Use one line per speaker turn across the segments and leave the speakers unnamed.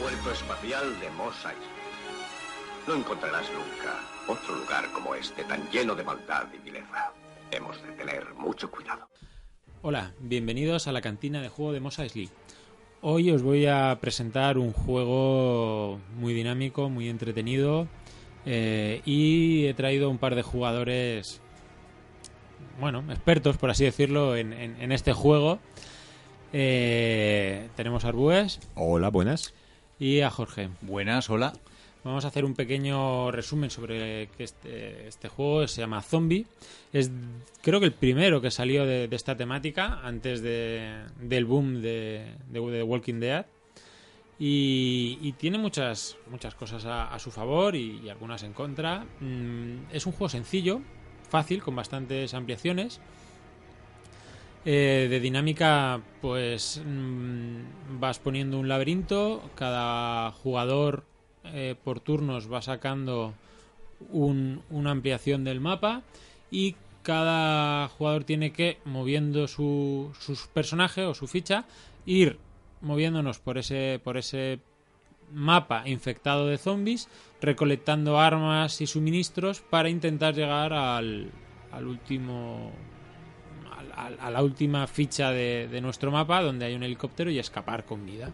puerto espacial de Mosaic. No encontrarás nunca otro lugar como este tan lleno de maldad y vileza. Hemos de tener mucho cuidado.
Hola, bienvenidos a la cantina de juego de Mosa League. Hoy os voy a presentar un juego muy dinámico, muy entretenido eh, y he traído un par de jugadores, bueno, expertos por así decirlo, en, en- en este juego. Eh, tenemos a Arbues
Hola, buenas.
y a Jorge.
Buenas, hola.
Vamos a hacer un pequeño resumen sobre que este, este juego. Se llama Zombie. Es creo que el primero que salió de, de esta temática antes de- del boom de, de, de Walking Dead. Y, y tiene muchas, muchas cosas a, a su favor y, y algunas en contra. Mm, es un juego sencillo, fácil, con bastantes ampliaciones. Eh, de dinámica, pues mm, vas poniendo un laberinto, cada jugador eh, por turnos va sacando un- una ampliación del mapa y cada jugador tiene que, moviendo su, sus personaje o su ficha, ir moviéndonos por ese, por ese mapa infectado de zombies, recolectando armas y suministros para intentar llegar al, al último al- al- a la última ficha de, de nuestro mapa donde hay un helicóptero y escapar con vida.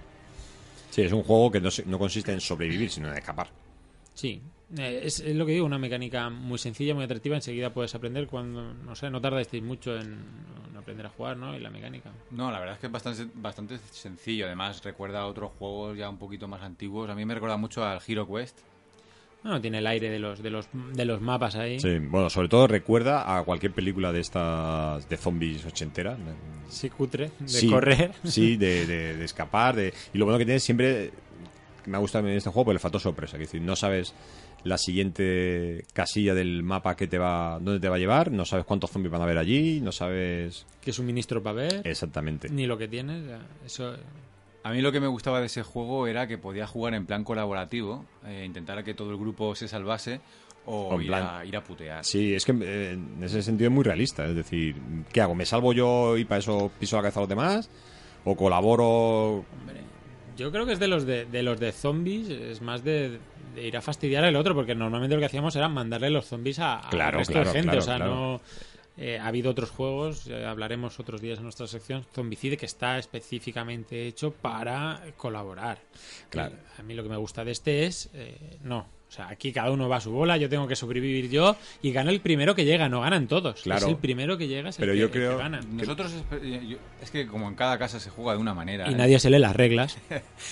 Sí, es un juego que no, se- no consiste en sobrevivir, sino en escapar.
Sí, eh, es, es lo que digo, una mecánica muy sencilla, muy atractiva, enseguida puedes aprender cuando, no sé, no tardasteis mucho en, en aprender a jugar, ¿no? Y la mecánica.
No, la verdad es que es bastante, bastante sencillo. Además, recuerda a otros juegos ya un poquito más antiguos. A mí me recuerda mucho al Hero Quest.
Bueno, Ah, tiene el aire de los, de los, de los mapas ahí.
Sí, bueno, sobre todo recuerda a cualquier película de estas de zombies ochentera.
Sí, cutre, de
Sí,
correr.
Sí, de, de- de escapar. De... Y lo bueno que tiene siempre. Me ha gustado en este juego porque le faltó sorpresa. Que no sabes la siguiente casilla del mapa que te va, dónde te va a llevar, no sabes cuántos zombies van a haber allí, no sabes
Que suministro para ver,
exactamente.
ni lo que tienes. ya, Eso,
A mí lo que me gustaba de ese juego era que podía jugar en plan colaborativo, eh, intentar que todo el grupo se salvase o,
O en
ir,
plan-
a, ir a putear.
Sí, es que eh, en ese sentido es muy realista. Es decir, ¿qué hago? ¿Me salvo yo y para eso piso la cabeza a los demás? ¿O colaboro?
Yo creo que es de los de, de los de zombies, es más de, de ir a fastidiar al otro, porque normalmente lo que hacíamos era mandarle los zombies a, a
Claro,
resto de
claro,
gente.
claro,
o sea,
claro.
no. eh, ha habido otros juegos, eh, hablaremos otros días en nuestra sección, Zombicide, que está específicamente hecho para colaborar.
Claro.
Y a mí lo que me gusta de este es. eh, no. O sea, aquí cada uno va a su bola, yo tengo que sobrevivir yo y gana el primero que llega, no ganan todos.
Claro.
Es el primero que llega, es el
Pero
que-
yo
el que
creo-
gana.
Nosotros es, eh, yo- es que como en cada casa se juega de una manera.
Y
¿eh?
nadie se lee las reglas.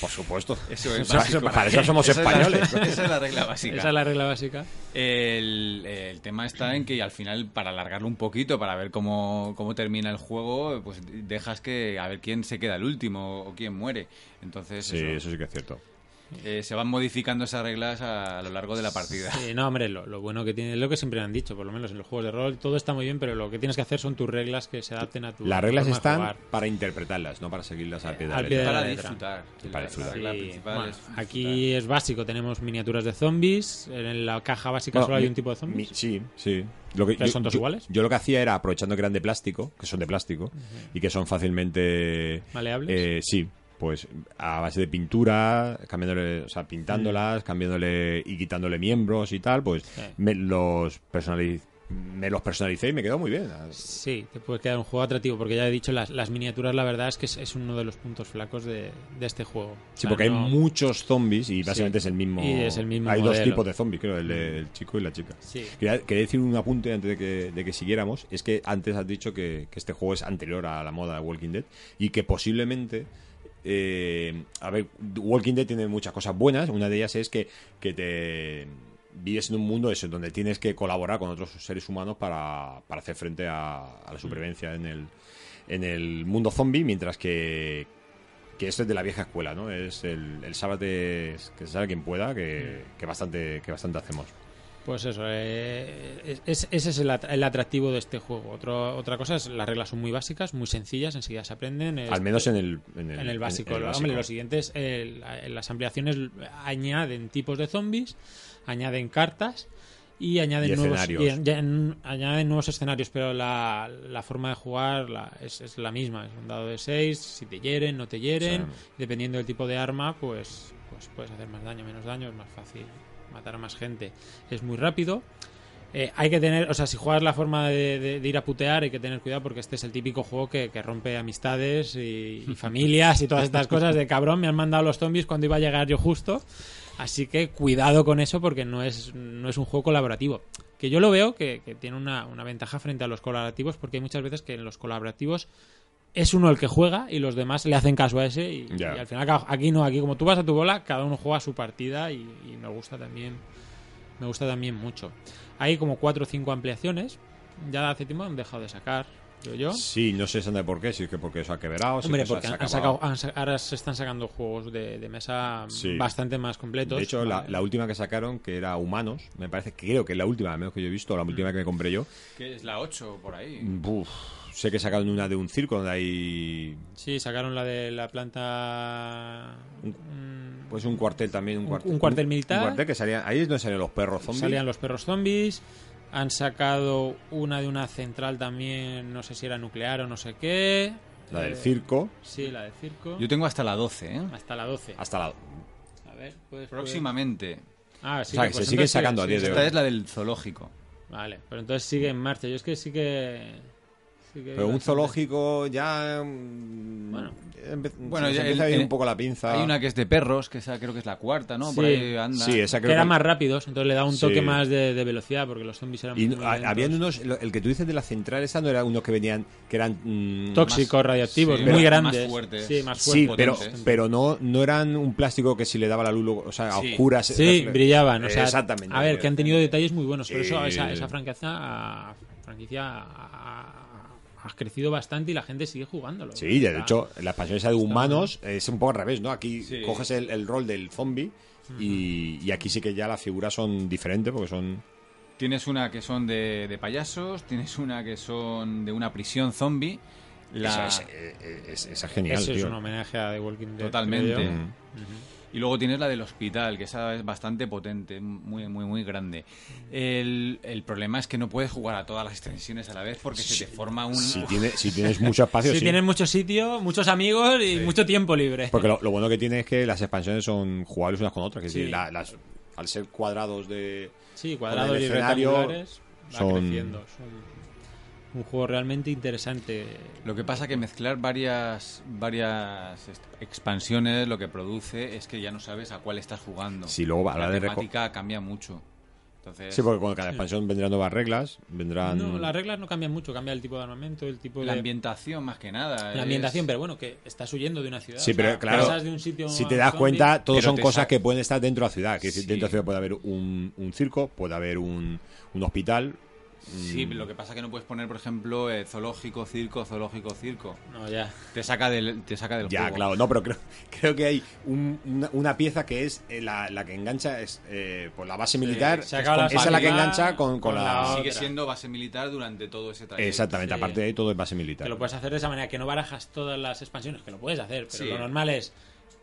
Por supuesto.
Eso es
Para eso-
básico.
para eso somos
Esa es la-
españoles.
esa es la regla básica.
Esa es la regla básica.
El, el tema está en que al final, para alargarlo un poquito, para ver cómo, cómo termina el juego, pues dejas que a ver quién se queda el último o quién muere. Entonces,
Sí,
eso,
eso sí que es cierto.
eh, se van modificando esas reglas a, a lo largo de la partida.
Sí, no, hombre, lo, lo bueno que tiene, es lo que siempre han dicho, por lo menos en los juegos de rol, todo está muy bien, pero lo que tienes que hacer son tus reglas que se adapten a tu.
Las reglas
forma de
están
jugar.
para interpretarlas, no para seguirlas al pie de la
al pie de la
letra.
Para
letra.
disfrutar.
Para
La- la
disfrutar.
regla
Sí,
principal
bueno,
es disfrutar.
aquí es básico, tenemos miniaturas de zombies, en la caja básica
Bueno,
solo hay
mi-
un tipo de zombies.
mi- sí, sí. Lo que,
¿Pero son todos iguales?
Yo lo que hacía era, aprovechando que eran de plástico, que son de plástico, y que son fácilmente...
¿Maleables?
eh, sí, pues a base de pintura, cambiándole, o sea,
Mm.
pintándolas, cambiándole y quitándole miembros y tal, pues me los personaliz- Me los personalicé y me quedó muy bien.
Sí, te puede quedar un juego atractivo, porque ya he dicho, las, las miniaturas la verdad es que es, es uno de los puntos flacos de, de este juego.
Sí,
O sea,
porque hay
no-
muchos zombies y básicamente es el mismo.
Y es el mismo
Hay dos
modelo.
tipos de zombies, creo, el, del chico y la chica.
Sí.
Quería, quería decir un apunte antes de que, de que siguiéramos. Es que antes has dicho que, que este juego es anterior a la moda de Walking Dead y que posiblemente. eh, a ver, Walking Dead tiene muchas cosas buenas. Una de ellas es que, que te vives en un mundo eso, donde tienes que colaborar con otros seres humanos para, para hacer frente a, a la supervivencia en el, en el mundo zombie, mientras que, que esto es de la vieja escuela, ¿no? Es el, el sábado que se sabe quien pueda, que, que bastante que bastante hacemos.
Pues eso, eh, es- ese es el, at- el atractivo de este juego. Otro, otra cosa es, las reglas son muy básicas, muy sencillas, enseguida se aprenden. Es-
Al menos en el, en el,
en el básico.
en el
Hombre, lo siguiente es, eh, la- las ampliaciones añaden tipos de zombies, añaden cartas y añaden
Y
nuevos
escenarios.
y- y en- añaden nuevos escenarios, pero la, la forma de jugar la- es, es la misma. Es un dado de 6, si te hieren, no te hieren.
Sí.
Dependiendo del tipo de arma, pues, pues puedes hacer más daño, menos daño, es más fácil matar a más gente. Es muy rápido. Eh, hay que tener, o sea, si juegas la forma de, de- de ir a putear, hay que tener cuidado porque este es el típico juego que, que rompe amistades y, y familias y todas estas cosas de cabrón, me han mandado los zombies cuando iba a llegar yo justo. Así que cuidado con eso porque no es, no es un juego colaborativo. Que yo lo veo que, que tiene una, una ventaja frente a los colaborativos porque hay muchas veces que en los colaborativos es uno el que juega y los demás le hacen caso a ese y,
Ya.
y al final ca- aquí no, aquí como tú vas a tu bola, cada uno juega su partida y, y me gusta también me gusta también mucho. Hay como cuatro o cinco ampliaciones, ya hace tiempo han dejado de sacar, creo yo.
Sí, no sé exactamente por qué, si es que porque eso ha quebrado. si
Hombre,
es que se ha-
porque
se ha
han- han
acabado.
sacado- han sa- ahora se están sacando juegos de, de mesa
Sí.
bastante más completos.
De hecho, la,
Vale.
la última que sacaron, que era Humanos, me parece, creo que es la última, a menos que yo he visto, la
Mm.
última que me compré yo,
Que es la 8 por ahí.
buf, sé que sacaron una de un circo donde hay
Sí, sacaron la de la planta... mm,
pues un cuartel también, un
Un-
cuartel,
un cuartel militar.
Un cuartel que salían, ahí es donde salían los perros zombies.
Salían los perros zombies. Han sacado una de una central también, no sé si era nuclear o no sé qué.
La del
Eh,
circo,
Sí, la del circo.
Yo tengo hasta la 12, ¿eh?
Hasta la 12.
hasta la...
eh, A ver, puedes-
Próximamente.
Ah, sí,
O sea, que se
pues
siguen
entonces sí,
sacando a
sí,
día de
sí.
hoy.
Esta es la del zoológico.
Vale, pero entonces sigue en marcha. Yo es que sí que... sí que
Pero un
bastante-
zoológico ya... Bueno,
Bueno, ya
empieza a
el-
ir
el-
un poco la pinza.
Hay una que es de perros, que esa creo que es la cuarta, ¿no? Por
Sí.
ahí anda.
Sí, esa
Que
creo
eran
que-
más rápidos, entonces le da un
Sí.
toque más de, de velocidad porque los zombies eran
Y
muy
no- ha-
lentos.
habían unos, lo- el que tú dices de la central esa no era unos que venían, que eran... mm,
tóxicos,
más-
radioactivos,
sí,
muy
pero
grandes.
más fuertes.
Sí, más
Sí,
fuertes.
pero,
potentes.
pero no, no eran un plástico que si le daba la luz, luego- o sea, a
Sí.
oscuras.
Sí,
las-
brillaban. O sea,
Exactamente.
A ver, que han tenido detalles muy buenos. Pero eso,
Sí.
esa, esa franquicia, franquicia ha, ha crecido bastante y la gente sigue jugándolo.
Sí, ya, de
Está-
hecho, las pasiones de humanos es un poco al revés, ¿no? Aquí
Sí.
coges el, el rol del zombie y, y aquí sí que ya las figuras son diferentes porque son.
Tienes una que son de, de payasos, tienes una que son de una prisión zombie. La...
Eso es, eh, eh, es- esa es genial,
Eso es
tío.
un homenaje a The Walking Dead.
Totalmente.
creo yo.
Mm.
Y luego tienes la del hospital, que esa es bastante potente, muy, muy, muy grande. El, el problema es que no puedes jugar a todas las extensiones a la vez porque se te forma un...
Si, tiene- si tienes mucho espacio,
Sí,
sí.
tienen mucho sitio, muchos amigos y mucho tiempo libre.
Porque lo, lo bueno que tiene es que las expansiones son jugables unas con otras. Que
Sí.
decir, la- las, al ser cuadrados de.
Sí, cuadrados
el
y
escenario
rectangulares va
son-
creciendo. Es un, un juego realmente interesante.
Lo que pasa que mezclar varias, varias est- expansiones lo que produce es que ya no sabes a cuál estás jugando.
Sí, luego a la
la
de reco-
temática cambia mucho. Entonces,
Sí, porque con cada expansión vendrán nuevas reglas, vendrán.
No, las reglas no cambian mucho, cambia el tipo de armamento, el tipo
la
de
ambientación más que nada.
La ambientación,
es-
pero bueno, que estás huyendo de una ciudad.
Sí,
o
pero
sea,
claro,
pasas de un sitio
si
a
te
un
das
zombie.
cuenta, todo
Pero
son
te
cosas
sa-
que pueden estar dentro de la ciudad. Que
Sí.
dentro de la ciudad puede haber un, un circo, puede haber un, un hospital.
Sí,
Mm.
lo que pasa que no puedes poner, por ejemplo, eh, zoológico, circo, zoológico, circo.
No, ya.
Te saca del, te saca del
Ya,
juego.
claro, no, pero creo, creo que hay un- una, una pieza que es eh, la, la que engancha es, eh, por la base militar.
se acaba la
esa es la que
partida
engancha con, con
con
la.
la
Sigue
Otra.
siendo base militar durante todo ese trayecto.
Exactamente,
Sí.
aparte de ahí todo es base
Que
militar.
lo puedes hacer de esa manera, que no barajas todas las expansiones, que lo puedes hacer, pero
Sí.
lo normal es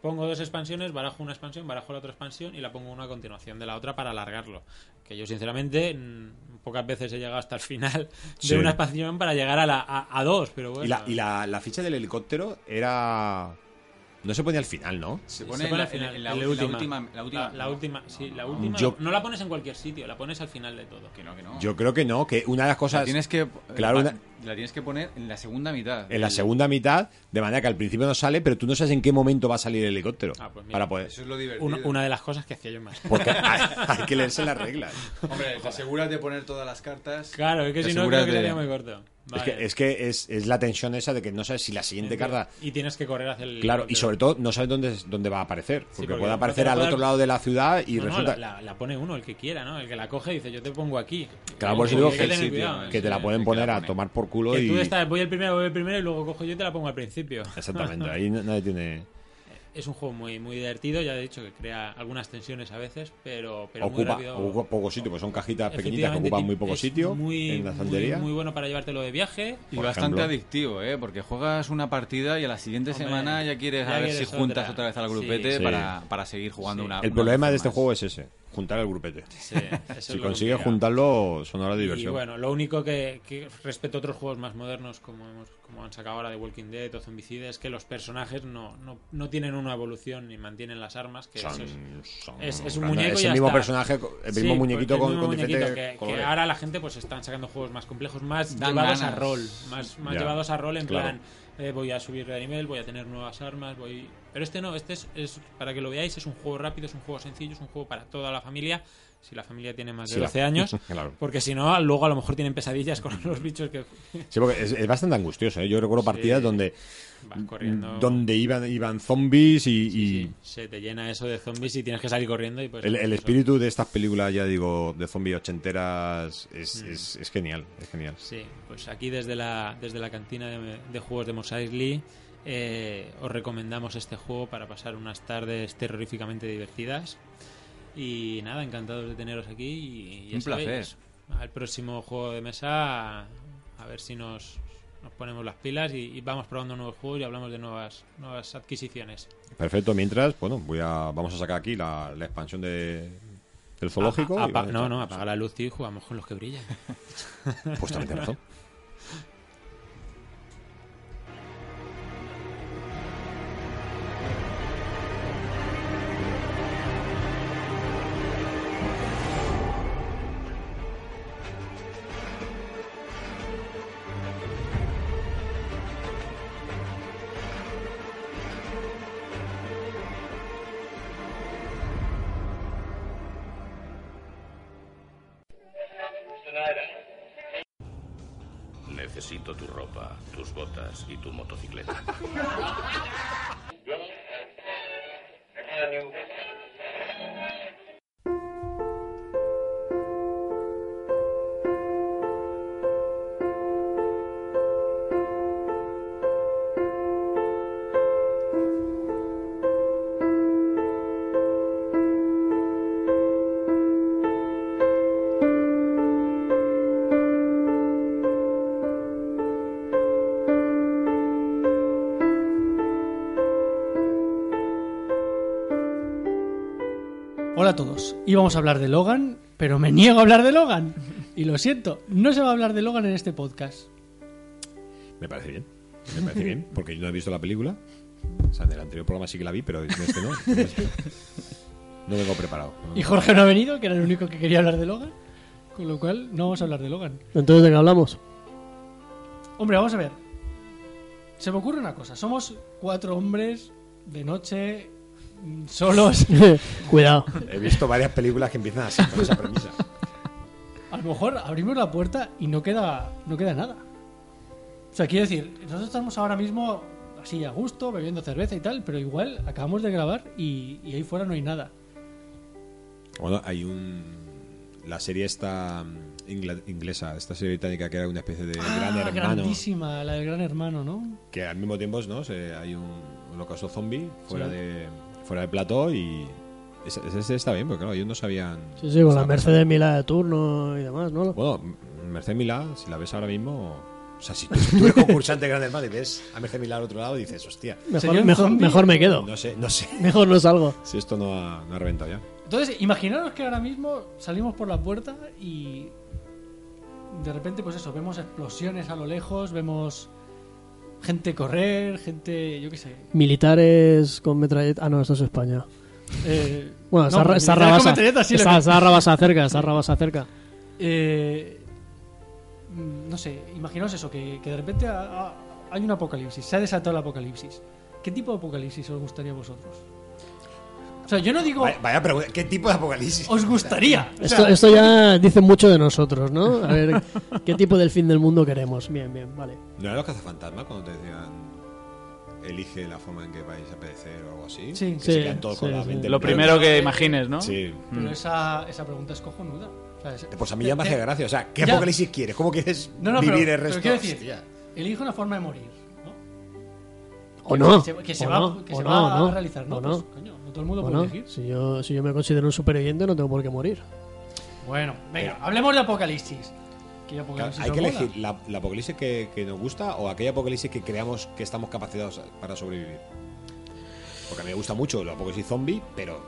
pongo dos expansiones, barajo una expansión, barajo la otra expansión y la pongo una a continuación de la otra para alargarlo. Que yo sinceramente mm, pocas veces he llegado hasta el final de
Sí.
una expansión para llegar a la a, a dos, pero bueno.
Y, la, y la- la ficha del helicóptero era. No se ponía al final, ¿no?
Se
Se
pone en
pone
la,
al final,
en- en la
en la
ul- la
última.
última. La última.
La, la
no.
última, sí, la
no.
última
Yo-
no la pones en cualquier sitio, la pones al final de todo.
Que no, que no.
Yo creo que no, que una de las
La
cosas.
tienes que, eh,
Claro,
la,
una-
la tienes que poner en la segunda mitad.
en la segunda mitad, de manera que al principio no sale, pero tú no sabes en qué momento va a salir el helicóptero.
Ah, pues mira.
para poder.
Eso es lo divertido.
Una, una de las cosas que hacía yo más.
Porque hay, hay que leerse las reglas.
Hombre, te aseguras de poner todas las cartas.
Claro, es que
Te
si no
aseguras
creo que
de-
sería muy corto.
Es
Vale.
que, es, que es, es la tensión esa de que no sabes si la siguiente carta.
Y tienes que correr hacia el.
Claro, y sobre todo no sabes dónde, es- dónde va a aparecer. Porque,
porque
puede aparecer
puede
al otro
haber-
lado de la ciudad y
No, no,
resulta.
la, la- la pone uno, el que quiera, ¿no? El que la coge dice, yo te pongo aquí.
Claro, por
Y
eso
hay
digo
que
que,
tener
sí,
cuidado,
tío,
que
¿eh?
te la
sí,
pueden
sí,
poner
que la
a
pone.
tomar por culo
Que
y.
tú estás, voy el primero, voy el primero y luego cojo yo y te la pongo al principio.
Exactamente, ahí nadie tiene.
Es un juego muy, muy divertido, ya he dicho que crea algunas tensiones a veces, pero, pero muy
ocupa,
rápido.
ocupa poco sitio, pues son cajitas pequeñitas que
Efectivamente,
ocupan
ti-
muy poco
es
sitio
muy-
en
muy-
la estantería.
Muy, bueno para llevártelo de viaje.
Y
Por
bastante
ejemplo.
adictivo, ¿eh? Porque juegas una partida y a la siguiente
Hombre,
semana ya quieres
ya
a ver si
quieres
juntas
otra.
otra, vez al
Sí.
grupete
Sí.
Para, para seguir jugando
Sí.
una.
El
una
problema
vez
de este
más.
juego es ese, juntar el grupete.
Sí, eso es
Si
lo
consigues
complicado.
juntarlo, son horas de
Y
diversión.
bueno, lo único que, que respecto a otros juegos más modernos, como, hemos- como han sacado ahora de Walking Dead o Zombicide, es que los personajes no, no, no tienen una evolución ni mantienen las armas. Que
Son-
eso es,
son-
es- es un
cuando-
muñeco
es
y ya
el mismo
está.
personaje, co- el
Sí,
mismo muñequito
el
con,
mismo
con
muñequito
diferentes
que- que,
colores.
ahora la gente pues están sacando juegos más complejos, más
Dan
llevados a
ganas.
rol. Más, más
Ya,
llevados a rol en
claro.
plan, eh, voy a subir de nivel, voy a tener nuevas armas, voy... Pero este no, este es, es- para que lo veáis, es un juego rápido, es un juego sencillo, es un juego para toda la familia. Si la familia tiene más de
Sí, la-
12 años,
Claro.
porque si no, luego a lo mejor tienen pesadillas con los bichos que
Sí, porque es, es bastante angustioso. ¿eh? Yo recuerdo partidas donde,
van corriendo.
donde iban, iban zombies y, y
Sí, se te llena eso de zombies y tienes que salir corriendo. Y pues,
el, el
eso.
espíritu de estas películas, ya digo, de zombies ochenteras es,
Mm.
es, es genial. Es genial.
Sí, pues aquí desde la, desde la cantina de, de juegos de Mos Eisley eh, os recomendamos este juego para pasar unas tardes terroríficamente divertidas. Y nada, encantados de teneros aquí. Y, y ya
Un placer.
sabéis, Al próximo juego de mesa, a ver si nos, nos ponemos las pilas y, y vamos probando nuevos juegos y hablamos de nuevas, nuevas adquisiciones.
Perfecto. Mientras, bueno, voy a, vamos a sacar aquí la, la expansión de, del zoológico.
A-
y
apa-
vamos a-
Ah, no, no, apaga la luz, tío, y jugamos con los que brillan.
Pues también tienes razón.
Necesito tu ropa, tus botas y tu motocicleta.
Hola a todos. Íbamos a hablar de Logan, pero me niego a hablar de Logan. Y lo siento, no se va a hablar de Logan en este podcast.
Me parece bien. Me parece bien, porque yo no he visto la película. O sea, en el anterior programa sí que la vi, pero en este no. No vengo preparado.
Y Jorge no ha venido, que era el único que quería hablar de Logan. Con lo cual, no vamos a hablar de Logan.
Entonces, ¿de qué hablamos?
Hombre, vamos a ver. Se me ocurre una cosa. Somos cuatro hombres de noche, mm, solos.
Cuidado.
He visto varias películas que empiezan así, con esa premisa.
A lo mejor abrimos la puerta y no queda, no queda nada. O sea, quiero decir, nosotros estamos ahora mismo así a gusto, bebiendo cerveza y tal, pero igual acabamos de grabar y, y ahí fuera no hay nada.
Bueno, hay un. La serie esta mm, ingla- inglesa, esta serie británica que era una especie de gran
Ah,
hermano.
Grandísima, la del gran hermano, ¿no?
Que al mismo tiempo ¿no? Se- hay un holocausto zombie fuera,
Sí.
de, fuera de plató y. Ese, ese está bien, porque claro, ellos no sabían.
Sí, sí, con la
estaban
Mercedes Milá de turno y demás, ¿no?
Bueno, Mercedes Milá, si la ves ahora mismo. O sea, si tú, tú eres concursante de Gran Hermano y ves a Mercedes Milá al otro lado, dices, hostia,
¿Sería
Mejor,
un
mejor,
zombie?
mejor me quedo.
no sé, no sé
Mejor no salgo.
si esto no ha, no ha reventado ya.
Entonces, imaginaros que ahora mismo salimos por la puerta y de repente, pues eso, vemos explosiones a lo lejos, vemos gente correr, gente, yo qué sé.
Militares con metralleta. Ah, no, eso es España.
Eh,
Bueno,
no,
Sarra-
pues,
Sarrabasa.
con metralleta sí le-
Sa- Sarrabasa cerca, Sarrabasa cerca.
Eh, mm, no sé, imaginaos eso, que, que de repente ha- ha- hay un apocalipsis, se ha desatado el apocalipsis. ¿Qué tipo de apocalipsis os gustaría a vosotros? O sea, yo no digo
Vaya, vaya pregunta, ¿qué tipo de apocalipsis?
os gustaría.
Esto, esto ya dice mucho de nosotros, ¿no? A ver, ¿qué tipo del fin del mundo queremos? Bien, bien, vale.
¿No eran los cazafantasmas cuando te decían elige la forma en que vais a perecer o algo así?
Sí.
que
Sí,
se quedan todos
sí,
con la
sí.
mente
Lo
en blanco.
primero que imagines, ¿no?
Sí.
Pero esa, esa pregunta es cojonuda. O sea, es-
Mm. Pues a mí ya me hace gracia. O sea, ¿qué
Ya.
apocalipsis quieres? ¿Cómo quieres
No, no,
vivir
pero,
el
pero
resto?
quiero decir,
Hostia.
elige una forma de morir. ¿no?
O no.
se- que se
o
va,
no,
que
o
se
no,
va
o no,
a realizar, ¿no?
o no.
Pues, coño, no todo el mundo
Bueno,
puede elegir.
si yo, si yo me considero un superviviente, no tengo por qué morir.
Bueno, venga, hablemos de Apocalipsis. Que Apocalipsis
Hay
os
que
mola.
elegir la, la apocalipsis que, que nos gusta o aquella apocalipsis que creamos que estamos capacitados para sobrevivir. Porque a mí me gusta mucho la apocalipsis zombie, pero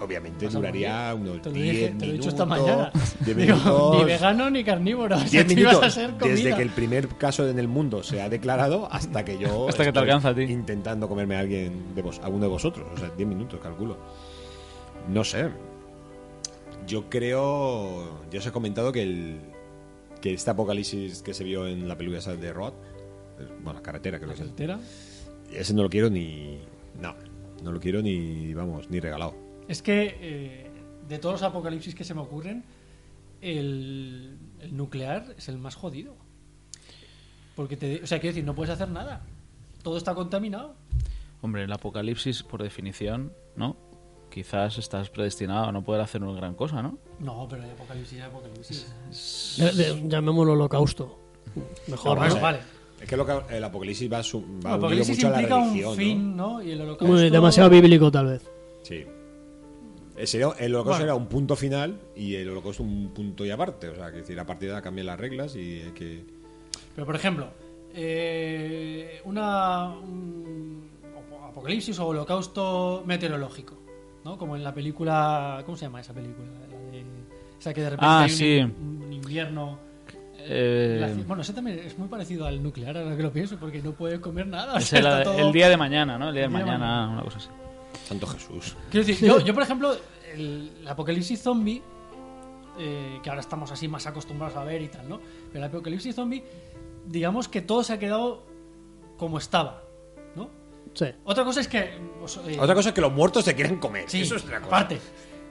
obviamente
Vas a
duraría unos
Te
10
lo dije, te lo he dicho esta
minutos,
mañana.
10
Digo,
minutos,
ni vegano ni carnívoro. o sea,
10
te ibas a
minutos
hacer
desde
comida.
que el primer caso en el mundo se ha declarado hasta que yo
Hasta que te
estoy
alcanza a ti.
intentando comerme a alguien de vos, a uno de vosotros, o sea, 10 minutos calculo. No sé. Yo creo, ya os he comentado que el que este apocalipsis que se vio en la película esa de Rod, eh, bueno, la carretera creo que es. el-
Entera.
Ese no lo quiero ni no, no lo quiero ni vamos, ni regalado.
Es que eh, de todos los apocalipsis que se me ocurren, el, el nuclear es el más jodido. Porque te, o sea, quiero decir, no puedes hacer nada. Todo está contaminado.
Hombre, el apocalipsis, por definición, ¿no? Quizás estás predestinado a no poder hacer una gran cosa, ¿no?
No, pero hay apocalipsis, hay apocalipsis.
De- de- llamémoslo holocausto. Mejor.
bueno,
¿no?
vale.
Es que lo que- el apocalipsis va, su, va unido
apocalipsis
mucho a la
implica
religión,
un
¿no?
fin, ¿no? Y el holocausto...
Muy- demasiado bíblico, tal vez.
Sí. Eh, sería- el holocausto
Bueno.
era un punto final y el holocausto un punto y aparte. O sea, que decir, a partir de ahora cambian las reglas y hay que.
Pero, por ejemplo, eh, una, un apocalipsis o holocausto meteorológico, ¿no? Como en la película... ¿Cómo se llama esa película? La de- o sea, que de repente
Ah,
hay un-
sí.
un, invierno...
Eh,
La- bueno, ese también es muy parecido al nuclear, ahora que lo pienso, porque no puede comer nada. o
es
sea,
el,
está todo-
el día de mañana, ¿no? El día de
El día de
mañana,
mañana.
Ah, una cosa así.
Santo Jesús.
Quiero decir, yo, yo, por ejemplo, el, el apocalipsis zombie, eh, que ahora estamos así más acostumbrados a ver y tal, ¿no? Pero el apocalipsis zombie, digamos que todo se ha quedado como estaba, ¿no?
Sí.
Otra cosa es que... eh,
Otra cosa es que los muertos se quieren comer.
Sí,
Eso es otra cosa.
aparte.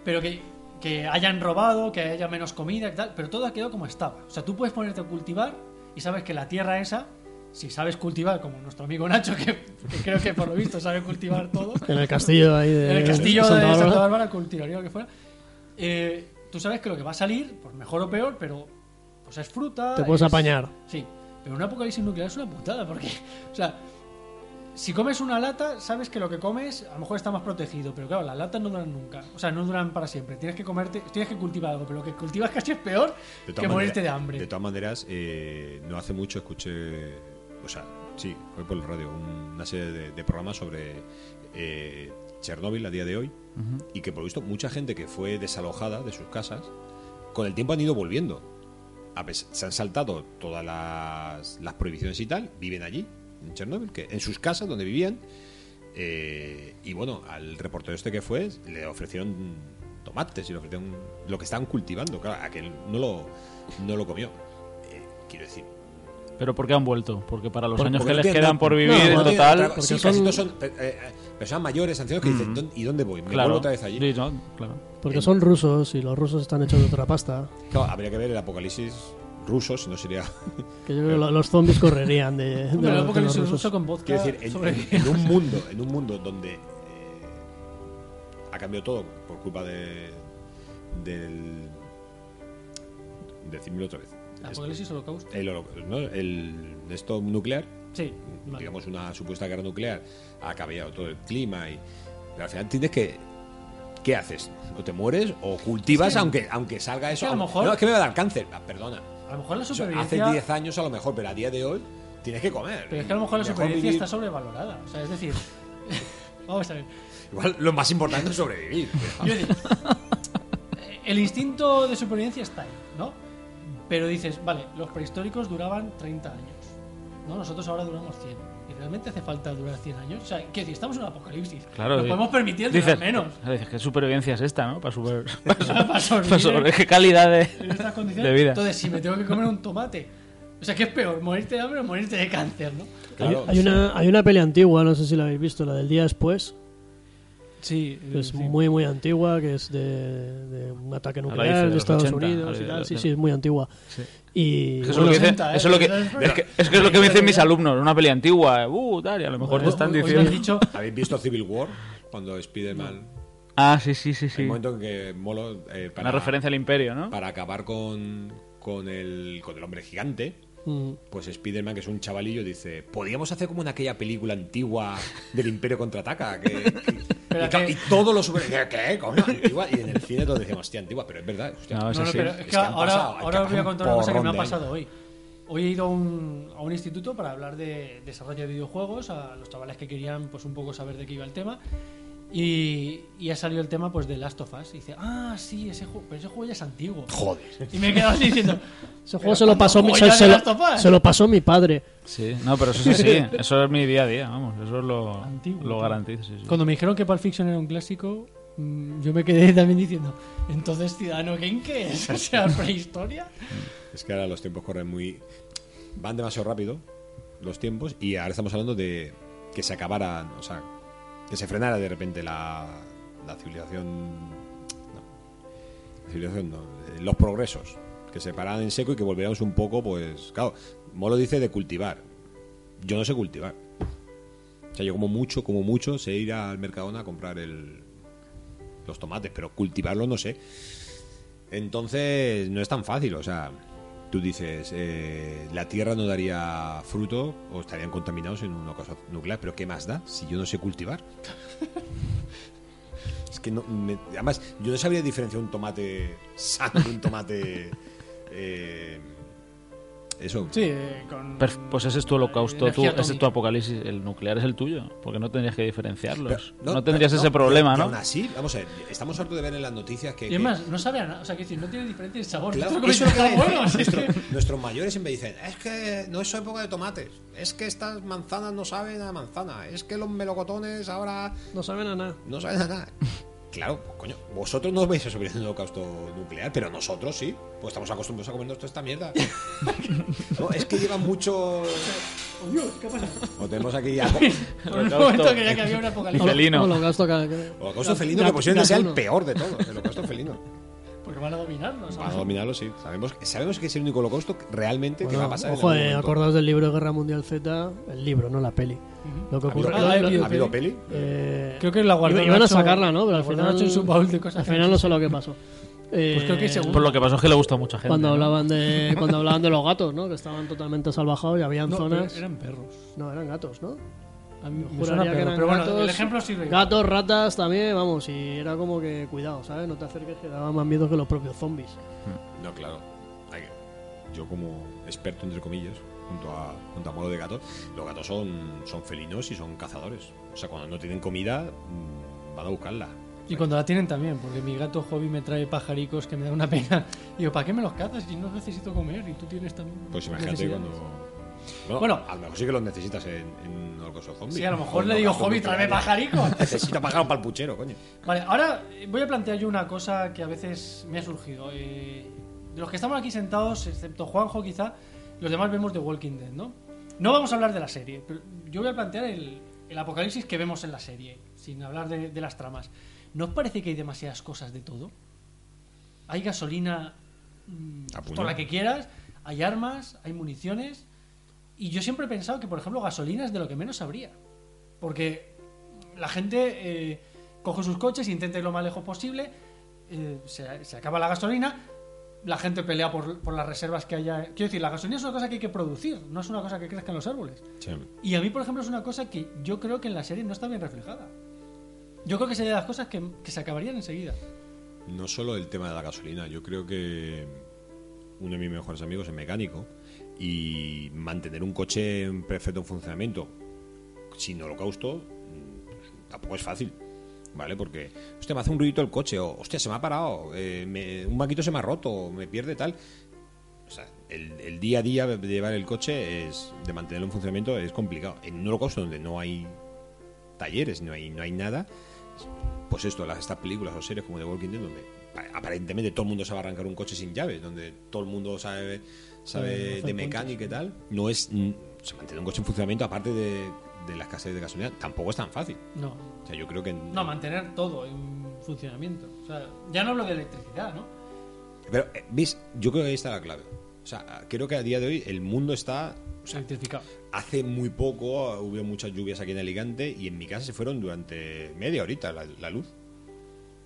Pero que, que hayan robado, que haya menos comida y tal, pero todo ha quedado como estaba. O sea, tú puedes ponerte a cultivar y sabes que la tierra esa, si sabes cultivar, como nuestro amigo Nacho, que, que creo que por lo visto sabe cultivar todo,
En el castillo ahí de.
en el castillo de
Santa
Santa
Bárbara.
Bárbara, cultivaría lo que fuera, eh, tú sabes que lo que va a salir, pues mejor o peor, pero pues es fruta.
Te puedes
es-
apañar.
Sí, pero un apocalipsis nuclear es una putada, porque, o sea, si comes una lata, sabes que lo que comes a lo mejor está más protegido, pero claro, las latas no duran nunca, o sea, no duran para siempre. Tienes que comerte, tienes que cultivar algo, pero lo que cultivas casi es peor
De
que
todas
morirte
maneras-
de hambre.
De todas maneras, eh, no hace mucho escuché. O sea, sí, fue por el radio. un- Una serie de, de programas sobre eh, Chernóbil a día de hoy. Y que por lo visto, mucha gente que fue desalojada de sus casas, con el tiempo han ido volviendo. A pes- se han saltado todas las, las prohibiciones y tal, viven allí, en Chernóbil, que, en sus casas donde vivían. Eh, y bueno, al reportero este que fue, le ofrecieron tomates y le ofrecieron lo que estaban cultivando. Claro, aquel no lo, no lo comió. Eh, quiero decir.
Pero ¿por qué han vuelto? Porque para los
porque-
años
porque
que
no
les
tienen-
quedan por
no,
vivir,
no
en
tienen
total.
otra- sí,
porque
casi
son-
todos son eh, eh, personas mayores, ancianos que dicen, "¿Dónde- ¿y dónde voy? ¿Me
Claro.
vuelvo otra vez allí?
Sí, no, claro.
Porque son rusos y los rusos están hechos de otra pasta.
Claro, habría que ver el apocalipsis ruso, si no sería...
Que yo creo que lo- los zombies correrían de, de
Hombre, el
los- de los
apocalipsis
rusos.
ruso con vodka
Quiero decir, en,
sobrevive.
en- en un mundo, en un mundo donde eh, ha cambiado todo por culpa de del decídmelo otra vez.
Apocalipsis holocausto.
El, holo- ¿no? el esto nuclear,
Sí, vale.
digamos una supuesta guerra nuclear, ha cambiado todo el clima y pero al final tienes que ¿qué haces? ¿O te mueres o cultivas
Es que-
aunque aunque salga eso?
que a lo
aunque-
mejor-
No, es que me va a dar cáncer, Ah, perdona.
A lo mejor la
O sea,
supervivencia...
hace 10 años a lo mejor, pero a día de hoy tienes que comer.
Pero es que a lo mejor la
Mejor
supervivencia
vivir-
está sobrevalorada. O sea, es decir, vamos a ver.
Igual lo más importante es sobrevivir.
Yo digo, eh, el instinto de supervivencia está ahí, ¿no? Pero dices, vale, los prehistóricos duraban 30 años. ¿no? Nosotros ahora duramos 100. ¿Y realmente hace falta durar 100 años? O sea, ¿qué decir? Estamos en un apocalipsis.
Claro,
Nos
di-
podemos permitir durar
dices,
menos.
claro, dices, ¿qué supervivencia es esta, no? Para super-
Para sobrevivir
para sobre- ¿Qué calidad
en
de,
estas condiciones.
de vida?
Entonces, si me tengo que comer un tomate. O sea, ¿qué es peor? ¿Morirte de hambre o morirte de cáncer, no?
Hay, hay una, hay una peli antigua, no sé si la habéis visto, la del día después.
Sí.
que es muy, muy antigua, que es de, de un ataque
la
nuclear
hice, de
de
los
Estados
80,
Unidos
la
y
de
tal.
los-
Sí, sí, es muy antigua. Y
Eso es lo que dice-
80, ¿eh?
eso es lo que-
Pero-
es que- es que es lo que me dicen mis alumnos, una peli antigua, uh, tal, y a lo mejor te están diciendo...
dicho
¿Habéis visto Civil War? Cuando Spider-Man.
Ah, sí, sí, sí,
El
sí.
momento en que Molo. eh, para,
Una referencia al imperio, ¿no?
Para acabar con, con, el, con el hombre gigante.
Mm.
Pues Spider-Man, que es un chavalillo, dice, podríamos hacer como en aquella película antigua del Imperio Contraataca. Que, que- y, ca-
que-
y todos los super... ¿Qué? ¿Cómo? Antigua. Y en el cine todos decíamos, hostia, antigua, pero es verdad. hostia.
No, es
No, no,
así.
pero es
Es
que
que han
ahora,
pasado, hay
ahora
que
os
pasar
voy a
un
contar una cosa que me ha
porrón de años.
pasado hoy. Hoy he ido a un, a un instituto para hablar de desarrollo de videojuegos, a los chavales que querían pues un poco saber de qué iba el tema. Y, y ha salido el tema pues de Last of Us. Y dice, ah, sí, ese juego, pero ese juego ya es antiguo.
Joder.
Y me he quedado así diciendo,
Ese
Pero
juego se lo,
cuando
pasó mi,
juego
se,
yo
se
de
lo,
Last of Us.
se lo pasó mi padre.
Sí, no, pero eso es así. Eso es mi día a día, vamos. Eso es lo,
"Ah, Antiguo,
lo
tío.
garantizo. sí, sí.
Cuando me dijeron que Pulp Fiction era un clásico, mm, yo me quedé también diciendo, entonces Ciudadano Kane, ¿qué es? O sea, prehistoria.
Es que ahora los tiempos corren muy... Van demasiado rápido los tiempos y ahora estamos hablando de que se acabara, o sea, que se frenara de repente la, la civilización... No, la civilización no, eh, los progresos, que se pararan en seco y que volviéramos un poco, pues, claro, Molo dice de cultivar. Yo no sé cultivar. O sea, yo como mucho, como mucho, sé ir al Mercadona a comprar el, los tomates, pero cultivarlos no sé. Entonces, no es tan fácil, o sea, tú dices, eh, la tierra no daría fruto o estarían contaminados en una cosa nuclear, pero ¿qué más da si yo no sé cultivar? es que no, me- además, yo no sabría diferenciar un tomate sano de un tomate... eh, eso.
Sí, eh, con...
Per- Pues ese es tu holocausto, tu,
Energía
ese es tu
atómica.
apocalipsis. El nuclear es el tuyo, porque no tendrías que diferenciarlos.
Pero-
no, tendrías
pero-
ese problema,
pero-
¿no?
pero aún así, vamos a ver, estamos hartos de ver en las noticias que...
Y
que-
además, no sabe a nada. O sea, que decir, no tiene diferente sabor.
Claro,
Esto que
eso
me
es lo
dice,
que
bueno,
dicen.
es que-
Nuestro- nuestros mayores siempre dicen, es que no es época de tomates, es que estas manzanas no saben a manzana, es que los melocotones ahora
No saben a nada.
no saben a nada. Claro, pues, coño, vosotros no os vais a sobrevivir en el holocausto nuclear, pero nosotros sí, pues estamos acostumbrados a comernos toda esta mierda. No, es que lleva mucho...
Oh, Dios, ¿qué ha pasado?
O tenemos aquí a...
Por un momento creía que había un apocalipsis.
Felino.
No, lo gasto cada- cada-
Holocausto
Gat-
felino, que
gat-
posiblemente sea el
gatuno.
peor de todos, el holocausto felino.
Porque van a dominarnos.
Para
¿sabes?
dominarlo, sí. Sabemos, sabemos que es el único holocausto que- realmente que va a
Bueno,
pasar. en
ojo,
algún
eh,
momento.
acordaos del libro de Guerra Mundial Z, el libro, no la peli. Lo que
¿Ha
ocurre.
habido,
Ah,
lo-
¿ha
lo-
¿Ha habido peli?
eh,
Creo que la guardó
iba- Iban a
Nacho-
sacarla, ¿no? Pero
la
al
guardó
final.
Nacho en su baúl de cosas. Pues
Al final no sé lo que pasó. Eh,
creo que según-
Por lo que pasó es que le gusta a mucha gente.
Cuando
¿no?
hablaban de cuando hablaban de los gatos, ¿no? Que estaban totalmente salvajados y habían
No, pero
zonas.
eran perros.
No, eran gatos, ¿no?
A mí me
Juraría
suena
que
perro,
eran
Pero bueno,
gatos,
el ejemplo sirve. igual.
Gatos, ratas también, vamos, y era como que cuidado, ¿sabes? No te acerques que daba más miedo que los propios zombies.
No, claro. Hay que- Yo como experto, entre comillas, junto a, junto a Molo de Gato, los gatos son, son felinos y son cazadores. O sea, cuando no tienen comida, mm, van a buscarla.
Y cuando la tienen también, porque mi gato hobby me trae pajaricos que me da una pena. Digo, ¿para qué me los cazas si no necesito comer y tú tienes también?
Pues imagínate
necesidades?
cuando... Bueno,
Bueno.
a lo mejor sí que los necesitas en, en holocausto zombie.
Sí, a lo
O
mejor
en
le digo,
holocausto
hobby,
nuclear.
tráeme pajaricos.
Necesita pájaro para el puchero, coño.
Vale, ahora voy a plantear yo una cosa que a veces me ha surgido. Eh, de los que estamos aquí sentados, excepto Juanjo quizá, los demás vemos The Walking Dead, ¿no? No vamos a hablar de la serie, pero yo voy a plantear el, el apocalipsis que vemos en la serie, sin hablar de, de las tramas. ¿No os parece que hay demasiadas cosas de todo? Hay gasolina mm,
A
pues,
puño.
toda la que quieras, hay armas, hay municiones. Y yo siempre he pensado que, por ejemplo, gasolina es de lo que menos habría. Porque la gente eh, coge sus coches, intenta ir lo más lejos posible, eh, se, se acaba la gasolina, la gente pelea por, por las reservas que haya. Quiero decir, la gasolina es una cosa que hay que producir, no es una cosa que crezca en los árboles. Y a mí, por ejemplo, es una cosa que yo creo que en la serie no está bien reflejada. Yo creo que sería de las cosas que, que se acabarían enseguida.
No solo el tema de la gasolina, yo creo que uno de mis mejores amigos es mecánico y mantener un coche en perfecto funcionamiento sin holocausto pues, tampoco es fácil, ¿vale? Porque, hostia, me hace un ruidito el coche, o hostia, se me ha parado, eh, me- un banquito se me ha roto, o me pierde tal. O sea, el, el día a día de llevar el coche es de mantenerlo en funcionamiento es complicado. En un holocausto donde no hay talleres, no hay, no hay nada, pues esto, las, estas películas o series como The Walking Dead, donde pa- aparentemente todo el mundo sabe arrancar un coche sin llaves, donde todo el mundo sabe,
Sabe
sabe
hacer
de mecánica y tal, no es. mm, o sea, mantener un coche en funcionamiento, aparte de, de la escasez de gasolina, tampoco es tan fácil.
No,
O sea, yo creo que.
no, mantener todo en funcionamiento. O sea, ya no hablo de electricidad, ¿no?
Pero, eh, ¿ves? Yo creo que ahí está la clave. O sea, creo que a día de hoy el mundo está.
O sea, electrificado.
Hace muy poco ah, hubo muchas lluvias aquí en Alicante y en mi casa se fueron durante media horita la, la luz.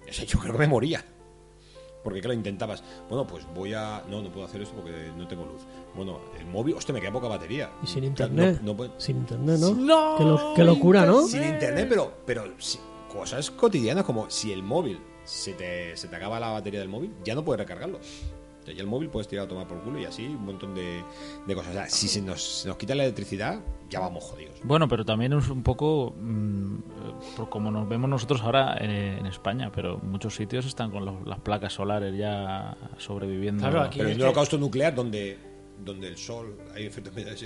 O sea, yo creo que me moría. Porque claro, intentabas, bueno, pues voy a... No, no puedo hacer esto porque no tengo luz. Bueno, el móvil, hostia, me queda poca batería.
Y sin
Claro,
internet.
no- no puede-
Sin internet, ¿no?
No,
Qué, lo- qué locura, ¿no?
Sin internet, pero, pero si- cosas cotidianas como si el móvil se te, se te acaba la batería del móvil, ya no puedes recargarlo. O sea, ya el móvil puedes tirar a tomar por culo y así un montón de, de cosas. O sea, si se nos, se nos quita la electricidad, ya vamos jodidos.
Bueno, pero también es un poco mm, eh, por como nos vemos nosotros ahora en, en España, pero muchos sitios están con los- las placas solares ya sobreviviendo.
Claro, aquí-
Pero
es
en un
que-
holocausto nuclear donde, donde el sol, hay efectos medulares,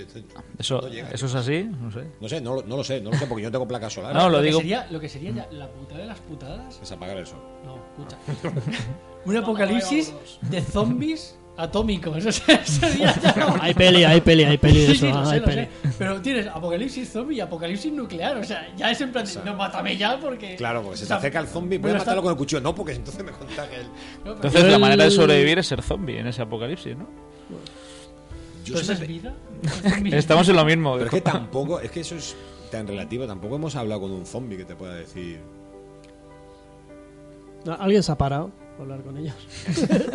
Eso,
no llega.
eso es así, no sé.
No sé, no, lo- no lo sé, no lo sé porque yo no tengo placa solar.
No, lo
que
digo.
sería- lo que sería ya la putada de las putadas.
Es apagar el sol.
No, escucha. Un apocalipsis de zombies atómicos. O sea, sería ya lo-
Hay peli, hay peli, hay peli de
Sí,
eso.
sí, lo
ah,
sé,
hay
lo
peli.
sé. Pero tienes apocalipsis zombie y apocalipsis nuclear. O sea, ya es en plan, de, no, mátame ya porque.
Claro, porque se te
O sea,
acerca el zombie, puedes
bueno, está-
matarlo con el cuchillo. No, porque entonces me contagia el...
no, pero-
Entonces la
el-
manera de sobrevivir es ser zombie en ese apocalipsis, ¿no?
Yo
¿Pero eso
siempre-
es vida? ¿Eso es vida?
Estamos en lo mismo.
Pero es que tampoco, es que eso es tan relativo, tampoco hemos hablado con un zombie que te pueda decir.
Alguien se ha parado a hablar con ellos.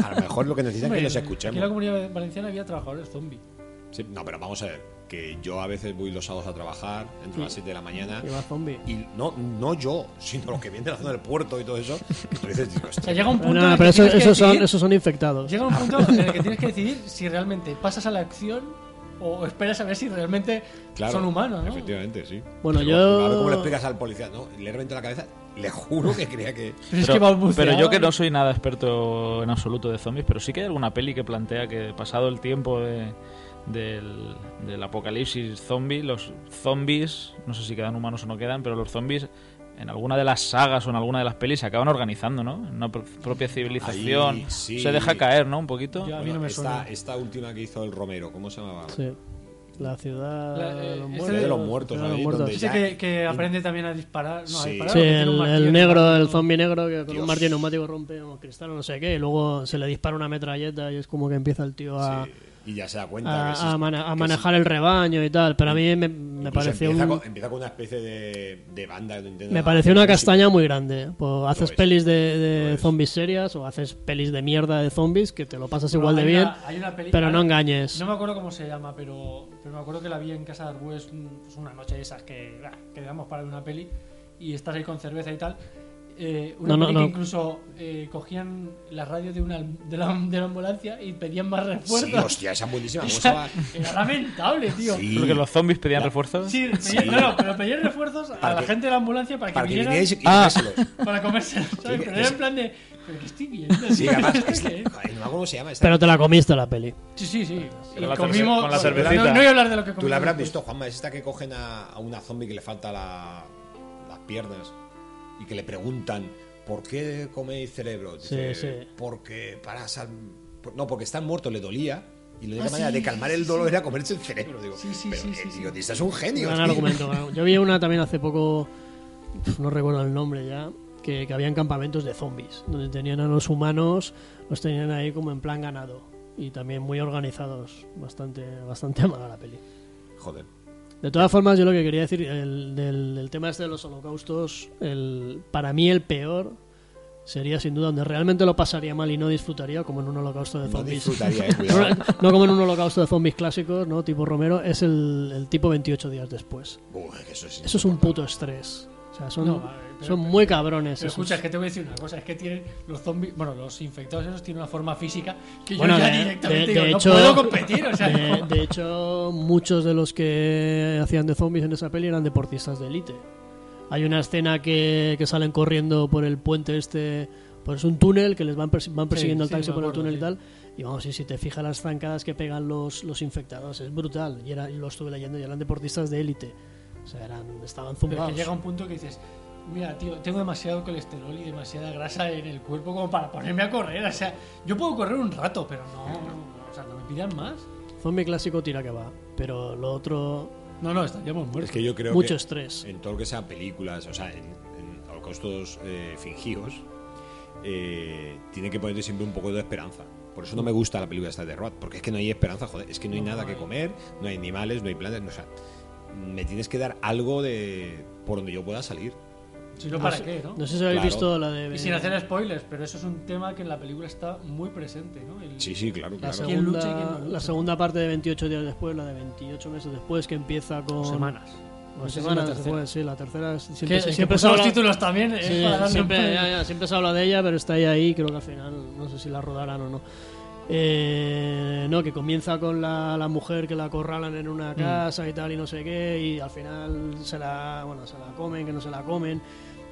A lo mejor lo que necesitan es que los
Aquí en la
escuchemos.
comunidad valenciana había trabajadores zombie.
Sí, no, pero vamos a ver, que yo a veces voy los sábados a trabajar, entro a las 7 de la mañana.
Y va zombie.
Y no, no yo, sino los que vienen de la zona del puerto y todo eso. Y tú dices, digo,
O sea,
hostia,
llega un
No,
punto. en el
no,
que
pero eso-
tienes que
esos son,
decidir-
esos son infectados.
Llega un punto en el que tienes que decidir si realmente pasas a la acción o esperas a ver si realmente
claro,
son humanos, ¿no?
Efectivamente, sí.
Bueno,
Pero
yo-
A ver cómo le explicas al policía, ¿no? Le reventó la cabeza, le juro que creía que.
Pero, es
Pero-
que balbuceaba
pero yo que
y-
no soy nada experto en absoluto de zombies, pero sí que hay alguna peli que plantea que pasado el tiempo de- del, del apocalipsis zombie, los zombies, no sé si quedan humanos o no quedan, pero los zombies en alguna de las sagas o en alguna de las pelis se acaban organizando, ¿no? En una pro- propia civilización.
Ahí, sí.
Se deja caer, ¿no? Un poquito.
Ya. A mí no me
esta,
suena.
esta última que hizo el Romero, ¿cómo se llamaba?
Sí. La ciudad
La- eh,
de los
ese
muertos.
de los muertos,
Ciudad de los
ahí,
muertos.
donde
Ese
ya-
que, que aprende también a disparar. No, a
Sí.
disparar
Sí,
porque tiene
el,
un martillo
el
en
negro,
mano.
el zombie negro que con
Dios.
un martillo neumático rompe un cristal o no sé qué, y luego se le dispara una metralleta y es como que empieza el tío a,
Sí, y ya se da cuenta
a-
que
a
existe-
mana- a
que
manejar el rebaño y tal. Pero a mí me, me
Incluso
pareció
empieza,
un-
con, empieza con una especie de, de banda que no intenta
me
nada.
pareció una
Sí.
castaña muy grande. Pues haces
es,
pelis de, de
lo es.
zombies serias o haces pelis de mierda de zombies que te lo pasas
Bueno,
igual de
hay
bien,
una- hay una peli-
pero
hay-
no engañes.
No me acuerdo cómo se llama, pero, pero me acuerdo que la vi en casa de Arbues un- pues una noche de esas que bah, quedamos para ver una peli y estás ahí con cerveza y tal. Eh, una
No, no,
peli
no.
que incluso eh, cogían la radio de, una, de, la, de la ambulancia y pedían más refuerzos.
Sí, hostia, esa es buenísima.
O
¿Cómo se
sea,
llama?
era lamentable, tío. Sí,
Sí,
Porque los zombies pedían refuerzos.
pedían- claro, pero pedían refuerzos a
Para
la
que-
gente de la ambulancia para que,
para que
vinieran
vinierais y
Ah.
dárselos.
para comerse. ¿sabes?
Sí,
pero
es-
era en plan de. ¿Pero qué estoy viendo?
Sí, además,
¿Esto
es
qué
que,
es?
joder, no me acuerdo cómo se llama esta.
Pero te la comiste la peli.
Sí, sí, sí.
Con
Y
la
comimos-
cerve- con la
no,
cervecita.
No, voy a hablar de lo que comimos.
Tú la habrás
después.
visto, Juanma, es esta que cogen a, a una zombie que le falta la- las piernas y que le preguntan ¿por qué coméis cerebro? Dice,
Sí, sí.
Porque para sal- por- no, porque están muertos, le dolía y
Ah,
la única manera de calmar el dolor era comerse el cerebro. Digo,
Sí, sí,
pero
sí,
el
sí, sí.
guionista es un genio.
Gran
tío.
argumento. gran- Yo vi una también hace poco, pf, no recuerdo el nombre ya, que, que habían campamentos de zombies, donde tenían a los humanos, los tenían ahí como en plan ganado. Y también muy organizados, bastante, bastante amada la peli.
Joder.
De todas formas, yo lo que quería decir el- del, del tema este de los holocaustos, el, para mí el peor sería sin duda donde realmente lo pasaría mal y no disfrutaría, como en un holocausto de
No
zombies.
disfrutaría, eh,
No,
cuidado.
no como en un holocausto de zombies clásicos, ¿no? Tipo Romero, es el, el tipo 28 días después.
Buah, que eso, es
Eso es un puto estrés. O sea, son,
No, a ver, pero-
son muy cabrones.
Pero
esos.
escucha, es que te voy a decir una cosa, es que tienen los zombies, bueno, los infectados esos tienen una forma física que
Bueno,
yo ya
de-
directamente
de-
digo,
de
no
hecho-
puedo competir, o sea,
de,
no.
de hecho, muchos de los que hacían de zombies en esa peli eran deportistas de élite. Hay una escena que, que salen corriendo por el puente este, pues un túnel que les van, persi- van persiguiendo
sí,
el taxi
me
por el
acuerdo,
túnel
sí.
y tal. Y vamos, y si te fijas las zancadas que pegan los, los infectados, es brutal. Y, era, y lo estuve leyendo y eran deportistas de élite. O sea, eran, estaban
Pero es
zumbados.
que llega un punto que dices, mira, tío, tengo demasiado colesterol y demasiada grasa en el cuerpo como para ponerme a correr, o sea, yo puedo correr un rato, pero no, o sea, no me pidan más.
Zombie clásico tira que va. Pero lo otro,
No, no, estaríamos muertos.
Es que yo creo que-
mucho estrés.
en todo lo que sean películas, o sea, en, en holocaustos eh, fingidos, eh, tiene que ponerte siempre un poco de esperanza. Por eso no me gusta la película esta de Rod, porque es que no hay esperanza, joder, es que no hay nada que comer, no hay animales, no hay plantas, no, o sea, me tienes que dar algo de por donde yo pueda salir.
Si no, ¿para
sé-
qué, no?
No sé si habéis
Claro.
visto la de.
Y sin hacer spoilers, pero eso es un tema que en la película está muy presente, ¿no? El-
Sí, sí, claro,
La
claro.
¿Quién lucha y
segunda,
quién no lucha?
la segunda parte de 28 días después, la de 28 meses después, que empieza con.
Semanas.
o
No sé si
semanas
la tercera.
después, sí, la tercera. es-
Que-
Siempre,
que
siempre
puso
se
los
habla-
títulos también es
Sí,
para darle
siempre,
un-
ya, ya, siempre se habla de ella, pero está ahí, ahí, creo que al final, no sé si la rodarán o no. Eh, no, que comienza con la, la mujer que la acorralan en
Mm.
una casa y tal, y no sé qué, y al final se la, bueno, se la comen, que no se la comen,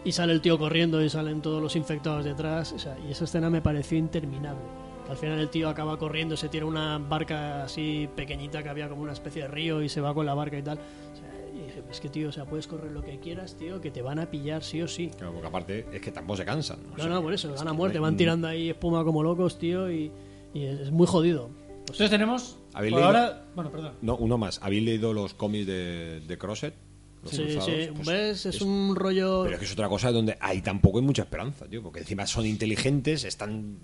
y sale el tío corriendo y salen todos los infectados detrás, o sea, y esa escena me pareció interminable. Al final el tío acaba corriendo, se tira una barca así pequeñita que había como una especie de río y se va con la barca y tal. O sea, y dije, es que tío, o sea, puedes correr lo que quieras, tío, que te van a pillar sí o sí.
Claro, porque aparte es que tampoco se cansan. o
No,
sea,
no, por eso,
es
van a
que
muerte,
no hay-
van tirando ahí espuma como locos, tío, y, y es, es muy jodido.
Entonces tenemos. Por
¿Habéis leído?
ahora. Bueno, perdón.
No, uno más. ¿Habéis leído los cómics de, de Crosset? Los
Sí,
cruzados.
sí,
Pues
¿ves? Es un rollo...
Pero es que es otra cosa donde ahí tampoco hay mucha esperanza, tío, porque encima son inteligentes, están.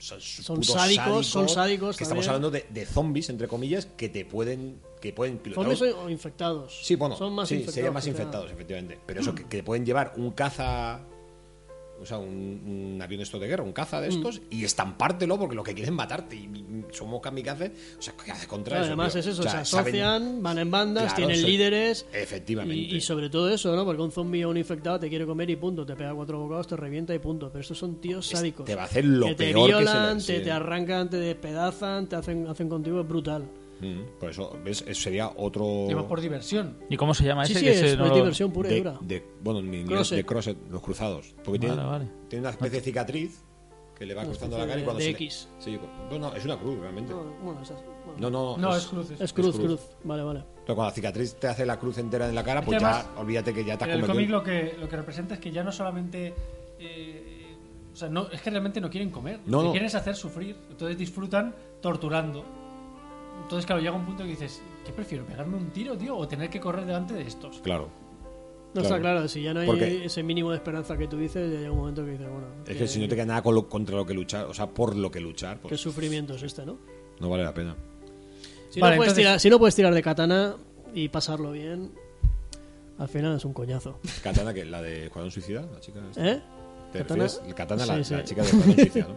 Son,
Son
putos
sádicos, son sádicos
Que estamos
también.
hablando de, de zombies, entre comillas, que te pueden. que pueden pilotar.
Zombies
un-
o infectados.
Sí, bueno,
Son más
sí,
infectados.
serían más
o sea,
infectados, efectivamente. Pero eso, que, que pueden llevar un caza. O sea, un, un avión de estos de guerra, un caza
Mm.
de estos, y estampártelo porque lo que quieren es matarte. Y, y somos kamikazes. O sea, ¿qué haces contra
claro,
eso?
además
tío?
es eso,
O sea,
se asocian,
saben-
van en bandas,
Claro,
tienen
se-
líderes...
Efectivamente.
Y, y sobre todo eso, ¿no? Porque un zombie o un infectado te quiere comer y punto, te pega cuatro bocados, te revienta y punto. Pero estos son tíos
Es-
sádicos.
te va a hacer lo
que te
peor que se le-
violan, te,
sí.
te arrancan, te despedazan, te hacen, hacen contigo, es brutal.
Mm, por eso, ¿ves? Eso sería otro.
Lleva por diversión.
¿Y cómo se llama
Sí,
ese?
sí,
que
es,
ese
es
no lo-
diversión pura y
de,
dura.
de- bueno, en inglés,
Crosset.
de crosset, los cruzados. Porque
Vale,
tiene,
vale.
tiene una especie de cicatriz que le va
Una
cruzando la
especie
cara y
de-
cuando
de
se
X.
Le, sí, no, no, es una cruz realmente.
No,
No,
bueno, esas-
no,
bueno.
no.
No, es cruces.
Es cruz,
Es cruz.
cruz. Vale, vale.
Pero cuando la cicatriz te hace la cruz entera en la cara, pues
además,
ya olvídate que ya te has
En el cómic
convertido.
lo que, lo que representa es que ya no solamente. eh, o sea, no, es que realmente no quieren comer.
No,
lo que
no.
quieren es hacer sufrir. Entonces disfrutan torturando. Entonces, claro, llega un punto que dices: ¿Qué prefiero? ¿Pegarme un tiro, tío? ¿O tener que correr delante de estos?
Claro.
No está claro, si ya no hay
Porque-
ese mínimo de esperanza que tú dices, ya llega un momento que dices, bueno,
Es que si no te queda nada con lo- contra lo que luchar, o sea, por lo que luchar,
qué
pues
sufrimiento es este, ¿no?
no vale la pena.
Si,
Vale,
no puedes
entonces-
tirar, si no puedes tirar de katana y pasarlo bien, al final es un coñazo.
Katana, que la de Escuadrón Suicida, la chica. esta.
¿Eh?
¿Te
Katana?
refieres? Katana, la,
Sí,
la
sí.
chica de Escuadrón Suicida, ¿no?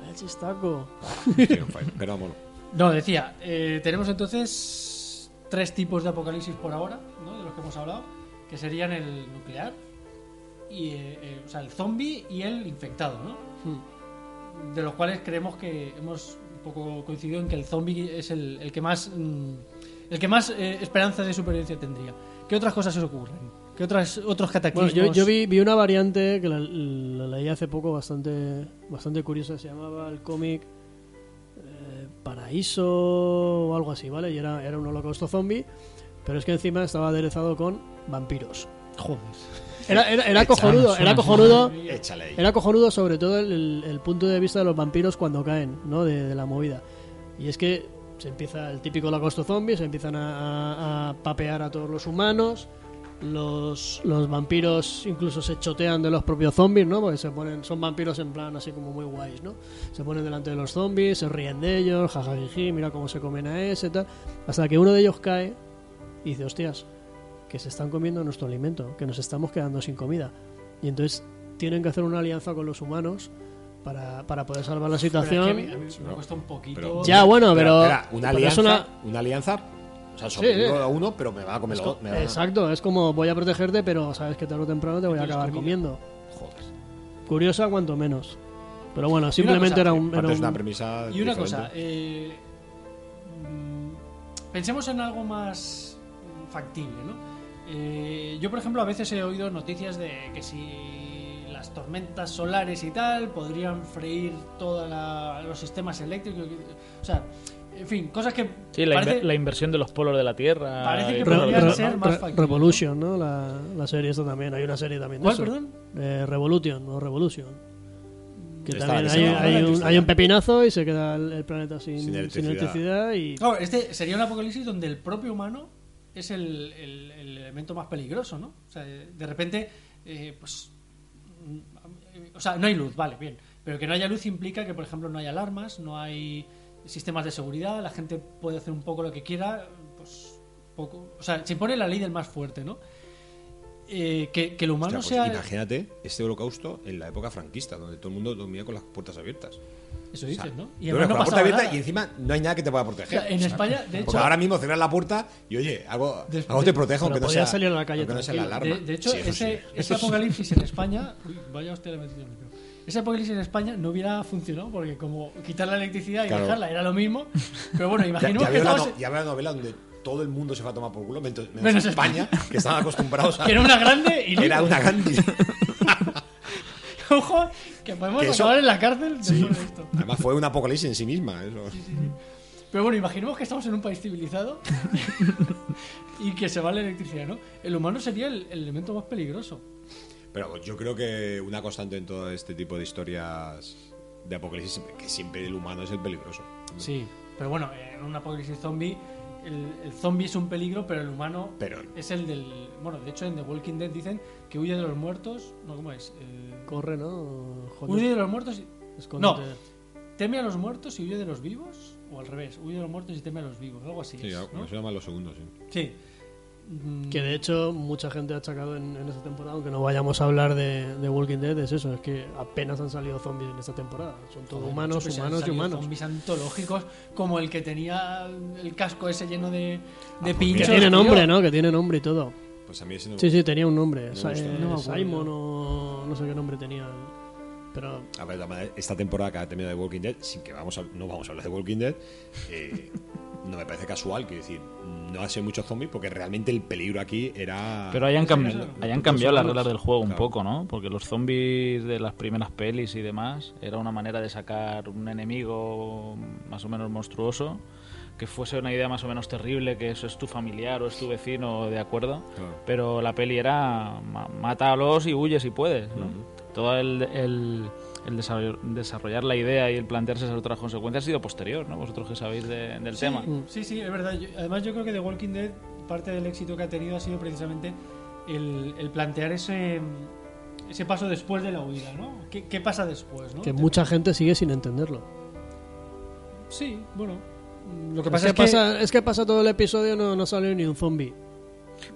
Vaya chistaco.
Sí, fine, Pero vámonos.
No, decía, eh, tenemos entonces tres tipos de apocalipsis por ahora, ¿no? De los que hemos hablado, que serían el nuclear, y, eh, eh, o sea, el zombie y el infectado, ¿no? De los cuales creemos que hemos un poco coincidido en que el zombie es el, el que más, mm, el que más eh, esperanzas de supervivencia tendría. ¿Qué otras cosas se os ocurren? ¿Qué otras, otros
Bueno,
cataclismos?
yo, yo vi, vi una variante que la, la leí hace poco bastante, bastante curiosa, se llamaba el cómic eh, Paraíso o algo así, ¿vale? Y era, era un holocausto zombie, pero es que encima estaba aderezado con vampiros.
Joder.
Era, era, era
Echa,
cojonudo,
suena,
era cojonudo.
Échale ahí.
Era cojonudo sobre todo el, el- el punto de vista de los vampiros cuando caen, ¿no? De, de la movida. Y es que se empieza el típico lagosto zombie, se empiezan a, a- a papear a todos los humanos. Los, los vampiros incluso se chotean de los propios zombies, ¿no? Porque se ponen, son vampiros en plan así como muy guays, ¿no? Se ponen delante de los zombies, se ríen de ellos, jajajiji, mira cómo se comen a ese, tal. Hasta que uno de ellos cae y dice, hostias, que se están comiendo nuestro alimento, que nos estamos quedando sin comida. Y entonces tienen que hacer una alianza con los humanos para, para poder salvar la
Pero es que a mí- a
situación.
mí me
No.
cuesta un poquito.
Pero-
Ya, bueno, pero-
espera, una
pero es
alianza. Una... alianza. O sea, sobrevivo
sí.
a uno, pero me va a comer
Es
lo-
co-
me va a-
Exacto, es como voy a protegerte, pero sabes que tarde o temprano te voy a
Tienes
acabar
comida.
comiendo.
Joder.
Curiosa cuanto menos. Pero bueno, simplemente
cosa,
era un...
Aparte
era
es una
un-
premisa.
Y una
diferente.
cosa, eh, mm, pensemos en algo más mm, factible, ¿no? Eh, yo, por ejemplo, a veces he oído noticias de que si las tormentas solares y tal podrían freír todos los sistemas eléctricos. O sea, en fin, cosas que
Sí, la,
parece-
inver- la inversión de los polos de la Tierra.
Parece que
y
Re-
todo
podría
eso,
Re-
¿no?
ser más
Re-
factible, ¿no?
Revolution, ¿no? La, la serie esta también. Hay una serie también. de
¿Cuál,
eso.
perdón?
Eh, Revolution o Revolution. Que
Está-
también
está
hay,
mal,
hay
está
un,
mal.
hay un pepinazo y se queda el, el planeta sin,
Sin
sin
electricidad.
electricidad. y
Claro, este sería un apocalipsis donde el propio humano es el, el- el elemento más peligroso, ¿no? O sea, de repente, eh, pues. mm, eh, O sea, no hay luz, vale, bien. Pero que no haya luz implica que, por ejemplo, no hay alarmas, no hay sistemas de seguridad, la gente puede hacer un poco lo que quiera, pues. Poco, o sea, se impone la ley del más fuerte, ¿no? eh, que, que el humano
Ostras,
sea.
pues Imagínate este holocausto en la época franquista, donde todo el mundo dormía con las puertas abiertas.
Eso dices, ¿no? Y
Duermes con
además no
la puerta
pasaba
abierta
nada.
y encima no hay nada que te pueda
O
proteger.
sea, en
O sea,
España, de hecho.
Porque ahora mismo cerrar la puerta y oye, algo,
Después-
algo te protege
Pero
aunque no
podía
sea,
salir a la calle
aunque no sea la
de-
alarma.
De, hecho,
Sí, eso
ese,
sí.
ese apocalipsis en España. Uy, vaya usted, le he metido el micro. Ese apocalipsis en España no hubiera funcionado porque, como quitar la electricidad y
Claro.
dejarla era lo mismo. Pero bueno,
Ya, ya
imaginemos que
veo la
estabas-
no- ya veo la novela donde todo el mundo se va a tomar por culo, menos, menos
Menos
España, que estaban acostumbrados a...
que era una grande y
que era
libre.
una grande.
Ojo, que podemos
Que eso-
acabar en la cárcel después de esto.
Además fue un apocalipsis en sí misma. ¿eh? Eso.
Pero bueno, imaginemos que estamos en un país civilizado y que se va la electricidad, ¿no? El humano sería el, el elemento más peligroso.
Pero yo creo que una constante en todo este tipo de historias de apocalipsis que siempre el humano es el peligroso.
Sí. Pero bueno, en un apocalipsis zombie, el, el zombie es un peligro, pero el humano
Pero-
es el del. Bueno, de hecho en The Walking Dead dicen que huye de los muertos. No, ¿cómo es? Eh,
Corre, ¿no?
huye
Joder,
de los muertos y.
escóndete.
No. Teme a los muertos y huye de los vivos. O al revés, huye de los muertos y teme a los vivos. Algo así.
Sí,
es, ¿no?
como se llaman los segundos. sí.
Sí. Mm,
Que de hecho mucha gente ha achacado en, en esta temporada, aunque no vayamos a hablar de, de Walking Dead, es eso, es que apenas han salido zombies en esta temporada. Son todos
Joder,
humanos,
macho, que se han
humanos y
salido
humanos.
Zombies antológicos, como el que tenía el casco ese lleno de, de
pues
Que
pinchos.
mira.
tío.
tiene nombre, ¿no? Que tiene nombre y todo.
Pues a mí ese no me
Sí, sí, tenía un nombre.
Me
Sa-
gusta.
eh,
No me acuerdo.
Simon o no sé qué nombre tenía. Pero
A ver, la manera- esta temporada que ha terminado de Walking Dead, sin que vamos a- no vamos a hablar de Walking Dead, eh, no me parece casual, quiero decir, no ha sido muchos zombies porque realmente el peligro aquí era...
Pero hayan, cam-
Sí, claro.
hayan cambiado las reglas del juego un
Claro.
poco, ¿no? Porque los zombies de las primeras pelis y demás era una manera de sacar un enemigo más o menos monstruoso, que fuese una idea más o menos terrible, que eso es tu familiar o es tu vecino, de acuerdo.
Claro.
Pero la peli era ma- mátalos y huye si puedes, ¿no? Todo el, el- el desarrollo- desarrollar la idea y el plantearse esas otras consecuencias ha sido posterior, ¿no? Vosotros que sabéis de- del
Sí,
tema.
Mm. Sí, sí, es verdad. Yo- además, yo creo que The Walking Dead, parte del éxito que ha tenido ha sido precisamente el, el plantear ese, ese paso después de la huida, ¿no? ¿Qué, qué pasa después, no?
que
Te-
mucha gente sigue sin entenderlo.
Sí, bueno. Lo que
Es
pasa
que,
es que.
pasa, es que pasa todo el episodio, no, no salió ni un zombie.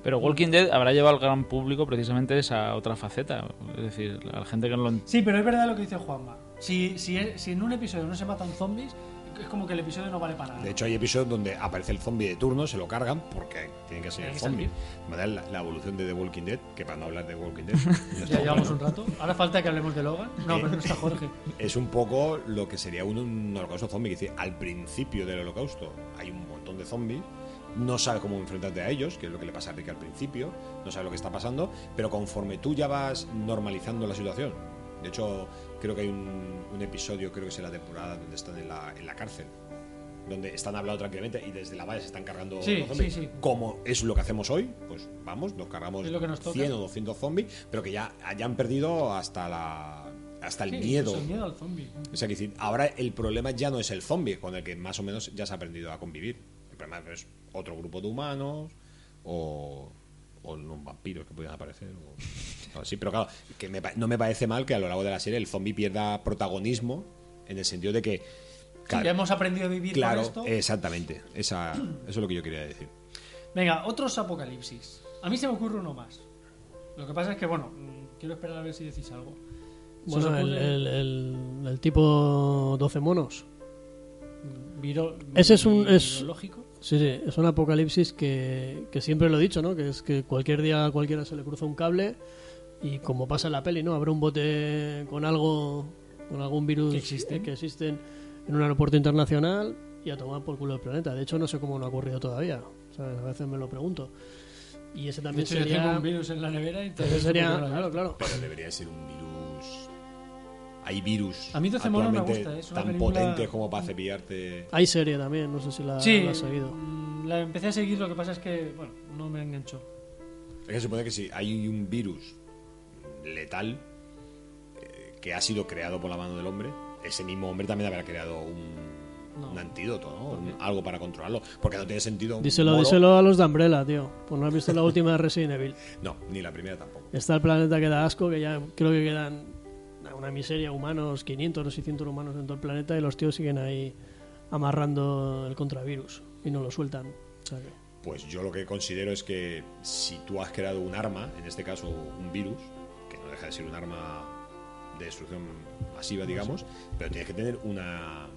Pero Walking Dead habrá llevado al gran público precisamente esa otra faceta. Es decir, a la gente que no lo entiende.
Sí, pero es verdad lo que dice Juanma. Si, si, es- si en un episodio no se matan zombies, es como que el episodio no vale para nada.
De hecho, hay episodios donde aparece el zombie de turno, se lo cargan porque tienen que ser
Tiene
el
que
zombie.
salir.
De manera, La, la evolución de The Walking Dead, que para no hablar de Walking Dead, no
Ya
estamos
llevamos un
hablando.
rato. Ahora falta que hablemos de Logan. No,
Eh.
pero no está Jorge.
es un poco lo que sería un, un holocausto zombie. Que dice, al principio del holocausto hay un montón de zombies, no sabes cómo enfrentarte a ellos, que es lo que le pasa a Rick al principio, no sabes lo que está pasando, pero conforme tú ya vas normalizando la situación. De hecho, creo que hay un, un episodio, creo que es en la temporada donde están en la, en la cárcel. Donde están hablando tranquilamente y desde la valla se están cargando
Sí,
los zombies.
sí, sí.
Como es lo que hacemos hoy, pues vamos, nos cargamos
Es lo que nos toca.
100 o 200 zombies, pero que ya, ya han perdido hasta la hasta el
Sí,
miedo.
incluso El miedo al zombie.
O sea, que decir, ahora el problema ya no es el zombie, con el que más o menos ya se ha aprendido a convivir. El problema es otro grupo de humanos o, o los vampiros que pueden aparecer. O, o así. Pero claro, que me pa- no me parece mal que a lo largo de la serie el zombie pierda protagonismo en el sentido de que.
Sí, ya hemos aprendido a vivir
claro, eh.
con esto.
exactamente. Esa, eso es lo que yo quería decir.
Venga, otros apocalipsis. A mí se me ocurre uno más. Lo que pasa es que, bueno, mm, quiero esperar a ver si decís algo. ¿Se os
Bueno, el,
ocurre?
el- el- el tipo 12 monos.
Viro-
Ese es un- es-
virológico.
Sí, sí, es un apocalipsis que, que siempre lo he dicho, ¿no? Que es que cualquier día a cualquiera se le cruza un cable y como pasa en la peli, ¿no? Habrá un bote con algo, con algún virus
¿Que existen?
que existen en un aeropuerto internacional y a tomar por culo el planeta. De hecho, no sé cómo no ha ocurrido todavía. ¿sabes? A veces me lo pregunto. Y ese
De
también
hecho, yo
sería...
tengo un virus en la nevera y
ese
todavía se me
sería-
ocurre
claro,
ahora.
claro.
Pero debería ser un virus. Hay virus.
A mí 12 monos me
actualmente
gusta, es una
tan
película-
potentes como para cepillarte.
Hay serie también, no sé si la,
Sí,
la has seguido.
mm, la empecé a seguir, lo que pasa es que, bueno, no me enganchó.
Es que se supone que si hay un virus letal eh, que ha sido creado por la mano del hombre, ese mismo hombre también habrá creado un,
No.
un antídoto, ¿no? Un- algo para controlarlo. Porque no tiene sentido. un
Díselo,
moro-
díselo a los de Umbrella, tío. Pues no has visto la última de Resident Evil.
No, ni la primera tampoco.
Está el planeta que da asco, que ya creo que quedan una miseria, humanos, 500 o 600 humanos en todo el planeta y los tíos siguen ahí amarrando el contravirus y no lo sueltan. O sea que-
pues yo lo que considero es que si tú has creado un arma, en este caso un virus, que no deja de ser un arma de destrucción masiva, digamos, pero tienes que tener una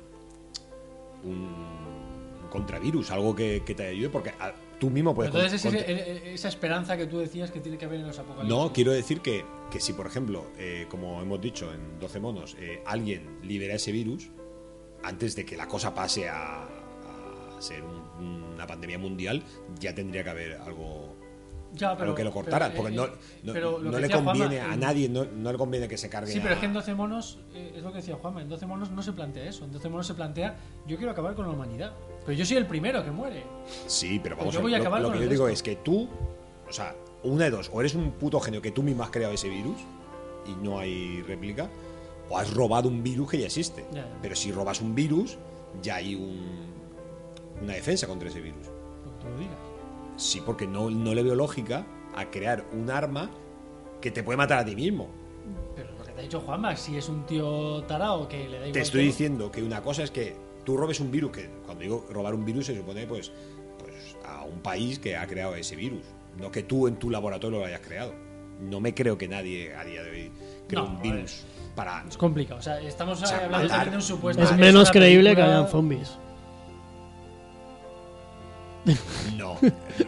un, un contravirus, algo que, que te ayude, porque ah, tú mismo puedes...
Entonces es
con-
ese- e- e- esa esperanza que tú decías que tiene que haber en los apocalipsis.
no, quiero decir que, que si, por ejemplo, eh, como hemos dicho en 12 monos, eh, alguien libera ese virus, antes de que la cosa pase a, a ser un- una pandemia mundial, ya tendría que haber algo
Ya,
a lo que lo cortaran,
Ah, pero,
porque
eh,
no,
eh,
no-
pero lo
no
que
le
decía
conviene
Juanma,
a
en-
nadie, no, no le conviene que se cargue
Sí, pero es
a-
que en 12 monos, eh, es lo que decía Juanma, en 12 monos no se plantea eso. En 12 monos se plantea, yo quiero acabar con la humanidad. Pero yo soy el primero que muere.
Sí, pero vamos
Pues Yo
a
voy
ver, lo-
a acabar
lo,
con
que
el
yo digo
resto.
es que tú, o sea, una de dos, o eres un puto genio que tú mismo has creado ese virus y no hay réplica, o has robado un virus que ya existe.
Ya, ya.
Pero si robas un virus, ya hay un- una defensa contra ese virus.
Lo que tú lo digas.
Sí, porque no, no le veo lógica a crear un arma que te puede matar a ti mismo.
Pero lo que te ha dicho Juanma, si es un tío tarao que le da igual.
Te estoy
todo,
diciendo que una cosa es que tú robes un virus, que cuando digo robar un virus se supone pues, pues a un país que ha creado ese virus, no que tú en tu laboratorio lo hayas creado. No me creo que nadie a día de hoy cree
No,
un
a
virus para...
Es complicado. O sea, estamos
O sea,
hablando
matar-
también de un supuesto.
Es
que
menos
Ah, una
creíble que
película-
hayan zombies.
No,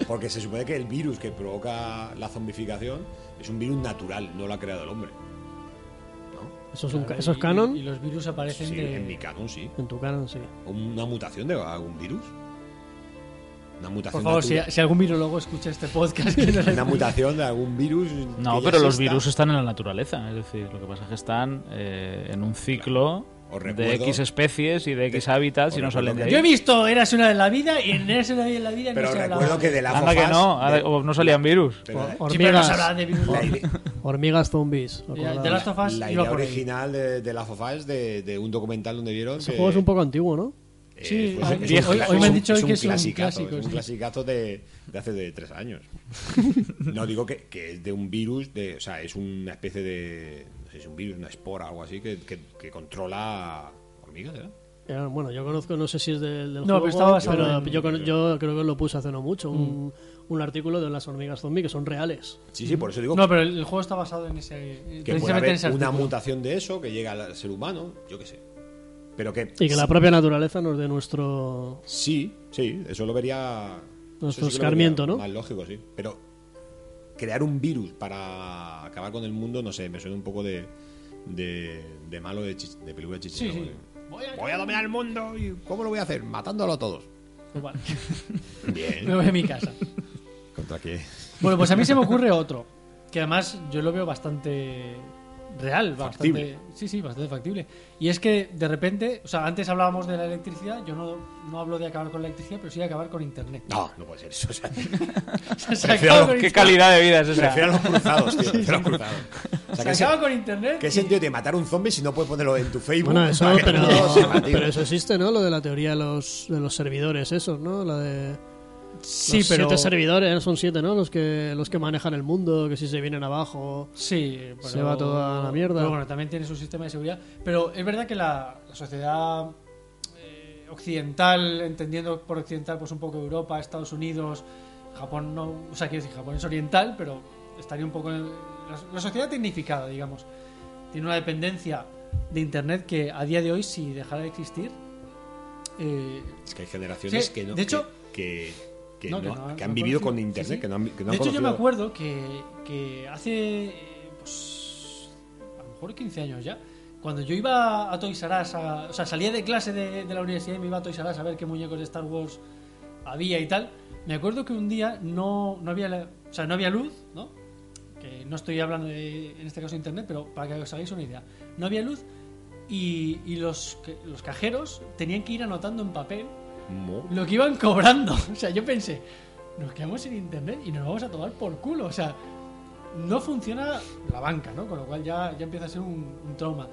porque se supone que el virus que provoca la zombificación es un virus natural, no lo ha creado el hombre.
Eso es, un, ca-
Claro,
eso es
y-
canon.
Y, y los virus aparecen
Sí,
de.
en mi canon sí.
En tu canon, sí.
¿Una mutación de algún virus? Una mutación
Por favor, si,
natura-
si algún virologo escucha este podcast, que no le-
Una mutación de algún virus.
No,
que ya
pero los
exista.
virus están en la naturaleza. Es decir, lo que pasa es que están eh, en un ciclo
Os
de
recuerdo-
X especies y de X hábitats y
os
no
recuerdo
salen de
que-
ahí.
Yo he visto Eras una de la vida y en Eras una de la vida
Pero
no se
recuerdo
hablaba.
que de la
Anda que
Fofás-
no,
de-
ahora- o no salían virus.
Pero, eh,
Sí, pero no
Hormigas,
se hablaba de virus.
la idea-
hormigas zombies.
Ya,
acordaos.
de las tofas
la
iba
idea
por ahí.
original de, de la Fofá es de, de un documental donde vieron
Ese
que,
juego es un poco antiguo, ¿no?
eh,
Sí,
pues
hoy-
es un
viejo.
clásico,
Hoy me han
dicho hoy
un
que es un
clasicazo,
clásico,
es
sí.
un clasicazo de, de hace de tres años no digo que, que es de un virus de, o sea es una especie de no sé, es un virus una espora o algo así que, que, que controla hormigas ¿verdad?
Era- Bueno, yo conozco, no sé si es del, del
No,
juego,
pero estaba basado en- Mm.
yo, cono- yo creo que lo puse hace no mucho, un, un artículo de las hormigas zombie que son reales.
sí sí por eso digo
No, pero el, el juego está basado en ese. eh,
que puede
precisamente en
haber
ese
una
artículo.
mutación de eso que llega al ser humano yo qué sé pero que
Y que la propia naturaleza nos dé nuestro...
Sí, sí, eso lo vería.
Nuestro
eso sí que lo
escarmiento,
vería
¿no?
Más lógico, sí. Pero crear un virus para acabar con el mundo, no sé, me suena un poco de. de, de malo de, chis- de película de
Sí,
chicharro.
sí.
Voy a dominar el mundo y ¿cómo lo voy a hacer? Matándolo a todos.
Igual. Me
Bien.
voy a mi casa.
¿Contra qué?
Bueno, pues a mí se me ocurre otro. Que además yo lo veo bastante real, bastante.
Factible.
Sí, sí, bastante factible. Y es que de repente, o sea, antes hablábamos de la electricidad, yo no, no hablo de acabar con la electricidad, pero sí de acabar con internet.
No, no puede ser eso. O sea,
Se
Prefiero
acaba con
¿Qué
internet.
calidad de vida es esa?
prefiero a los cruzados, tío. Prefiero a los cruzados. O sea,
Se
¿qué, se-
acaba con internet.
qué
y-
sentido tiene matar a un zombie si no puedes ponerlo en tu Facebook?
Bueno, eso,
Para que
pero,
todo se sepa, tío.
pero eso existe, ¿no? Lo de la teoría de los, de los servidores, esos, ¿no? La de...
Sí,
los
pero.
siete servidores, son siete, ¿no? Los que, los que manejan el mundo, que si se vienen abajo...
Sí, pero,
Se va toda la mierda.
Pero bueno, también tiene su sistema de seguridad. Pero es verdad que la, la sociedad eh, occidental, entendiendo por occidental, pues un poco Europa, Estados Unidos, Japón, no. O sea, quiero decir, Japón es oriental, pero estaría un poco. en- la, la sociedad tecnificada, digamos, tiene una dependencia de Internet que a día de hoy, si dejara de existir. eh,
Es que hay generaciones
Sí,
que no.
de hecho-
que, que, que
No,
no,
que no,
que
no
han vivido
conocido.
con
Sí,
internet,
sí.
que no han, que no
de
han
hecho, yo me
conocido-
acuerdo que, que hace. eh, Pues. A lo mejor 15 años ya. Cuando yo iba a Toys R Us, a- o sea, salía de clase de, de la universidad y me iba a Toys R Us a ver qué muñecos de Star Wars había y tal. Me acuerdo que un día no, no había, la- o sea, no había luz, ¿no? Que no estoy hablando de, en este caso de internet, pero para que os hagáis una idea. No había luz y, y los, que- los cajeros tenían que ir anotando en papel
Mo-
lo que iban cobrando. O sea, yo pensé, nos quedamos sin internet y nos vamos a tomar por culo. O sea, no funciona la banca, ¿no? Con lo cual ya, ya empieza a ser un, un trauma.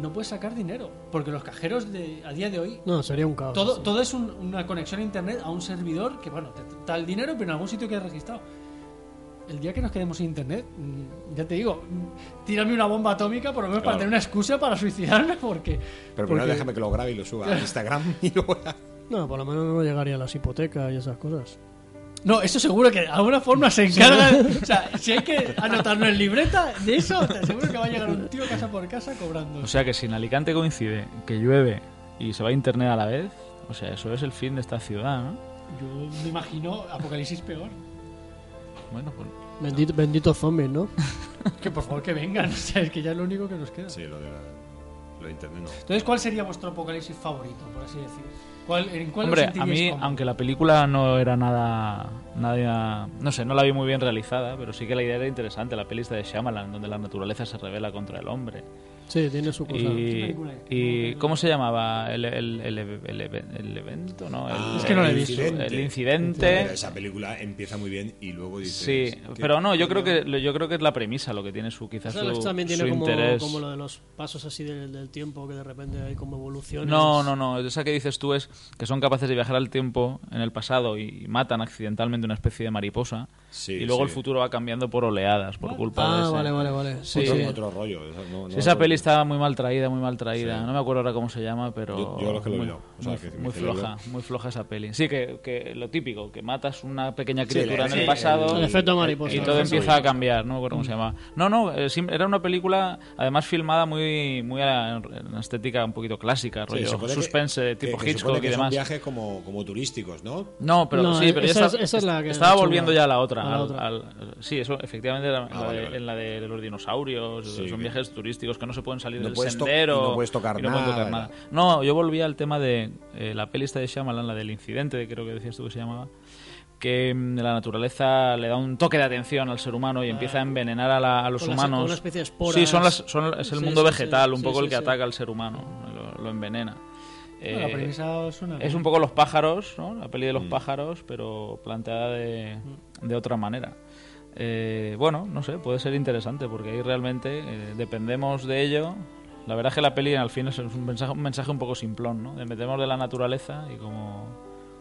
No puedes sacar dinero, porque los cajeros de, a día de hoy,
No, sería un caos.
todo,
sí.
todo es un- una conexión a internet a un servidor que, bueno, te da el dinero, pero en algún sitio que has registrado. El día que nos quedemos sin internet, mm, ya te digo, mm, tírame una bomba atómica por lo menos para
Claro.
tener una excusa para suicidarme, porque.
Pero
porque-
primero déjame que lo grabe y lo suba a Instagram y luego ya-
No, por lo menos no llegaría a las hipotecas y esas cosas.
No, eso seguro que de alguna forma se encarga. O sea, si hay que anotarlo en libreta, de eso, te aseguro que va a llegar un tío casa por casa cobrando.
O sea que si en Alicante coincide que llueve y se va a internet a la vez, o sea, eso es el fin de esta ciudad, ¿no?
Yo me imagino apocalipsis peor.
Bueno, pues
Bendito, benditos zombies, ¿no?
Que por favor que vengan, o sea, es que ya es lo único que nos queda.
Sí, lo de, la, lo de internet no.
Entonces, ¿cuál sería vuestro apocalipsis favorito, por así decir? ¿Cuál, ¿En cuál os
Hombre, a
sentiríais
mí,
cómodos?
aunque la película no era nada, nada. No sé, no la vi muy bien realizada, pero sí que la idea era interesante. La peli está de Shyamalan, donde la naturaleza se revela contra el hombre.
Sí, tiene su cosa.
¿qué
y,
película es?
y ¿Cómo se llamaba? ¿El, el, el, el, el- el evento? No, el,
Es que no la he
el
visto.
incidente. El
Ah, Pero
incidente.
esa película empieza muy bien y luego dice.
Sí, pero no, yo creo que yo creo que es la premisa lo que tiene su quizás
Esa
su,
también tiene
su
como,
interés.
como lo de los pasos así del, del tiempo que de repente hay como evoluciones.
No, no, no. Esa que dices tú es que son capaces de viajar al tiempo en el pasado y matan accidentalmente una especie de mariposa.
Sí,
y luego
sí.
el futuro va cambiando por oleadas, por culpa
Ah,
de ese.
vale, vale, vale.
Sí.
Otro, otro rollo. esa- no- no
Sí,
me
esa
acuerdo.
peli estaba muy mal traída, muy mal traída.
Sí.
No me acuerdo ahora cómo se llama, pero.
Yo- yo lo que lo he
muy,
olvidado. O sea,
muy-
que me
muy
celebro.
floja, muy floja esa peli. Sí, que, que lo típico, que matas una pequeña
Sí,
criatura
sí,
en el
el-
pasado.
El efecto mariposa.
Y todo
Eso
empieza a cambiar, no me acuerdo cómo se
Mm.
llamaba. No, no, eh, sim- era una película, además filmada muy, muy a- en una estética un poquito clásica,
Sí,
rollo
supone que-
suspense, de tipo
que- que supone
Hitchcock
que
y
Son
demás.
viajes como, como turísticos, ¿no?
No, pero
No,
sí, pero
esa
ya
es-
está-
esa es la que
estaba
era chunga.
volviendo ya a la otra.
A la
al-
otra.
al- sí, eso efectivamente era en la
Ah, vale,
de-
vale.
en la de los dinosaurios.
Sí,
son
que-
viajes turísticos que no se pueden salir
No
del
puedes to-
sendero.
y no puedes tocar
y no pueden
nada,
tocar
¿verdad?
No, yo volví al tema de eh, la peli esta de Shyamalan, la del incidente, creo que decías tú que se llamaba. Que mm, la naturaleza le da un toque de atención al ser humano y empieza a envenenar a, la- a los
Ah, Con las-
humanos.
con una especie de esporas.
Sí, son las, son, es el
Sí,
mundo
sí, sí.
vegetal, un
Sí,
poco
sí,
el que
sí.
ataca al ser humano, lo, lo envenena.
Bueno, la
Eh,
premisa suena
es
bien.
un poco los pájaros, ¿no? La peli de los pájaros, pero planteada de,
Mm.
de otra manera. Eh, bueno, no sé, puede ser interesante porque ahí realmente eh, dependemos de ello. La verdad es que la peli al fin es un mensaje un, mensaje un poco simplón, ¿no? Dependemos de la naturaleza y como,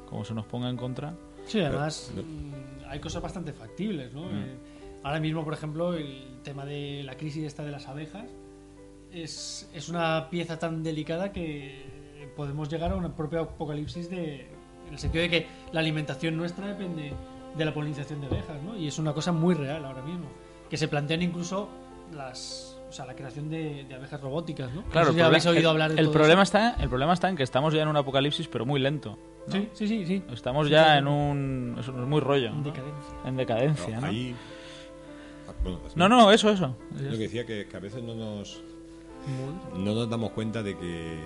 como se nos ponga en contra.
Sí, además mm, hay cosas bastante factibles,
Mm.
¿no? Eh, ahora mismo, por ejemplo, el tema de la crisis esta de las abejas es, es una pieza tan delicada que podemos llegar a una propia apocalipsis de, en el sentido de que la alimentación nuestra depende de la polinización de abejas, ¿no? Y es una cosa muy real ahora mismo, que se plantean incluso las... O sea, la creación de, de abejas robóticas, ¿no? No sé
Claro,
si
el
habéis
problema-
oído hablar
el,
de
el
todo
problema está, el problema está en que estamos ya en un apocalipsis, pero muy lento.
eso. Sí, sí, sí, sí.
Estamos ya en un. Es un- muy rollo.
En
¿no?
decadencia.
En decadencia, ¿no?
Ahí. Ah, bueno,
No, no, eso, eso.
Lo que decía que, que a veces no nos no nos damos cuenta de que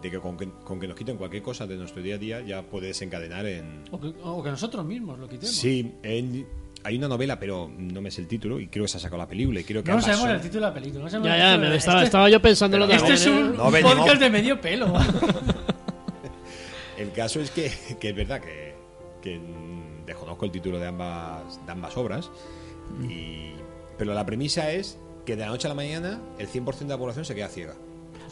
de que con, que con que nos quiten cualquier cosa de nuestro día a día ya puede desencadenar en
O que, o que nosotros mismos lo quitemos.
sí en- hay una novela pero no me sé el título y creo que se ha sacado la película y creo que
No
ambas
sabemos
son-
el título de la película. No sabemos
Ya,
el
ya,
título de
me
la-
estaba,
este-
estaba yo pensando lo de
Este es un
No venimos.
podcast de medio pelo.
El caso es que, que es verdad que, que, mm, desconozco el título de ambas, de ambas obras, y- pero la premisa es que de la noche a la mañana el 100% de la población se queda ciega.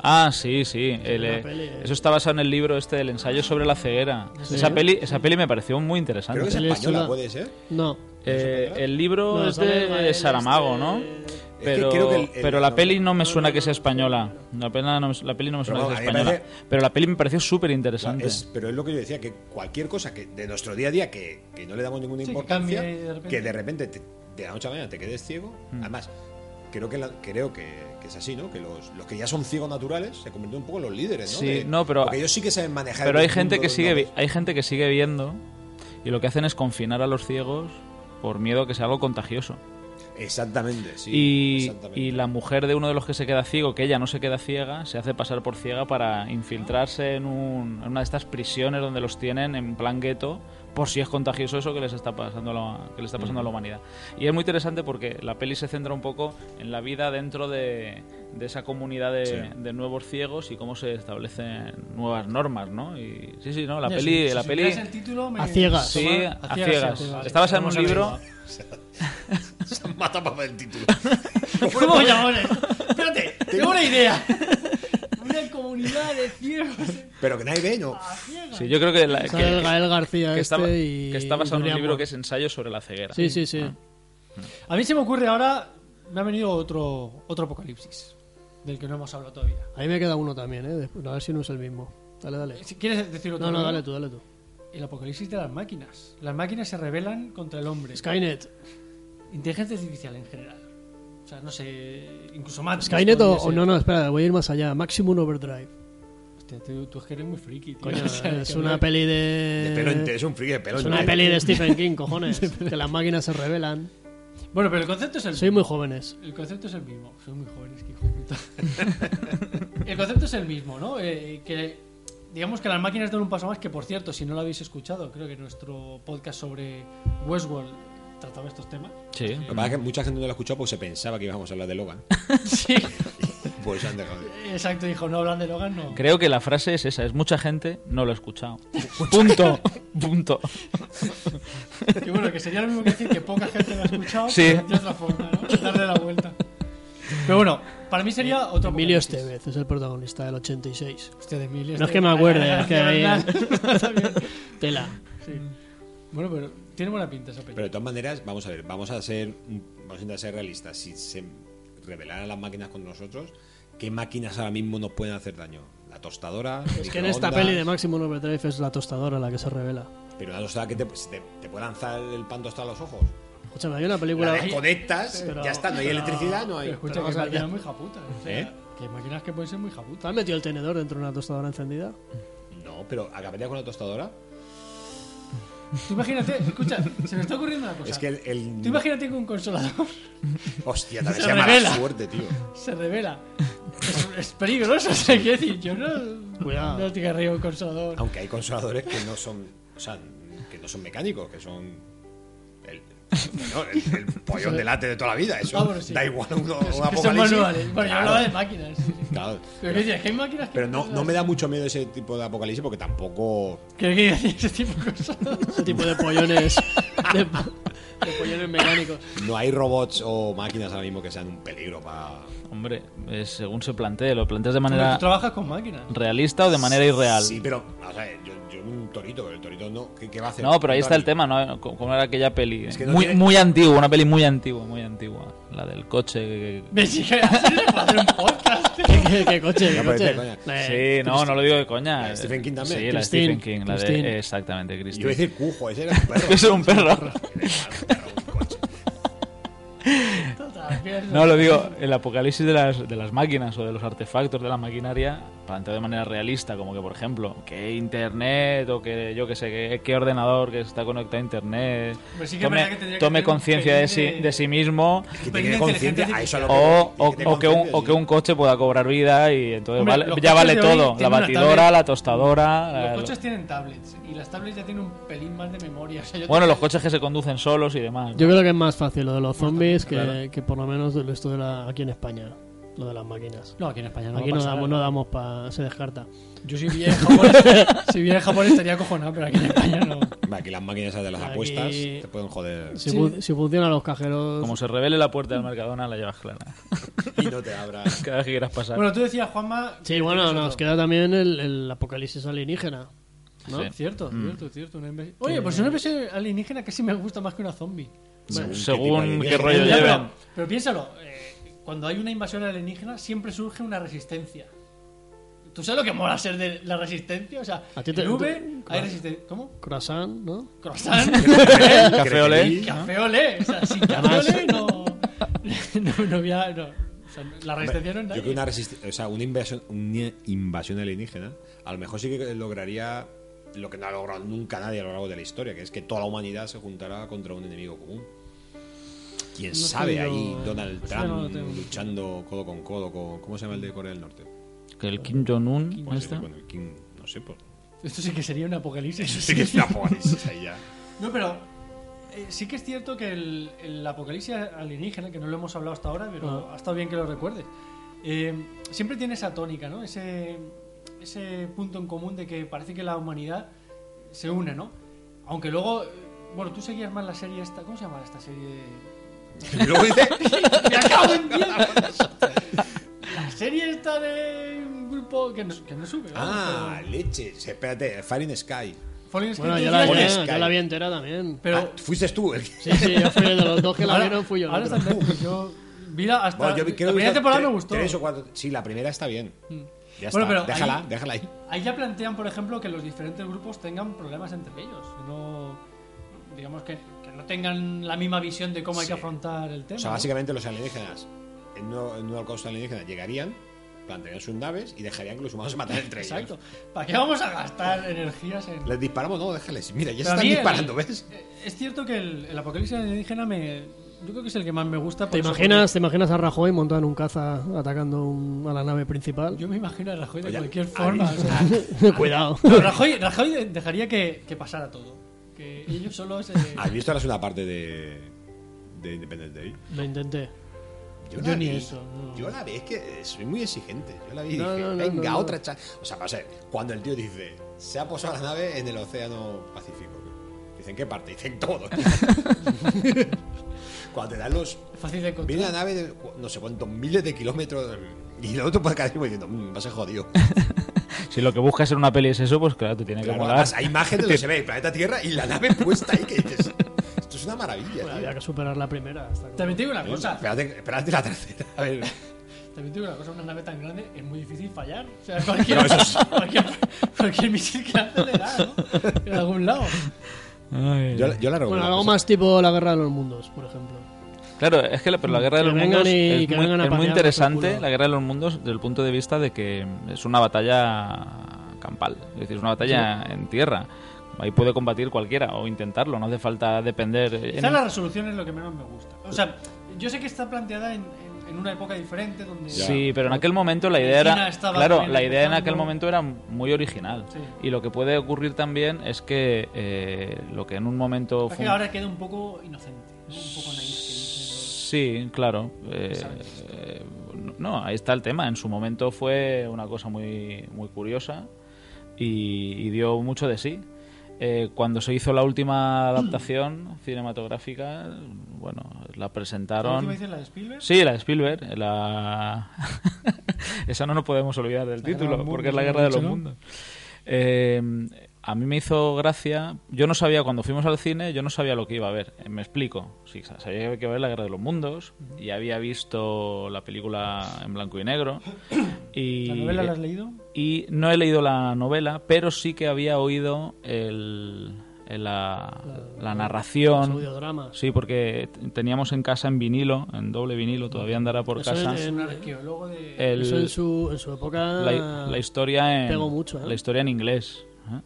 Ah, sí, sí. el,
una
eh,
peli, eh.
Eso está basado en el libro este del ensayo sobre la ceguera.
Sí.
Esa, peli, esa peli me pareció muy interesante.
Creo que es
Él es
española,
una-
puede ser.
No.
Eh, el libro
No,
es
sobre
de
Gael,
Saramago,
este-
¿no?
Es
que
Pero,
creo que el- el-
pero la
no,
peli no
no,
me suena
no,
que
no,
sea española. La peli no, me- la peli no me suena
Pero
que sea
a mí me
española.
parece-
Pero la peli me pareció súper interesante.
Es- pero es lo que yo decía, que cualquier cosa que de nuestro día a día que, que no le damos ninguna
Sí, que
importancia,
cambie de repente.
que de repente te- de la noche a la mañana te quedes ciego,
Mm.
además, creo que la- creo que, que es así, ¿no? Que los, los que ya son ciegos naturales se convierten un poco en los líderes, ¿no?
Sí,
De-
no, pero-
porque ellos sí que saben manejar
Pero
el
hay gente
mundo
que
de
sigue
una
vi-
vez.
hay gente que sigue viendo y lo que hacen es confinar a los ciegos por miedo a que sea algo contagioso.
Exactamente, sí.
y,
exactamente.
y la mujer de uno de los que se queda ciego, que ella no se queda ciega, se hace pasar por ciega para infiltrarse en, un- en una de estas prisiones donde los tienen en plan gueto, por si es contagioso eso que les está pasando, a la, que le está pasando a la humanidad. Y es muy interesante porque la peli se centra un poco en la vida dentro de, de esa comunidad de,
Sí.
de nuevos ciegos y cómo se establecen nuevas normas, ¿no? Y, sí, sí, no, la
Ya,
peli...
si-
la
si
peli
supieras el título, me-
A ciegas.
Sí,
Toma,
a ciegas.
vale.
Está basada en
Vamos
un
a
libro...
Se han matado para ver el título. pues,
ver. ¿Cómo llamamos esto? Espérate, tengo una idea. Una comunidad de ciegos
Pero que nadie ve, no.
a ciegas.
Sí, yo creo que...
Sale
La,
el
que-
Gael García
que,
este
está,
y...
que está basado en un
Julia
libro
Moore.
que es Ensayo sobre la ceguera. Ah.
Sí, sí, sí.
A mí se me ocurre ahora, me ha venido otro, otro apocalipsis, del que no hemos hablado todavía.
Ahí me queda uno también, ¿eh? Después- a ver si no es el mismo. Dale, dale.
Si ¿Quieres decir otro?
No, no,
primero?
dale tú, dale tú.
el apocalipsis de las máquinas. Las máquinas se rebelan contra el hombre.
Skynet.
Inteligencia artificial en general. O sea, no sé, incluso más.
Skynet o, o no, no, espera, voy a ir más allá. Maximum Overdrive.
tú, tú es que eres muy friki, tío.
Coño,
O sea,
es
que
una
no-
peli de.
De
Eh,
pelo entero, es un friki de pelo
es una
entero.
peli de Stephen King, cojones. que las máquinas se revelan.
Bueno, pero el concepto es el
Soy muy
mismo.
jóvenes.
El concepto es el mismo. Soy muy joven, es que hijo de puta. el concepto es el mismo, ¿no? Eh, que digamos que las máquinas dan un paso más, que por cierto, si no lo habéis escuchado, creo que nuestro podcast sobre Westworld trataba estos temas.
Sí.
Lo que pasa es que mucha gente no lo ha escuchado porque se pensaba que íbamos a hablar de Logan.
Sí.
Pues han dejado de-
Exacto, dijo, no hablan de Logan, no.
Creo que la frase es esa, es mucha gente no lo ha escuchado. Punto. Punto.
Que bueno, que sería lo mismo que decir que poca gente lo ha escuchado,
Sí.
pero de otra forma, ¿no? Darle la vuelta. Pero bueno, para mí sería otro
Emilio
apocalipsis.
Estevez es el protagonista del 86.
Hostia, de Emilio
No es
Estevez.
que me acuerde, es que
De
ahí-
verdad. Está bien.
Tela.
Sí. Bueno, pero tiene buena pinta esa
Pero
película.
de todas maneras, vamos a ver, vamos a ser, vamos a intentar ser realistas. Si se revelaran las máquinas con nosotros, ¿qué máquinas ahora mismo nos pueden hacer daño? La tostadora.
Es que en esta peli de Maximum Overdrive es la tostadora la que se revela.
Pero la tostadora que te, se te, te puede lanzar el pan tostado a los ojos.
Escúchame, hay una
La
película.
desconectas,
pero-
ya está, no hay
pero-
electricidad, no hay.
Pero escucha,
pero
que
vamos a ver,
máquinas
ya.
muy japutas. O sea,
¿Eh?
Que máquinas que pueden ser muy japutas.
¿Te has metido el tenedor dentro de una tostadora encendida?
¿eh? No, pero acabaría con la tostadora.
Tú imagínate, escucha, se me está ocurriendo una cosa.
es que el. el-
Tú imagínate que un consolador
Hostia, también
se
se llama la
revela.
suerte, tío.
se revela. Es, es peligroso, o sea, quiero decir, yo no.
Cuidado.
No te arriba un consolador.
Aunque hay consoladores que no son. O sea, que no son mecánicos, que son. El, no, el, el pollón de late de toda la vida. Eso
Ah, bueno, sí.
da igual uno,
Es
un
que son
apocalipsis.
manuales. Bueno, yo
Claro,
hablaba de máquinas. sí, sí.
claro.
Pero qué dices, que hay máquinas que.
Pero no, no me da mucho miedo ese tipo de apocalipsis porque tampoco.
Creo que decir ese tipo de cosas.
Ese tipo de pollones. de, de pollones mecánicos.
No hay robots o máquinas ahora mismo que sean un peligro para.
Hombre, eh, según se plantee, lo planteas de
Hombre,
manera
Tú trabajas con máquinas.
realista o de manera irreal.
Sí, pero. O sea, yo, yo un torito, pero el torito no. ¿Qué, qué va a hacer?
No, pero ahí está el
Torito
tema, ¿no? Co- Como era aquella peli.
que no
muy,
tiene-
muy antigua, una peli muy antigua, muy antigua. La del coche. que-
Me dije, así no se puede hacer un podcast.
¿Qué, qué- qué coche?
No,
¿Qué
pero este,
coche?
te coña.
Eh,
Sí, no, no lo digo de coña.
La de Stephen King también.
Sí, la de
Christine,
Stephen King. La
Christine.
de, exactamente,
ni-
Christine.
Yo iba a decir cujo, ese era un perro.
Eso es un perro.
Total, mierda.
No, lo digo, el apocalipsis de las, de las máquinas o de los artefactos de la maquinaria, planteado de manera realista, como que, por ejemplo, que internet o que yo que sé, que, que ordenador que está conectado a internet
Pues sí que es
tome,
verdad que tendría que
tome
tener un
conciencia de sí,
pelín de-
de sí mismo
Que
Pero
tiene
inteligencia
conciencia. A eso a lo que
o,
voy, tiene
o- o que un,
conciencia,
o que un coche pueda cobrar vida y entonces
Hombre,
vale-
los coches
ya vale
de hoy
todo, la
tienen una
batidora,
tablet.
la tostadora... la-
Los coches tienen tablets y las tablets ya tienen un pelín más de memoria. O sea, yo
bueno,
tengo-
los coches que se conducen solos y demás. ¿no?
Yo creo que es más fácil lo de los zombies que,
claro.
que por lo menos de lo- esto de la, aquí en España. Lo de las máquinas.
No, aquí en España no.
aquí
va a
no
pasar,
damos, no damos para. Se descarta.
Yo si viera en Japón, si viera en Japón estaría acojonado, pero aquí en España no.
Va, Aquí las máquinas esas de las
Aquí-
apuestas te pueden joder.
Si,
Sí.
fu- si funcionan los cajeros.
Como se revele la puerta del Mercadona, la llevas clara.
Y no te abras.
Cada vez que quieras pasar.
Bueno, tú decías Juanma.
Sí, bueno,
Nosotros.
nos queda también el, el apocalipsis alienígena.
Sí.
Cierto,
Mm.
cierto, cierto. una inves- Oye, pues una especie alienígena casi me gusta más que una zombie.
Según qué
según
tipo de
qué rollo
alienígena.
Ya,
lleven.
pero, pero piénsalo, eh, cuando hay una invasión alienígena siempre surge una resistencia. ¿Tú sabes lo que mola ser de la resistencia? O sea,
A ti te-
en V
tú-
hay
claro.
resistencia. ¿Cómo?
Croissant, ¿no?
Croissant.
Café Olé.
café olé. O sea, sin café olé no. No, no había. No. O sea, la resistencia no es
Yo
nadie.
creo que una, resist- o sea, una, invasión, una invasión alienígena, a lo mejor sí que lograría lo que no ha logrado nunca nadie a lo largo de la historia, que es que toda la humanidad se juntara contra un enemigo común. Quién
sé
sabe
yo,
ahí
eh,
Donald
o sea,
Trump
no lo tengo.
luchando codo con codo con. ¿Cómo se llama el de Corea del Norte?
Que el Kim Jong-un,
Pues,
este.
bueno, el Kim, no sé, pues.
Esto sí que sería un apocalipsis.
Sí que es una apocalipsis ahí ya.
No, pero eh, sí que es cierto que el, el apocalipsis alienígena, que no lo hemos hablado hasta ahora, pero
Ah.
ha estado bien que lo recuerdes, eh, siempre tiene esa tónica, ¿no? Ese, ese punto en común de que parece que la humanidad se une, ¿no? Aunque luego, eh, bueno, tú seguías más la serie esta, ¿cómo se llama esta serie?
Y luego dice.
¡Me acabo en diez! La serie esta de un grupo que no, que no sube. vamos,
Ah,
pero-
leches. Espérate, Fire in Sky.
Falling Sky
Bueno,
te
yo la,
decía
Con
que-
ya-
Sky.
yo la vi entera también.
Pero,
Ah, fuiste tú el que-
Sí, sí, yo fui el de los dos que la
Ahora-
vieron, fui yo.
Ahora
el
está
otro.
en Netflix. Yo vi la hasta
Bueno, yo vi- creo que
la primera
hizo
temporada
tre-
me gustó. Mm.
Tres o cuatro. Sí, la primera está bien. Ya
Bueno,
está.
pero
déjala,
ahí-
déjala ahí.
Ahí ya plantean, por ejemplo, que los diferentes grupos tengan problemas entre ellos. Que no. Digamos que, que no tengan la misma visión de cómo hay que afrontar el tema.
O sea,
¿no?
básicamente los alienígenas, en un nuevo- en un nuevo holocausto alienígena, llegarían, plantarían sus naves y dejarían que los humanos se mataran entre
Exacto.
ellos.
¿Para qué vamos a gastar energías en.?
Les disparamos, no, déjales. Mira, ya
Pero
se
a
están
mí el-
disparando, ¿ves?
Eh, Es cierto que el, el apocalipsis alienígena me. Yo creo que es el que más me gusta. por
¿Te
eso,
imaginas, ¿Te imaginas a Rajoy montado en un caza atacando un- a la nave principal?
porque Yo me imagino a Rajoy de
Oye,
cualquier
a
forma.
mí-
o sea,
Cuidado.
no, Rajoy, Rajoy de- dejaría que, que pasara todo. Que ellos eh, solo se.
¿Has visto la segunda parte de, de Independence Day?
Lo intenté.
Yo,
Yo
la
ni
vi.
eso, no.
Yo la vi, es que eh, soy muy exigente. Yo la vi y
No,
dije,
no, no,
venga,
no, no.
otra cha-". O sea, vamos a ver, cuando el tío dice, se ha posado la nave en el océano Pacífico. Dicen, ¿qué parte? Dicen, todo. cuando te dan los...
Fácil de encontrar.
Viene la nave de cu- no sé cuántos miles de kilómetros y el otro puede caer diciendo, "Mm, vas a ser jodido.
Si lo que buscas en una peli es eso, pues claro, te tiene
Claro,
que molar.
además, hay imágenes donde se ve el planeta Tierra y la nave puesta ahí que dices, esto es una maravilla.
Bueno,
tío".
había que superar la primera. hasta que-
También te digo una cosa.
Espérate, espérate la tercera. A ver.
También te digo una cosa, una nave tan grande es muy difícil fallar. O sea, cualquier,
No, eso sí.
cualquier, cualquier misil que hace le da, ¿no? En algún lado.
Ay.
Yo, yo
Bueno,
la recomiendo.
algo más tipo la guerra de los mundos, por ejemplo.
Claro, es que la, pero la Guerra de
Mm, Que
los
vengan
Mundos
y-
es,
que
muy,
vengan a
es muy
patearnos el
interesante,
culo.
la Guerra de los Mundos, desde el punto de vista de que es una batalla campal, es decir, es una batalla en tierra. Ahí puede combatir cualquiera o intentarlo, no hace falta depender. eh,
Quizá
en-
la resolución es lo que menos me gusta. O sea, yo sé que está planteada en, en- en una época diferente donde...
Sí, pero en aquel momento la idea
China
era.
estaba
Claro,
también
la idea en
empezando.
aquel momento era muy original.
Sí.
Y lo que puede ocurrir también es que eh, lo que en un momento.
Es
fue
que
un-
ahora queda un poco inocente, ¿no? un poco naif. que dicen
Sí, claro. eh, eh, no, ahí está el tema. En su momento fue una cosa muy, muy curiosa y, y dio mucho de sí. Eh, cuando se hizo la última adaptación cinematográfica, bueno, la
los- ¿La
presentaron.
última dices la de Spielberg?
Sí, la de Spielberg. La... Esa no nos podemos olvidar
La
del
guerra de
título,
los
porque es
mundos,
la guerra de
¿no?
los mundos. Eh, a mí me hizo gracia. Yo no sabía, cuando fuimos al cine, yo no sabía lo que iba a ver. Eh, Me explico. Sí, sa- sabía que iba a ver la guerra de los mundos y había visto la película en blanco y negro. Y, eh,
¿La novela la has leído?
y no he leído la novela, pero sí que había oído el, el- la, la narración.
Los audiodramas.
Sí, porque t- teníamos en casa en vinilo, en doble vinilo, todavía andará por
Eso
casa.
es
Un
en,
arqueólogo de...
el-
eso en su, en su época.
la, la historia en
pegó mucho, ¿eh?
la historia en inglés. ¿eh?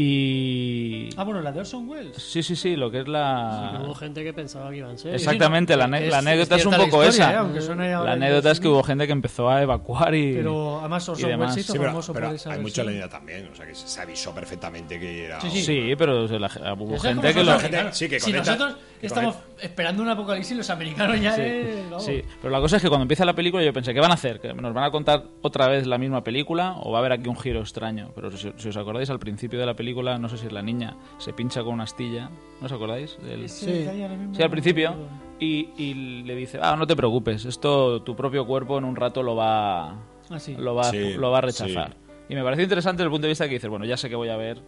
Y
Ah, bueno, la de Orson Welles.
sí, sí, sí, lo que es
Porque Hubo
la
gente que pensaba que iban a ser.
exactamente la, ane-
Es-
la anécdota es, un
cierta la
poco
historia, eh,
esa.
aunque suene ahora
la anécdota es que
idiota,
hubo gente que empezó a evacuar y
Pero además
y
Orson Welles
demás.
se hizo
Sí, pero-
famoso
pero
por esa
hay mucha
versión.
leyenda también, o sea que se se avisó perfectamente que era.
Sí,
sí, pero se la-
Eso
hubo
es
gente
como
que
los
lo
gente-
americanos.
sí, que
si
conecta-
nosotros
que
estamos esperando un apocalipsis, los americanos ya es. vamos.
Sí, pero la cosa es que cuando empieza la película yo pensé, ¿qué van a hacer? ¿Que ¿Nos van a contar otra vez la misma película o va a haber aquí un giro extraño? Pero si, si os acordáis, al principio de la película, no sé si es la niña, se pincha con una astilla, ¿no os acordáis? Del-
Ese
Sí.
detalle ahora mismo
Sí, al
no
principio.
recuerdo.
Y, y le dice, ah, no te preocupes, esto tu propio cuerpo en un rato lo va,
Ah, sí.
lo va,
Sí,
lo va a rechazar. Y me parece interesante desde el punto de vista que dices, bueno, ya sé que voy a ver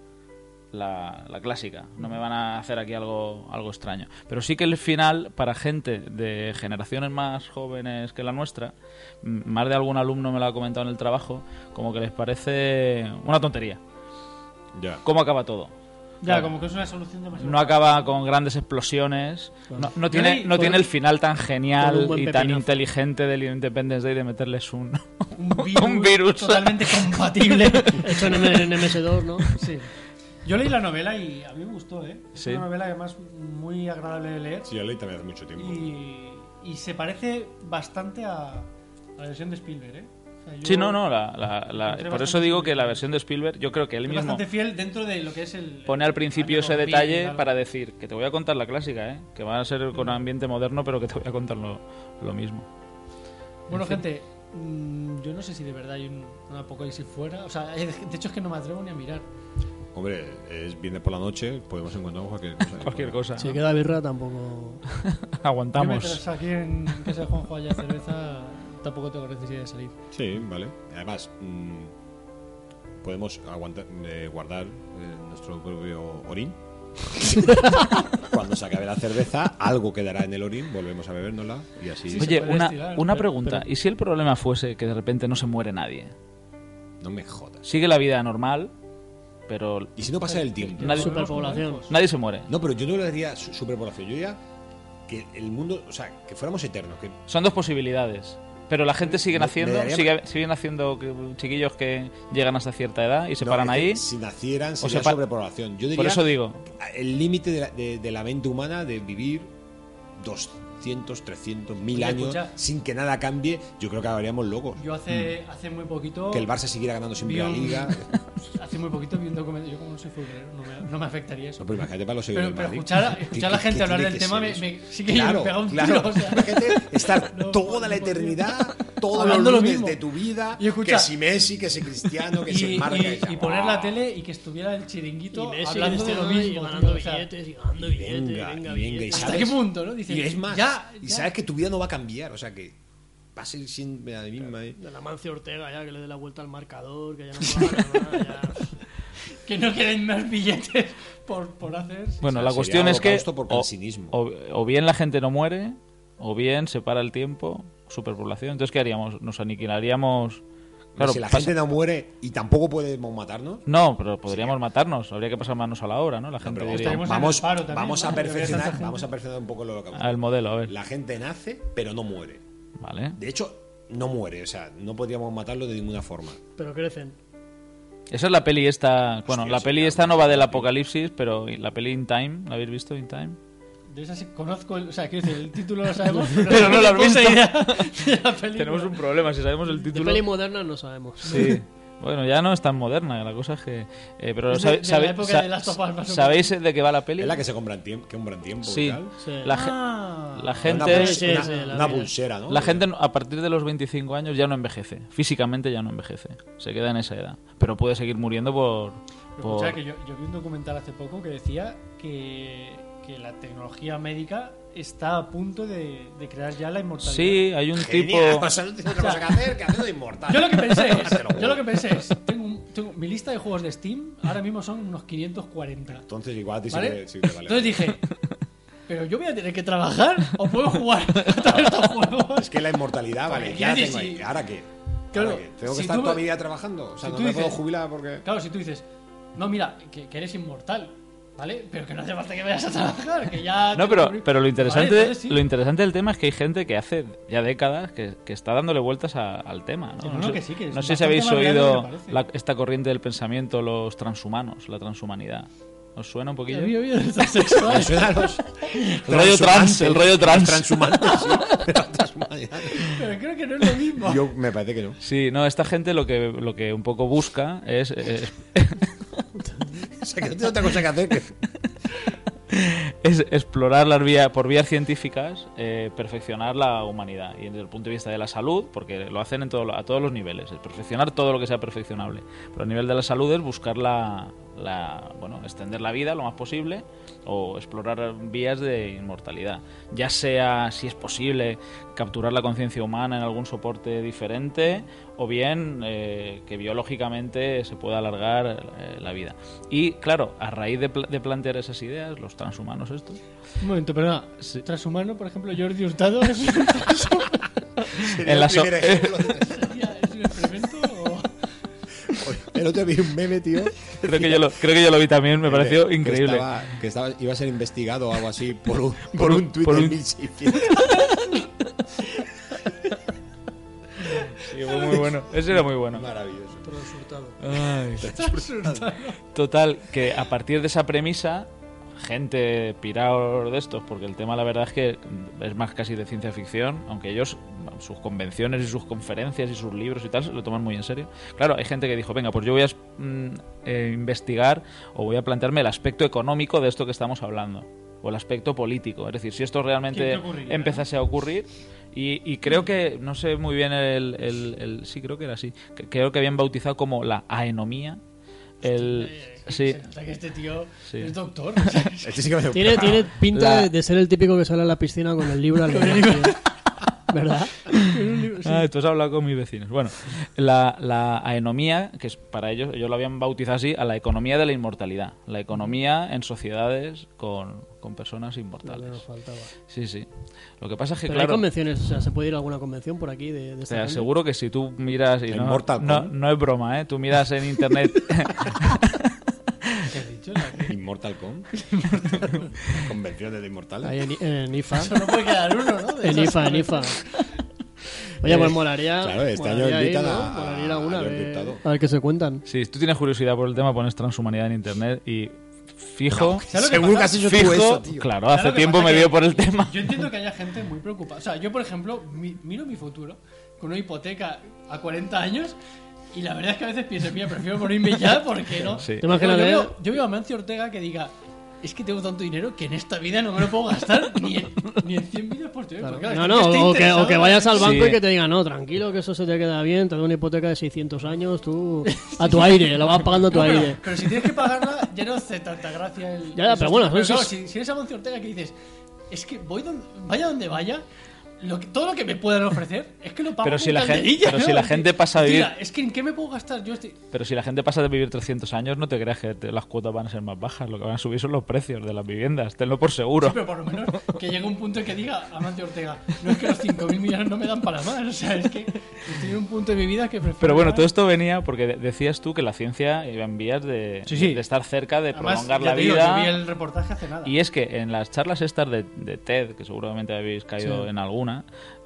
la, la clásica, no me van a hacer aquí algo, algo extraño. Pero sí que el final, para gente de generaciones más jóvenes que la nuestra, m- más de algún alumno me lo ha comentado en el trabajo, como que les parece una tontería.
Ya.
¿Cómo acaba todo?
Ya, como que es una solución demasiado.
No acaba con grandes explosiones. No, no tiene,
Yo
no
leí-
tiene el final tan
con
genial
un buen
y tan
pepinazo.
inteligente del Independence Day de meterles un.
Un virus,
un virus.
totalmente compatible.
Hecho en, M- en MS2, ¿no?
sí. Yo leí la novela y a mí me gustó, ¿eh? Es
Sí.
una novela además muy agradable de leer
Sí, yo leí también hace mucho tiempo.
y, y se parece bastante a, a la versión de Spielberg, ¿eh? O sea, yo-
Sí, no, no. la- la- la-
Encontré
por eso
bastante
digo
fiel.
que la versión de Spielberg, yo creo que él
Es
mismo
bastante fiel dentro de lo que es el.
pone al principio
el
ese
año 2000 y
detalle
tal.
para decir que te voy a contar la clásica, ¿eh? que va a ser con ambiente moderno, pero que te voy a contar lo, lo mismo.
Bueno,
En fin.
gente, mm, yo no sé si de verdad hay un, un apocalipsis fuera. O sea, eh, de hecho es que no me atrevo ni a mirar.
Hombre, es viernes por la noche, podemos encontrar cualquier cosa.
Cualquier cosa.
Si queda birra, tampoco.
Yo mientras
Aguantamos.
aquí en casa de Juanjo haya cerveza, tampoco tengo necesidad de salir.
Sí, vale. Además, mm, podemos aguantar, eh, guardar eh, nuestro propio orín. Cuando se acabe la cerveza, algo quedará en el orín, volvemos a bebérnosla y así.
Sí, sí.
Oye,
se puede
una,
estirar,
una
pero-
pregunta. ¿Y si el problema fuese que de repente no se muere nadie?
No me jodas.
Sigue la vida normal, pero
¿Y si no pasa el tiempo?
Nadie-
Superpoblación.
pues,
nadie se muere.
No, pero yo no le daría su- superpoblación. Yo diría que el mundo, o sea, que fuéramos eternos. Que
Son dos posibilidades. Pero la gente sigue
Me- me
naciendo,
daría-
sigue- siguen haciendo que- chiquillos que llegan hasta cierta edad y se
no,
paran
que
ahí.
Si nacieran, sería
sepa-
sobrepoblación. Yo diría
Por eso digo,
el límite de la, de- de la mente humana de vivir 200, 300, 1000
Oye,
años
escucha.
sin que nada cambie, yo creo que acabaríamos locos.
Yo
Mm.
hace, hace muy poquito.
Que el Barça siguiera ganando siempre
vi
la
un-
liga.
Hace muy poquito vi un documento. Yo, como no soy futbolero, no me, no me afectaría eso.
No, pero imagínate para los
Pero-
seguidores del
pero
Madrid.
escuchar-
¿Qué-
escuchar a la
qué-
gente
qué
hablar
tiene
del
que
tema
ser
me-
eso?
me- sí que yo me pega un tiro, o sea.
Imagínate estar
No,
toda la
no, no,
eternidad, todos los
Hablando lo
lunes
mismo.
de tu vida,
Y escucha.
que si Messi, que si Cristiano, que si
Y,
el Marca,
y-
que si-
y poner la tele y que estuviera el chiringuito
Y Messi,
hablando de lo
Cristiano, y
mismo.
ganando
tío, o sea,
billetes, y ganando
Y
billetes,
venga,
venga,
y venga, y
billetes.
sale-
¿Hasta qué punto, no? Dice,
Y es más,
ya,
y
ya.
sabes que tu vida no va a cambiar, o sea que va a ser siempre la misma. ¿eh?
De la Mancio Ortega ya que le dé la vuelta al marcador, que ya no va a ganar nada, ya.
Que no quieren más billetes por, por hacer.
bueno,
sea,
la
sería
cuestión es que
holocausto por
o,
cansinismo.
o- o bien la gente no muere, o bien se para el tiempo, superpoblación. Entonces, ¿qué haríamos? Nos aniquilaríamos. Claro,
si la
pasa-
gente no muere y tampoco podemos matarnos,
No, pero podríamos matarnos. Habría que pasar manos a la obra, ¿no? La
no,
gente
pero
diría,
estaríamos en el
vamos,
paro también,
vamos, a
¿no? Porque había tanta
perfeccionar,
gente.
vamos a perfeccionar un poco lo que
al modelo, a ver.
La gente nace, pero no muere.
Vale.
De hecho, no muere, o sea, no podríamos matarlo de ninguna forma.
Pero crecen.
Esa es la peli esta. Bueno,
Hostia,
la
sí,
peli
claro.
esta no va del apocalipsis, pero la peli In Time, ¿la habéis visto? In Time.
De esas sí conozco, el- o sea, quiero decir, el título lo sabemos, pero,
Pero no lo has
tengo
visto.
puta idea de la película.
Tenemos un problema, si sabemos el
De
título.
peli moderna no sabemos.
Sí. Bueno, ya no es tan moderna, la cosa es que. eh, pero
Es de- de
sabe-
la
sabe-
época
sa-
de Last of Us, más o
¿Sabéis de qué va la peli?
Es la que se compran tiempo, que compran tiempo y
Sí.
tal.
Sí.
La, ge-
Ah,
la
Una,
gente.
pulsera,
sí,
una,
sí, la
una
vi.
pulsera, ¿no?
La gente no- a partir de los 25 años ya no envejece. Físicamente ya no envejece. Se queda en esa edad. Pero puede seguir muriendo por.
Pero
por-
escucha, que yo, yo vi un documental hace poco que decía que, que la tecnología médica está a punto de, de crear ya la inmortalidad.
Sí, hay un
Genial,
tipo.
o sea, no tiene otra cosa que hacer que hacerlo inmortal.
Yo lo que pensé
Te
es,
lo juro.
yo lo que pensé es, tengo, un- tengo- mi lista de juegos de Steam ahora mismo son unos 540.
Entonces igual a ti sí
¿Vale?
que- sí que te vale.
Entonces dije, pero yo voy a tener que trabajar o puedo jugar a todos estos juegos.
Es que la inmortalidad, vale,
Porque
ya la
quiero
tengo
decir,
ahí. ¿Ahora qué?
Claro,
¿Ahora qué? ¿Tengo que
si
estar
tú
toda
me-
mi vida trabajando? O sea,
si
no
tú
me
dices-
puedo jubilar porque...
Claro, si tú dices, no, mira, que, que eres inmortal, ¿vale? Pero que no hace falta que vayas a trabajar, que ya...
No,
Ah, te
pero,
cubrí".
pero lo,
Vale,
interesante,
entonces sí.
lo interesante del tema es que hay gente que hace ya décadas que, que está dándole vueltas a- al tema.
Que
No,
no,
sé,
no, que sí, que es
no sé
bastante
si habéis
más real de lo que
oído
parece.
la- esta corriente del pensamiento, los transhumanos, la transhumanidad. ¿Os suena
Ya
un poquillo?
vi, vi, está sexual.
Me suena a los
El rollo trans, el rollo trans.
Transhumantes, sí, de la transhumanidad.
Pero creo que no es lo mismo.
Yo me parece que no.
Sí, no, esta gente lo que, lo que un poco busca es, es,
O sea, que no tengo otra cosa que hacer que...
es explorar las vías, por vías científicas, eh, perfeccionar la humanidad. Y desde el punto de vista de la salud, porque lo hacen en todo, lo- a todos los niveles, es perfeccionar todo lo que sea perfeccionable. Pero a nivel de la salud es buscar la, la- bueno, extender la vida lo más posible o explorar vías de inmortalidad. Ya sea, si es posible, capturar la conciencia humana en algún soporte diferente o bien eh, que biológicamente se pueda alargar eh, la vida. Y claro, a raíz de, pla- de plantear esas ideas, los transhumanos estos,
Un momento, perdona.
Sí.
Transhumano, por ejemplo, Jordi Hurtado es un transhumano.
Sería
En la
el primer
so-
ejemplo de-
¿Es un experimento o.?
El otro día vi un meme, tío.
creo que yo lo, creo que yo lo vi también, me pareció
que
increíble.
estaba- que estaba- iba a ser investigado o algo así por un, por un tuit
por
de
un-
1600.
Sí, fue muy bueno. Ese era muy bueno.
Maravilloso.
Ay. Total, que a partir de esa premisa, gente pirao de estos, porque el tema la verdad es que es más casi de ciencia ficción, aunque ellos sus convenciones y sus conferencias y sus libros y tal se lo toman muy en serio. Claro, hay gente que dijo, venga, pues yo voy a mm, eh, investigar o voy a plantearme el aspecto económico de esto que estamos hablando, o el aspecto político, es decir, si esto
¿Qué- qué
realmente
ocurriría,
empieza empezase a ocurrir. Y, y creo que, no sé muy bien el, el- el- Sí, creo que era así. que- Creo que habían bautizado como la aenomía. El, sí,
Se nota que este tío
Sí.
es doctor. o sea, es-
Este sí que me
Tiene, tiene pinta
La-
de, de ser el típico que sale a la piscina con el libro al lado, tío. ¿Verdad? Con un libro-
Ah, tú has hablado con mis vecinos. Bueno, la, la aenomía, que es para ellos, ellos lo habían bautizado así, a la economía de la inmortalidad. La economía en sociedades con, con personas
Lo que nos
inmortales.
faltaba.
Sí, sí. Lo que pasa es que,
Pero hay
claro,
convenciones, o sea, ¿se puede ir a alguna convención por aquí? De, de esta
te
gente?
aseguro que si tú miras... Y
El
no,
Mortal
no,
Kombat.
no es broma, ¿eh? Tú miras en internet...
¿Qué has dicho? La-
Immortal Con. Convenciones de inmortales.
Ahí en, en IFA.
Solo puede quedar uno, ¿no? De
en
esas
IFA, en
cosas.
IFA. Oye,
Eh,
pues molaría.
claro, este año
molaría ir,
invitan
¿no?
a-
Molaría ir alguna,
a
a
Jordi
ver-
Hurtado.
a ver qué se cuentan.
Si tú tienes curiosidad por el tema, pones transhumanidad en internet y fijo...
¿Sabes lo que
Seguro que
pasa?
has hecho tú
fijo-
eso, tío.
Claro,
¿Sabes
hace
lo que
tiempo
pasa?
me
Que
dio por el tema.
Yo entiendo que haya gente muy preocupada. O sea, yo, por ejemplo, mi- miro mi futuro con una hipoteca a 40 años y la verdad es que a veces pienso, mira, prefiero morirme ya porque no.
Sí.
¿Te imaginas
yo,
leer?
veo, yo veo a Mancio Ortega que diga. Es que tengo tanto dinero que en esta vida no me lo puedo gastar ni en, ni en 100 vidas posteriores.
Ah,
porque,
No,
claro,
no,
este
o
esté
que, o que
interesado-
vayas al banco
Sí.
y que te digan, no, tranquilo, que eso se te queda bien, te da una hipoteca de 600 años, tú a tu aire, lo vas pagando a tu
No, pero,
aire.
pero si tienes que pagarla, ya no hace tanta gracia el.
Ya, ya,
el
pero bueno,
sostén.
eso
claro,
es-
si, si eres Amancio Ortega que dices, es que voy donde, vaya donde vaya, lo que- todo lo que me puedan ofrecer es que lo pago
Pero
con
si la gente-
calderilla,
pero
¿no?
si la gente pasa a
Mira,
vivir-
es que en qué me puedo gastar yo este.
Pero si la gente pasa de vivir 300 años, no te creas que te- las cuotas van a ser más bajas. Lo que van a subir son los precios de las viviendas. Tenlo por seguro.
Pero por lo menos que llegue un punto en que diga Amancio Ortega, no es que los 5.000 millones no me dan para más, o sea, es que estoy en un punto de mi vida que prefiero.
Pero bueno, todo esto venía porque de- decías tú que la ciencia iba en vías de,
Sí, sí.
de estar cerca, de
Además,
prolongar
ya
la
te digo,
vida.
yo vi el reportaje hace nada.
Y es que en las charlas estas de, de TED, que seguramente habéis caído en alguna,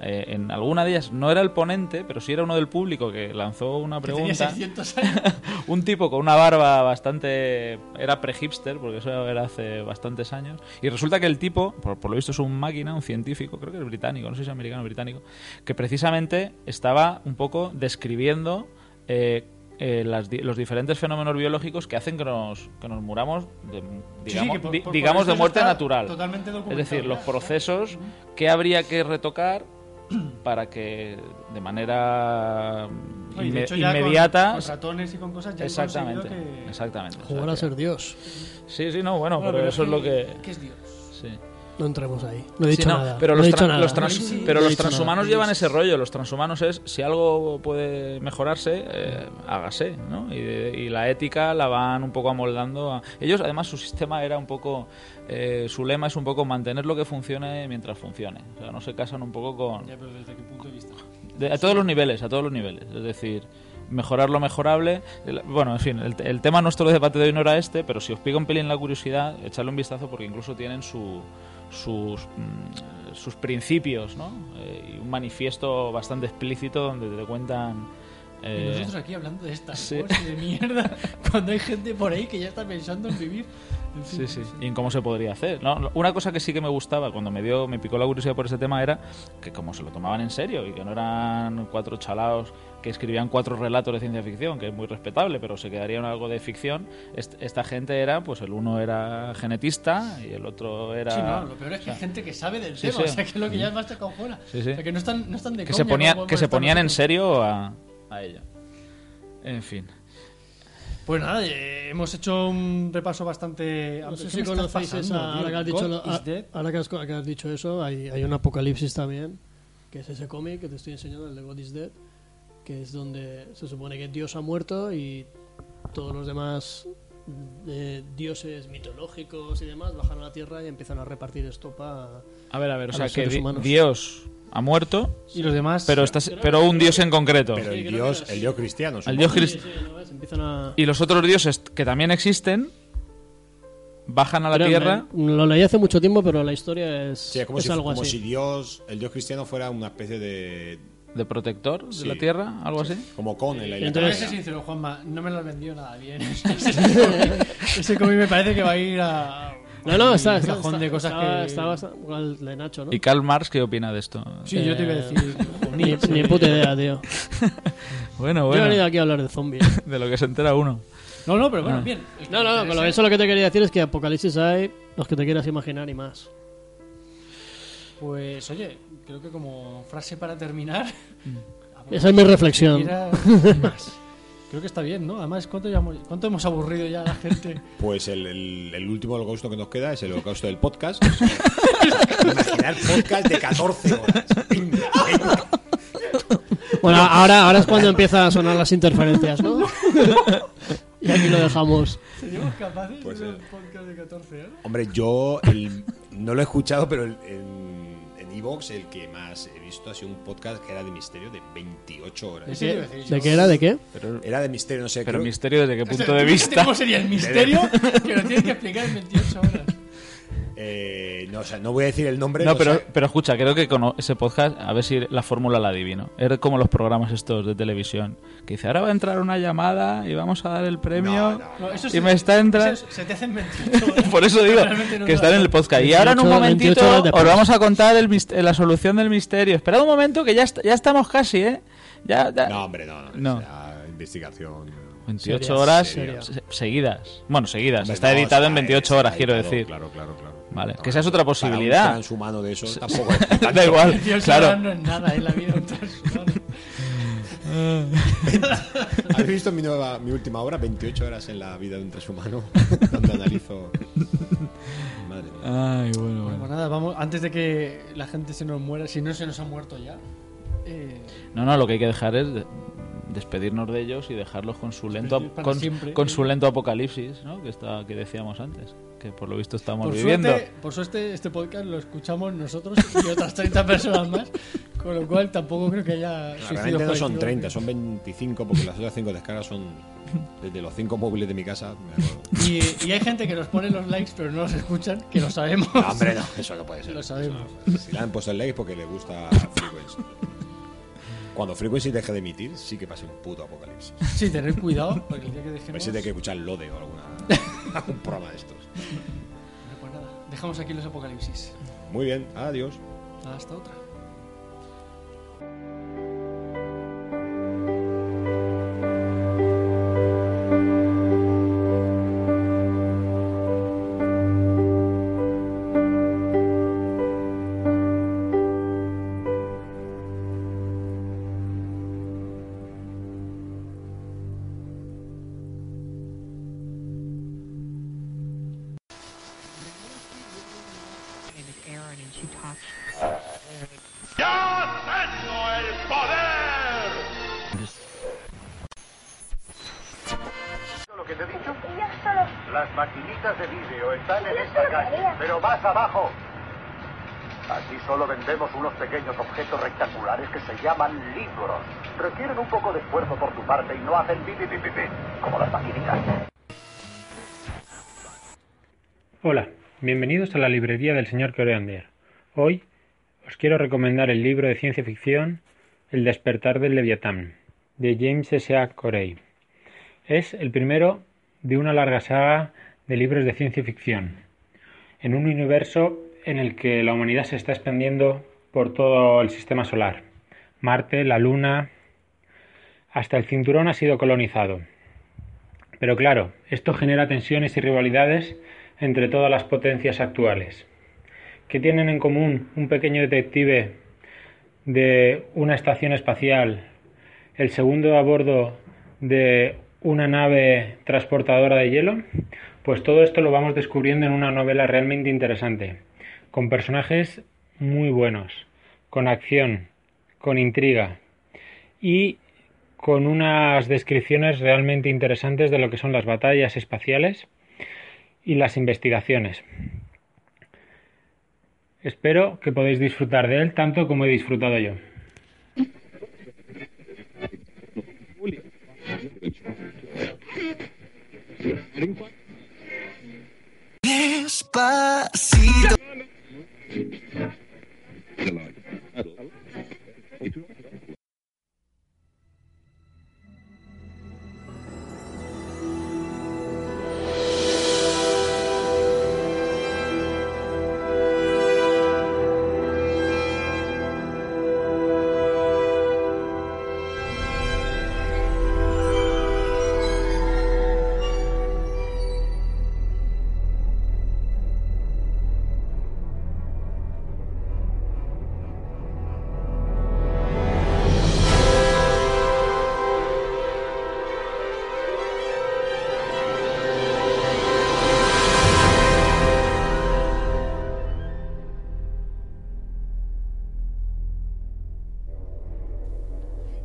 eh, en alguna de ellas no era el ponente, pero sí era uno del público que lanzó una
que tenía
pregunta.
600 años.
un tipo con una barba bastante. Era pre-hipster, porque eso era hace bastantes años. Y resulta que el tipo, por, por lo visto, es un máquina, un científico, creo que es británico, no sé si es americano o británico, que precisamente estaba un poco describiendo. eh, eh, las di- los diferentes fenómenos biológicos que hacen que nos, que nos muramos de,
Sí,
digamos,
sí, que por-
di-
por- por
digamos
eso
de
eso
muerte
está
natural.
Totalmente
Es
documentado
decir, los
ya,
procesos que habría que retocar para que de manera
¿no? Y de
inme-
hecho ya con-
inmediata
Con, ratones y con cosas ya han
Exactamente,
conseguido que-
exactamente. O sea
Jugar a
que-
ser Dios.
Sí, sí, no, bueno,
Bueno,
pero, eso es lo que...
¿Qué es Dios?
sí.
No entremos ahí. No he dicho
Sí, no,
nada.
Pero
no
los,
he
tra-
dicho nada.
los trans-
Sí, sí.
No
pero
he
los
dicho
transhumanos
nada.
llevan ese rollo. Los transhumanos es, si algo puede mejorarse, eh, hágase, ¿no? Y, de- y la ética la van un poco amoldando. a- Ellos, además, su sistema era un poco... eh, su lema es un poco mantener lo que funcione mientras funcione. O sea, no se casan un poco con...
Ya, pero desde qué punto de vista.
De- a todos los niveles, a todos los niveles. Es decir, mejorar lo mejorable. El- Bueno, en fin, el, el tema nuestro de debate de hoy no era este, pero si os pica un pelín la curiosidad, echadle un vistazo porque incluso tienen su- sus, mm, sus principios, ¿no? Eh, y un manifiesto bastante explícito donde te cuentan...
Y
eh,
nosotros aquí hablando de estas
sí.
cosas de mierda, cuando hay gente por ahí que ya está pensando en vivir. En
Sí,
fin,
sí.
no sé.
Y en cómo se podría hacer. ¿no? Una cosa que sí que me gustaba cuando me dio, me picó la curiosidad por ese tema era que como se lo tomaban en serio y que no eran cuatro chalaos que escribían cuatro relatos de ciencia ficción, que es muy respetable, pero se quedaría en algo de ficción. est- esta gente era, pues el uno era genetista y el otro era
Sí, no, lo peor es que hay gente que sabe del
Sí,
tema, o
sí.
sea, que es lo que ya más te cojona.
Sí, sí.
O sea, que no están, no están de
que se
coña
ponía,
como
que se
estamos
ponían en
nosotros.
serio a, a ello. En fin.
Pues nada, eh, hemos hecho un repaso bastante.
No sé
¿Qué
si
me está
conocéis
pasando,
esa. Ahora
tío?
que has dicho,
God
lo-
is dead.
ahora que has, que has dicho eso, hay, hay un apocalipsis también, que es ese cómic que te estoy enseñando, el de God is Dead, que es donde se supone que Dios ha muerto y todos los demás eh, dioses mitológicos y demás bajan a la tierra y empiezan a repartir estopa.
A ver, a ver, o
A
sea
los
que
seres
di-
humanos.
Dios ha muerto,
Y los demás.
pero, estás, pero un Dios en concreto.
Pero
Sí,
el
creo
dios,
que era
el dios cristiano.
Al
supongo.
Dios
Sí,
Cristo.
sí, ¿no ves? Empiezan a.
Y los otros dioses que también existen bajan a la
Creo ¿eh? que-
tierra.
Lo leí hace mucho tiempo, pero la historia es,
Sí, como,
es
si,
algo
como si
así.
Dios, el dios cristiano fuera una especie de.
¿De protector de
Sí.
la tierra? ¿Algo así?
Como con en la isla.
Voy a
Entonces-
ser sincero, Juanma, no me lo has vendido nada bien. Ese cómic me parece que va a ir a.
No, no, está,
un
está,
cajón
está-
de cosas
está-
que.
está bastante- igual el de Nacho, ¿no?
¿Y Karl Marx qué opina de esto?
Sí, yo te iba a
Eh,
decir.
Ni, ni puta idea, tío.
Bueno,
Yo he venido
bueno,
aquí a hablar de zombies.
de lo que se entera uno.
No, no, pero bueno,
Ah.
bien.
No, no, no, con lo- eso lo que te quería decir es que apocalipsis hay los que te quieras imaginar y más.
Pues oye, creo que como frase para terminar.
Esa es mi reflexión.
Mira, más. Creo que está bien, ¿no? Además, ¿cuánto, ya hemos, cuánto hemos aburrido ya a la gente?
Pues el, el- el último holocausto que nos queda es el holocausto del podcast. Imaginar podcast de 14 horas.
Bueno, ahora, ahora es cuando empiezan a sonar las interferencias, ¿no? y aquí lo dejamos.
¿Seríamos capaces
Pues,
de
eh.
hacer un podcast de 14 horas?
Hombre, yo el- no lo he escuchado, pero el- en en Evox el que más he visto ha sido un podcast que era de misterio de 28
¿De
horas.
qué,
¿De qué era? ¿De qué?
Pero,
Era de misterio, no sé,
pero
creo-
misterio desde qué
O sea,
punto de
¿tú crees que
vista.
¿Cómo sería el misterio que lo tienes que explicar en 28 horas?
eh, no, o sea, no voy a decir el nombre.
No,
no
pero,
sé.
pero escucha, creo que con ese podcast, a ver si la fórmula la adivino. Es como los programas estos de televisión, que dice, ahora va a entrar una llamada y vamos a dar el premio.
No, no.
No, eso
Y
se-
me está entrando-
eso se te hacen 28 horas.
Por eso digo
Realmente no
que
te
están
das
en el podcast. Y
28
ahora en un momentito
28 horas después.
os vamos a contar el mis- la solución del misterio. Esperad un momento que ya, est- ya estamos casi, ¿eh? Ya, ya-
No, hombre, no.
No.
no. será investigación.
28
Serias,
horas
serias.
se- seguidas. Bueno, seguidas.
Hombre,
Está
no,
editado
está-
en 28
está
horas, quiero
editado,
decir.
Claro, claro, claro.
Vale,
No,
que esa es otra
para un
posibilidad.
transhumano de eso tampoco. es tanto.
Da igual,
28 horas
claro.
no es nada en la vida de un trastorno.
¿Habéis visto mi, nueva, mi última obra? 28 horas en la vida de un transhumano, donde analizo. Madre mía.
Ay, bueno,
Bueno,
bueno.
pues nada, vamos, antes de que la gente se nos muera, si no se nos ha muerto ya, eh,
No, no, lo que hay que dejar es de- despedirnos de ellos y dejarlos con su lento,
Despedir para
con,
siempre.
con su lento apocalipsis, ¿no? Que, está, que decíamos antes. Que por lo visto estamos
por,
viviendo.
suerte, por suerte este podcast lo escuchamos nosotros y otras 30 personas más, con lo cual tampoco creo que haya
No,
suicidio
realmente no son
colectivo.
30, son 25, porque las otras 5 descargas son desde los 5 móviles de mi casa. me hago-
Y, y hay gente que nos pone los likes pero no los escuchan, que lo sabemos.
No, hombre, no, eso no puede ser.
Lo sabemos.
Si le han puesto el like es porque le gusta Frequency. Cuando Frequency deje de emitir, sí que pase un puto apocalipsis.
Sí, tener cuidado, porque el día que
A
dejemos...
ver si tiene Pues que escuchar Lode o alguna, algún programa de estos.
Bueno, pues nada, dejamos aquí los apocalipsis.
Muy bien, adiós.
Hasta otra.
name is Erin, and she talks
¡Ya tengo el poder!
¿Lo que te he dicho? Las maquinitas de vídeo están en esta calle, pero más abajo. Aquí solo vendemos unos pequeños objetos rectangulares que se llaman libros. Requieren un poco de esfuerzo por tu parte y no hacen pi, pi, pi, pi, pi, como las maquinitas.
Hola, bienvenidos a la librería del señor Coreander. Hoy os quiero recomendar el libro de ciencia ficción El despertar del Leviatán, de James S. A. Corey. Es el primero de una larga saga de libros de ciencia ficción, en un universo en el que la humanidad se está expandiendo por todo el sistema solar. Marte, la Luna, hasta el cinturón ha sido colonizado. Pero claro, esto genera tensiones y rivalidades entre todas las potencias actuales. ¿Qué tienen en común un pequeño detective de una estación espacial, el segundo a bordo de una nave transportadora de hielo? Pues todo esto lo vamos descubriendo en una novela realmente interesante, con personajes muy buenos, con acción, con intriga y con unas descripciones realmente interesantes de lo que son las batallas espaciales y las investigaciones. Espero que podáis disfrutar de él tanto como he disfrutado yo.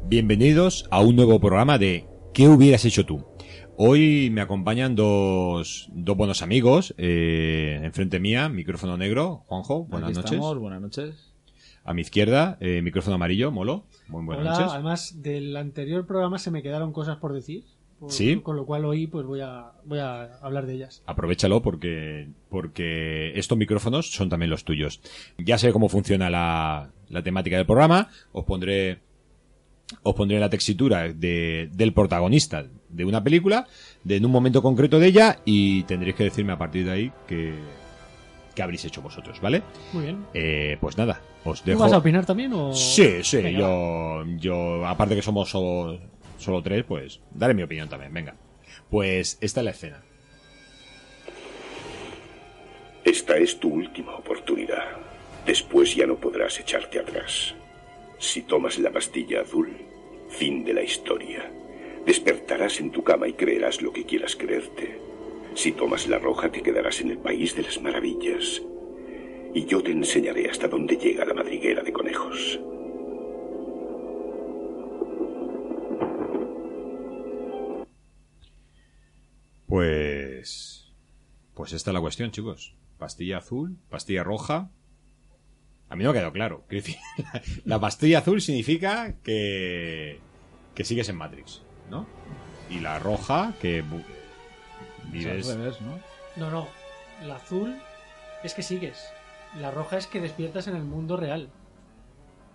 Bienvenidos a un nuevo programa de ¿Qué hubieras hecho tú? Hoy me acompañan dos, dos buenos amigos. Eh, enfrente mía, micrófono negro, Juanjo, buenas
Aquí
noches.
estamos, buenas noches.
A mi izquierda, eh, micrófono amarillo, Molo, muy buenas
Hola,
noches.
además del anterior programa se me quedaron cosas por decir. por-
Sí.
Con lo cual hoy pues voy a, voy a hablar de ellas.
Aprovechalo porque, porque estos micrófonos son también los tuyos. Ya sé cómo funciona la, la temática del programa. Os pondré, os pondré la textura de, del protagonista de una película, de en un momento concreto de ella, y tendréis que decirme a partir de ahí que, que habréis hecho vosotros, ¿vale?
Muy bien.
Eh, pues nada, os
¿Tú
dejo.
vas a opinar también o...?
Sí, sí,
Venga, va.
yo, yo, aparte que somos solo, solo tres, pues daré mi opinión también, venga. Pues esta es la escena.
Esta es tu última oportunidad. Después ya no podrás echarte atrás. Si tomas la pastilla azul, fin de la historia. Despertarás en tu cama y creerás lo que quieras creerte. Si tomas la roja, te quedarás en el país de las maravillas. Y yo te enseñaré hasta dónde llega la madriguera de conejos.
Pues. Pues esta es la cuestión, chicos. Pastilla azul, pastilla roja. A mí no me ha quedado claro. Quiero decir, la pastilla azul significa que. que sigues en Matrix, ¿no? Y la roja, que. bu-
Es al
vives.
revés, ¿no?
No, no. La azul es que sigues. La roja es que despiertas en el mundo real.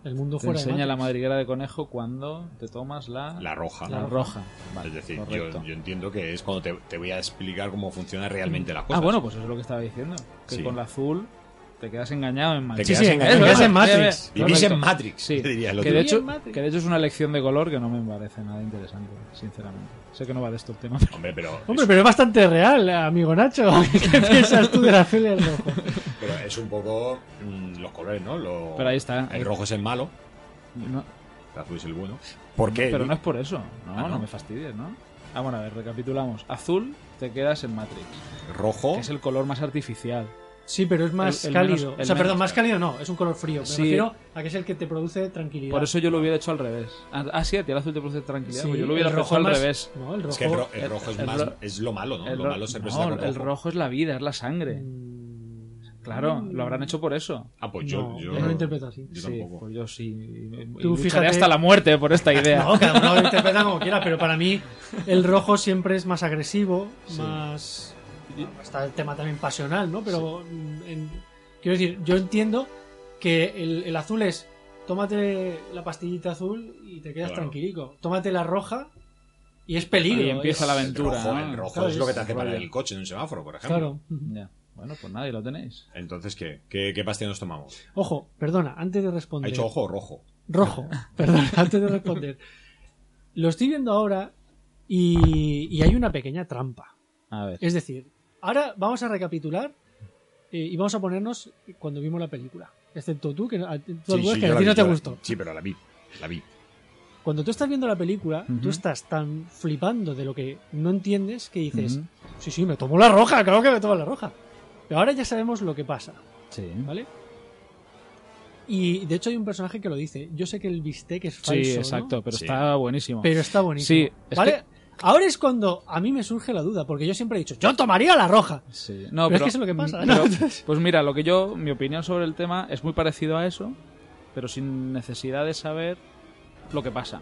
El mundo
Te
fuera de
enseña la
Matrix.
madriguera de conejo cuando te tomas la...
La roja.
pues, La roja. Vale,
es decir, yo,
correcto.
yo entiendo que es cuando te, te voy a explicar cómo funcionan realmente las cosas.
Ah, bueno, pues eso es lo que estaba diciendo. Que
Sí.
con la azul te quedas engañado en Matrix.
quedas Sí, sí, engañado en
Eso,
te quedas
eso.
en Matrix.
Sí, sí,
Vivís
correcto.
en Matrix,
Sí.
te diría el
que,
otro.
de
Viví en
hecho, que de hecho es una lección de color que no me parece nada interesante, sinceramente. Sé que no va de esto el tema.
Hombre, pero...
Hombre, pero es bastante real, amigo Nacho. ¿Qué piensas tú de la azul y el rojo?
Pero es un poco mm, los colores, ¿no? Lo-
Pero ahí está.
El rojo es el malo,
No,
el azul es el bueno. ¿Por qué?
Pero no es por eso. No,
Ah,
Eh, no,
¿no?
me fastidies, ¿no? Ah, bueno, a ver, recapitulamos. Azul, te quedas en Matrix.
Rojo.
Que es el color más artificial.
Sí, pero es más
El- el menos-
cálido.
el
o sea, perdón,
menos
más cálido no. Es un color frío. Me
Sí.
refiero a que es el que te produce tranquilidad.
Por eso yo lo hubiera hecho al revés. Ah, ah, sí, a ti el azul te produce tranquilidad.
Sí,
pues yo lo hubiera
el rojo
hecho al
más-
revés.
No, el rojo...
Es que el, ro- el rojo es,
el
más,
ro-
es lo malo, ¿no?
El
lo
ro-
malo se
no,
presenta con rojo.
el rojo es la vida, es la sangre.
Mm.
Claro, lo habrán hecho por eso.
Ah, pues yo,
No,
yo,
yo no lo interpreto así.
yo
sí,
tampoco.
pues yo sí. Y- y
Tú
lucharé
fíjate-
hasta la muerte por esta idea.
No, cada uno lo interpreta como quiera, pero para mí el rojo siempre es más agresivo,
Sí.
más... Está el tema también pasional, ¿no? Pero mm, en- quiero decir, yo entiendo que el, el azul es tómate la pastillita azul y te quedas
Claro.
tranquilico. Tómate la roja y es peligro.
Ahí empieza
es-
la
El
aventura.
rojo,
¿no?
el rojo
Claro,
es lo que
es
te hace parar
rollo.
el coche en un semáforo, por ejemplo.
Claro.
Ya. Bueno, pues nada, y lo tenéis.
Entonces, ¿qué? ¿Qué, qué pastilla nos tomamos?
Ojo, perdona, antes de
¿Ha
responder.
dicho ojo o rojo?
Rojo, perdón, antes de responder. Lo estoy viendo ahora y, y hay una pequeña trampa.
A ver.
Es decir, ahora vamos a recapitular eh, y vamos a ponernos cuando vimos la película. Excepto tú, que, no- a- tú, Albues, Pues
yo
que
la
a ti
vi,
no te
yo la-
gustó.
Sí, pero la vi. La vi.
Cuando tú estás viendo la película,
Ujú.
tú estás tan flipando de lo que no entiendes que dices,
Ujú.
sí, sí, me tomo la roja, claro que me tomo la roja. Pero ahora ya sabemos lo que pasa.
Sí.
¿Vale? Y de hecho hay un personaje que lo dice. Yo sé que el bistec es falso.
Sí,
¿no?
exacto, pero
Sí.
está buenísimo.
Pero está buenísimo.
Sí, es
¿Vale?
que-
Ahora es cuando a mí me surge la duda, porque yo siempre he dicho, yo tomaría la roja.
Sí. No,
Pero es que eso es lo que pasa,
mm,
¿no?
pero-
Entonces-
pues mira, lo que yo, mi opinión sobre el tema es muy parecido a eso, pero sin necesidad de saber lo que pasa.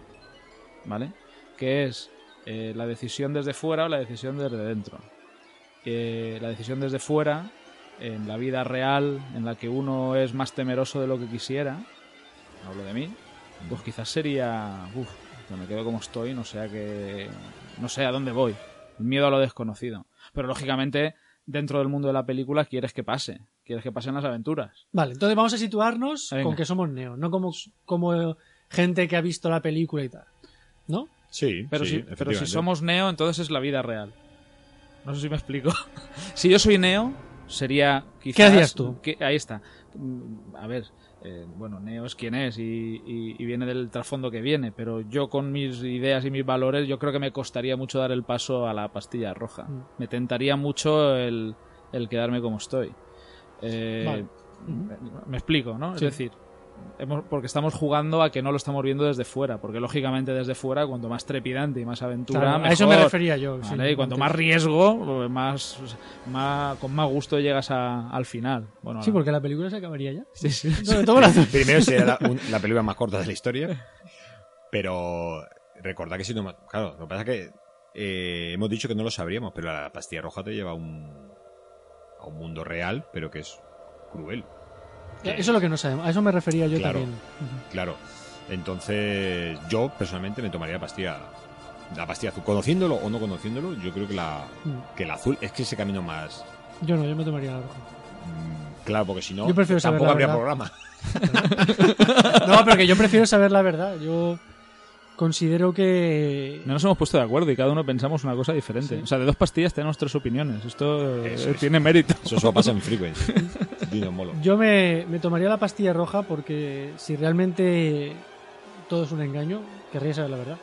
¿Vale? Que es eh, la decisión desde fuera o la decisión desde dentro. Eh, la decisión desde fuera, en la vida real, en la que uno es más temeroso de lo que quisiera, hablo de mí, pues quizás sería. Uf, pues me quedo como estoy, no sé a qué. No sé a dónde voy. Miedo a lo desconocido. Pero lógicamente, dentro del mundo de la película quieres que pase. Quieres que pasen las aventuras.
Vale, entonces vamos a situarnos
Venga.
con que somos neo, no como, como gente que ha visto la película y tal. ¿No?
Sí,
Pero,
sí,
si, pero si
efectivamente.
somos neo, entonces es la vida real. No sé si me explico. si yo soy neo, sería quizás.
¿Qué hacías tú?
que- ahí está. Mm, A ver. eh, bueno, Neo es quien es y, y- y viene del trasfondo que viene, pero yo con mis ideas y mis valores, yo creo que me costaría mucho dar el paso a la pastilla roja.
Mm.
Me tentaría mucho el, el quedarme como estoy. Eh,
Vale.
Me explico, ¿no?
Sí.
Es decir, hemos- porque estamos jugando a que no lo estamos viendo desde fuera, porque lógicamente desde fuera, cuanto más trepidante y más aventura,
Claro, a eso
mejor,
me refería yo, sí,
¿vale? y cuanto
antes.
más riesgo, pues más, más- con más gusto llegas a- al final. Bueno,
Sí, porque la película se acabaría ya.
Sí, sí.
No, de todo corazón.
Primero será la, un- la película más corta de la historia, pero recordad que si no... ma- Claro, lo que pasa es que eh, hemos dicho que no lo sabríamos, pero la pastilla roja te lleva a un, a un mundo real, pero que es cruel.
eh, Eso es lo que no sabemos. A eso me refería yo
Claro.
también.
Claro. Entonces, yo personalmente me tomaría la pastilla. La pastilla azul. Conociéndolo o no conociéndolo, yo creo que la,
Mm.
que la azul es que ese camino más.
Yo no, yo me tomaría la roja.
mm, Claro, porque si no,
Yo prefiero saber
tampoco habría
la verdad.
programa.
No, pero que yo prefiero saber la verdad. Yo considero que.
No nos hemos puesto de acuerdo y cada uno pensamos una cosa diferente. O sea, de dos pastillas tenemos tres opiniones. Esto eh,
Eso es.
tiene mérito.
Eso solo pasa en Frequency. Dino Molo.
Yo me, me tomaría la pastilla roja porque si realmente todo es un engaño, querría saber la verdad.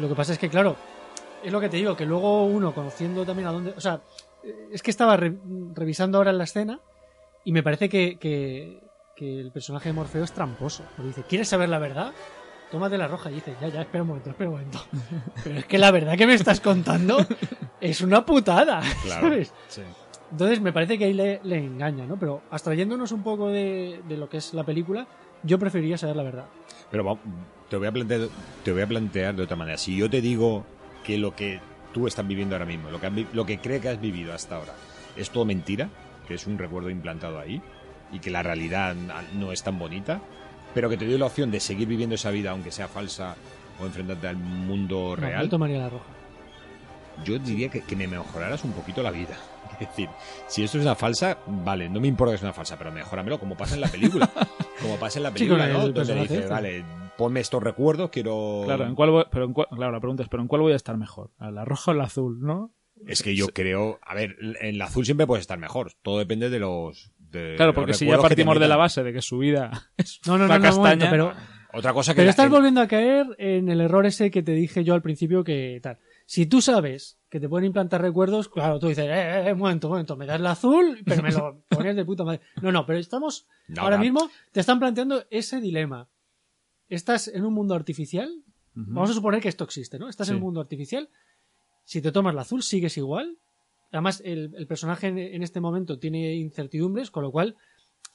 Lo que pasa es que, claro, es lo que te digo, que luego uno conociendo también a dónde. O sea, eh, es que estaba re- revisando ahora la escena y me parece que, que- que el personaje de Morfeo es tramposo. Porque dice, ¿quieres saber la verdad? Tómate la roja y dice, ya, ya, espera un momento, espera un momento. Pero es que la verdad que me estás contando es una putada,
Claro.
¿sabes?
Sí.
Entonces me parece que ahí le, le engaña, ¿no? Pero abstrayéndonos un poco de, de lo que es la película, yo preferiría saber la verdad.
Pero va- te voy, a plantear, te voy a plantear de otra manera. Si yo te digo que lo que tú estás viviendo ahora mismo, lo que, has vi- lo que cree que has vivido hasta ahora, es todo mentira, que es un recuerdo implantado ahí, y que la realidad na- no es tan bonita, pero que te doy la opción de seguir viviendo esa vida, aunque sea falsa, o enfrentarte al mundo
No,
real,
yo tomaría la roja.
yo diría que, que me mejoraras un poquito la vida. Es decir, si esto es una falsa, vale, no me importa que sea una falsa, pero mejoramelo como pasa en la película. Como pasa en la
Sí, con
película,
el
¿no? Donde
personaje
dice,
este.
vale, ponme estos recuerdos, quiero...
Claro, ¿en cuál voy- pero en cuál- claro, la pregunta es, ¿pero en cuál voy a estar mejor? ¿A la roja o la azul, no?
Es que yo creo, a ver, en la azul siempre puedes estar mejor. Todo depende de los. de
Claro,
los
porque si ya
recuerdos que te
partimos de la
metan.
base de que su vida es
No, no, no, no,
una
un
castaña...
momento, pero,
Otra cosa Ah, que.
pero
la-
estás
el-
volviendo a caer en el error ese que te dije yo al principio que tal. Si tú sabes que te pueden implantar recuerdos, claro, tú dices, eh, eh, eh, un momento, un momento, me das la azul, pero me lo pones de puta madre. No, no, pero estamos,
No,
ahora
no.
mismo, te están planteando ese dilema. Estás en un mundo artificial
Ujú.
Vamos a suponer que esto existe, ¿no? Estás en
Sí.
un mundo artificial. Si te tomas la azul, sigues igual. Además, el, el personaje en, en este momento tiene incertidumbres, con lo cual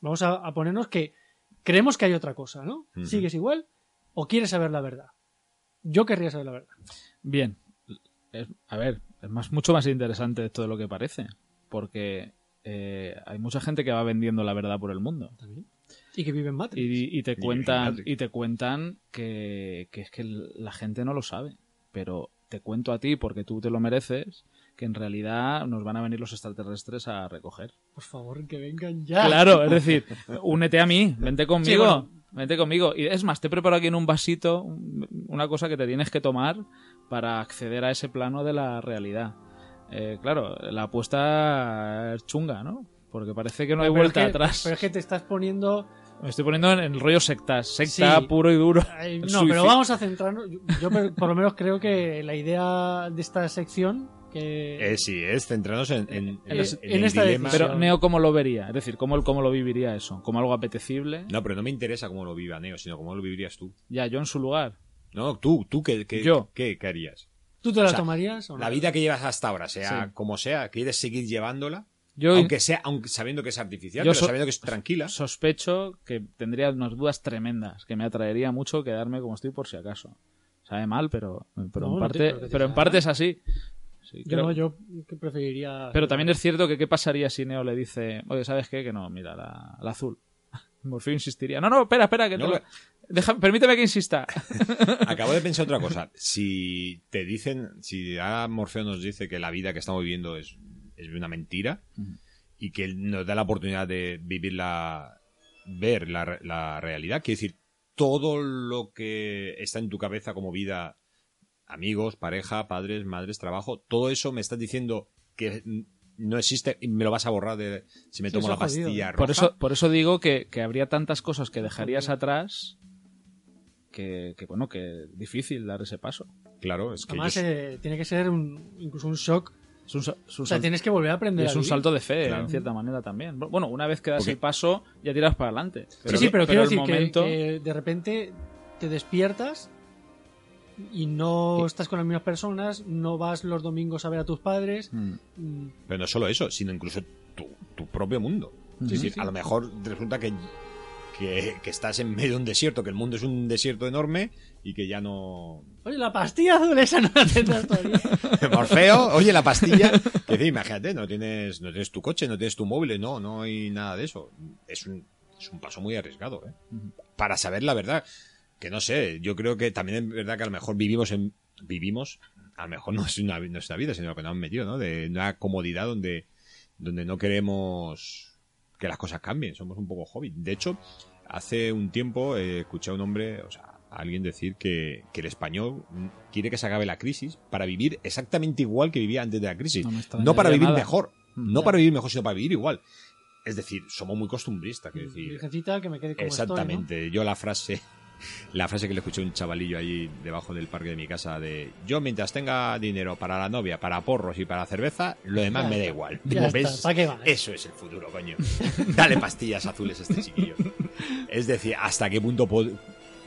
vamos a, a ponernos que creemos que hay otra cosa, ¿no?
Ujú.
¿Sigues igual o quieres saber la verdad? Yo querría saber la verdad.
Bien. Es- a ver, es más, mucho más interesante esto de lo que parece. Porque eh, hay mucha gente que va vendiendo la verdad por el mundo.
Y que vive en Matrix.
Y, y te
que
cuentan,
fíjate.
y te cuentan que, que es que la gente no lo sabe. Pero te cuento a ti, porque tú te lo mereces, que en realidad nos van a venir los extraterrestres a recoger.
Por favor, que vengan ya.
Claro, es decir, únete a mí, vente conmigo,
Sí, bueno.
vente conmigo. Y es más, te preparo aquí en un vasito un- una cosa que te tienes que tomar para acceder a ese plano de la realidad. Eh, claro, la apuesta es chunga, ¿no? Porque parece que no hay
Pero
vuelta
es que-
atrás.
Pero es que te estás poniendo.
Me estoy poniendo en el rollo sectas, secta
Sí.
puro y duro.
Ay,
El
no,
suicidio.
pero vamos a centrarnos. Yo, yo por, por lo menos creo que la idea de esta sección. Que...
Eh, sí, es centrarnos en, en,
en
en
esta
el
decisión.
dilema.
Pero Neo cómo lo vería, es decir, cómo, cómo lo viviría eso, como algo apetecible,
No, pero no me interesa cómo lo viva Neo, sino cómo lo vivirías tú.
ya yo en su lugar.
No, tú, tú, ¿qué, qué,
Yo.
qué- qué harías?
¿Tú te la
o sea,
tomarías o no?
La vida que llevas hasta ahora, sea
Sí.
como sea, ¿quieres seguir llevándola?
Yo
aunque sea, aunque sabiendo que es artificial,
Yo
pero
so-
sabiendo que es tranquila.
sospecho que tendría unas dudas tremendas, que me atraería mucho quedarme como estoy por si acaso. Sabe mal, pero, pero
No,
en
no te-
parte,
pero que te
pero en
sabe
parte
mal.
es así. Sí,
Yo
creo-
no, yo que preferiría.
Pero también es cierto que qué pasaría si Neo le dice, oye, ¿sabes qué? Que no, mira, la, la azul. Morfeo insistiría, no, no, espera, espera, que
No,
te lo-
pero-
Deja- permíteme que insista.
Acabo de pensar otra cosa. Si te dicen, si ahora Morfeo nos dice que la vida que estamos viviendo es, es una mentira y que él nos da la oportunidad de vivir la, ver la, re- la realidad, quiere decir, todo lo que está en tu cabeza como vida, amigos, pareja, padres, madres, trabajo, todo eso me estás diciendo que mm, no existe y me lo vas a borrar de, si me
Sí,
tomo
eso
la
es jodido,
pastilla roja.
Por eso, por eso digo que, que habría tantas cosas que dejarías atrás que, que, bueno, que difícil dar ese paso.
Claro, es que
Además,
yo-
eh, tiene que ser un- incluso un shock
Es un sa- es un
O sea,
sal-
tienes que volver a aprender
Es
a
un
vivir.
salto de fe,
Claro.
en cierta manera también. Bueno, una vez que das
Porque-
el paso, ya tiras para adelante.
sí, sí, pero, quiero
el
decir que-
momento-
que, de repente te despiertas y no estás con las mismas personas, no vas los domingos a ver a tus padres.
Mm.
mm,
Pero no solo eso, sino incluso tu, tu propio mundo.
Ujú.
Es decir,
Sí.
a lo mejor resulta que, que, que estás en medio de un desierto, que el mundo es un desierto enorme y que ya no.
Oye, la pastilla azul esa no la tendrás todavía.
Morfeo, oye, la pastilla. Que decir, imagínate, no tienes, no tienes tu coche, no tienes tu móvil, no, no hay nada de eso. Es un, es un paso muy arriesgado, ¿eh? Para saber la verdad. Que no sé, yo creo que también es verdad que a lo mejor vivimos en. Vivimos, a lo mejor no es una, nuestra vida, sino lo que nos han metido, ¿no? De una comodidad donde, donde no queremos que las cosas cambien, somos un poco hobby. De hecho, hace un tiempo eh, escuché a un hombre, o sea, a alguien decir que, que el español mm, quiere que se acabe la crisis para vivir exactamente igual que vivía antes de la crisis.
No me
No,
extrañaría
para vivir
nada.
mejor,
Mm,
no
ya.
para vivir mejor, sino para vivir igual. Es decir, somos muy costumbristas, quiero decir.
Virgencita, que me quede como Mm, estoy, ¿no?
Exactamente. Yo la frase, la frase que le escuché a un chavalillo ahí debajo del parque de mi casa de yo mientras tenga dinero para la novia, para porros y para cerveza, lo demás
Ya
me da
está.
igual.
Ya
Digo,
está,
¿ves?
¿pa' qué va?
Eso es el futuro, coño. Dale pastillas azules a este chiquillo. Es decir, hasta qué punto pod-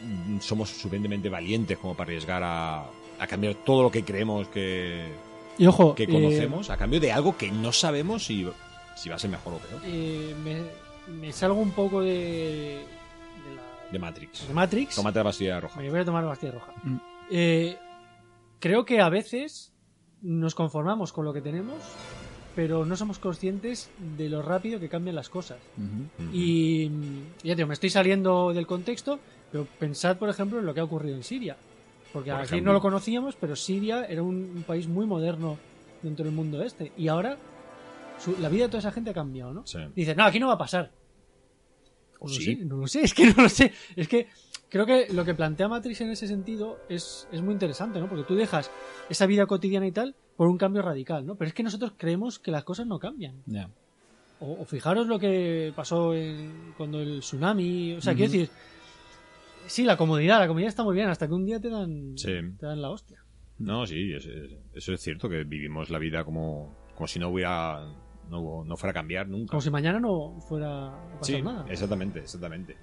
mm, somos suficientemente valientes como para arriesgar a, a cambiar todo lo que creemos que,
Y ojo,
que
eh,
conocemos, a cambio de algo que no sabemos si, si va a ser mejor o peor.
Eh, me, me salgo un poco de, de la-
De Matrix.
de Matrix.
Tómate la pastilla roja.
Me voy a tomar pastilla roja. Eh, creo que a veces nos conformamos con lo que tenemos, pero no somos conscientes de lo rápido que cambian las cosas. Y mm, ya te digo, me estoy saliendo del contexto, pero pensad, por ejemplo, en lo que ha ocurrido en Siria. Porque
Por
aquí
ejemplo.
no lo conocíamos, pero Siria era un, un país muy moderno dentro del mundo este. Y ahora su- la vida de toda esa gente ha cambiado, ¿no?
Sí.
Dice, no, aquí no va a pasar.
O
No lo
sí.
sé, no lo sé, es que no lo sé. Es que creo que lo que plantea Matrix en ese sentido es, es muy interesante, ¿no? Porque tú dejas esa vida cotidiana y tal por un cambio radical, ¿no? Pero es que nosotros creemos que las cosas no cambian.
Ya.
O, o fijaros lo que pasó en- cuando el tsunami. O sea,
Ujú.
quiero decir. Sí, la comodidad, la comodidad está muy bien, hasta que un día te dan,
Sí.
te dan la hostia.
No, sí, es- es- eso es cierto, que vivimos la vida como, como si no hubiera no, no fuera a cambiar nunca.
Como si mañana no fuera a pasar
sí,
nada.
exactamente, exactamente.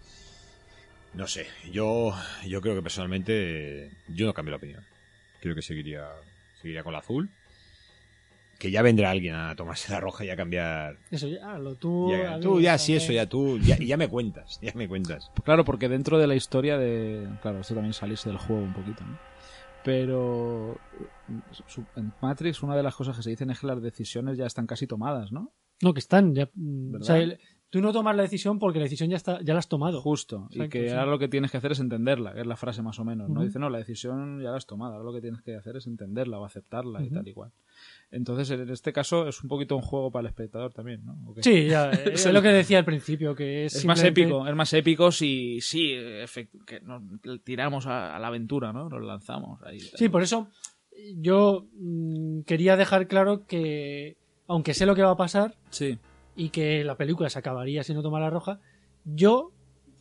No sé, yo, yo creo que personalmente eh, yo no cambio la opinión. Creo que seguiría, seguiría con la azul. Que ya vendrá alguien a tomarse la roja y a cambiar.
Eso ya, lo tú.
Ya,
a
tú,
mí,
ya, sí,
también.
eso, ya tú, ya, ya me cuentas, ya me cuentas.
Claro, porque dentro de la historia de. Claro, esto también salirse del juego un poquito, ¿no? Pero. su- En Matrix, una de las cosas que se dicen es que las decisiones ya están casi tomadas, ¿no?
No, que están. Ya, mm, o sea,
¿Verdad?
el- tú no tomas la decisión porque la decisión ya, está, ya la has tomado.
Justo. Y
Exacto, sí.
que ahora lo que tienes que hacer es entenderla, que es la frase más o menos. No
Ujú.
dice, no, la decisión ya la has tomado, ahora lo que tienes que hacer es entenderla o aceptarla y
Ujú.
tal y cual. Entonces, en este caso es un poquito un juego para el espectador también, ¿no? ¿O qué?
Sí, ya, eh, es
el-
lo que decía al principio, que es.
Es, más
simplemente-
épico, es más épico si sí, efect- que nos tiramos a, a la aventura, ¿no? Nos lanzamos ahí.
Sí, por eso yo mm, quería dejar claro que, aunque sé lo que va a pasar
Sí.
y que la película se acabaría si no tomara roja, yo,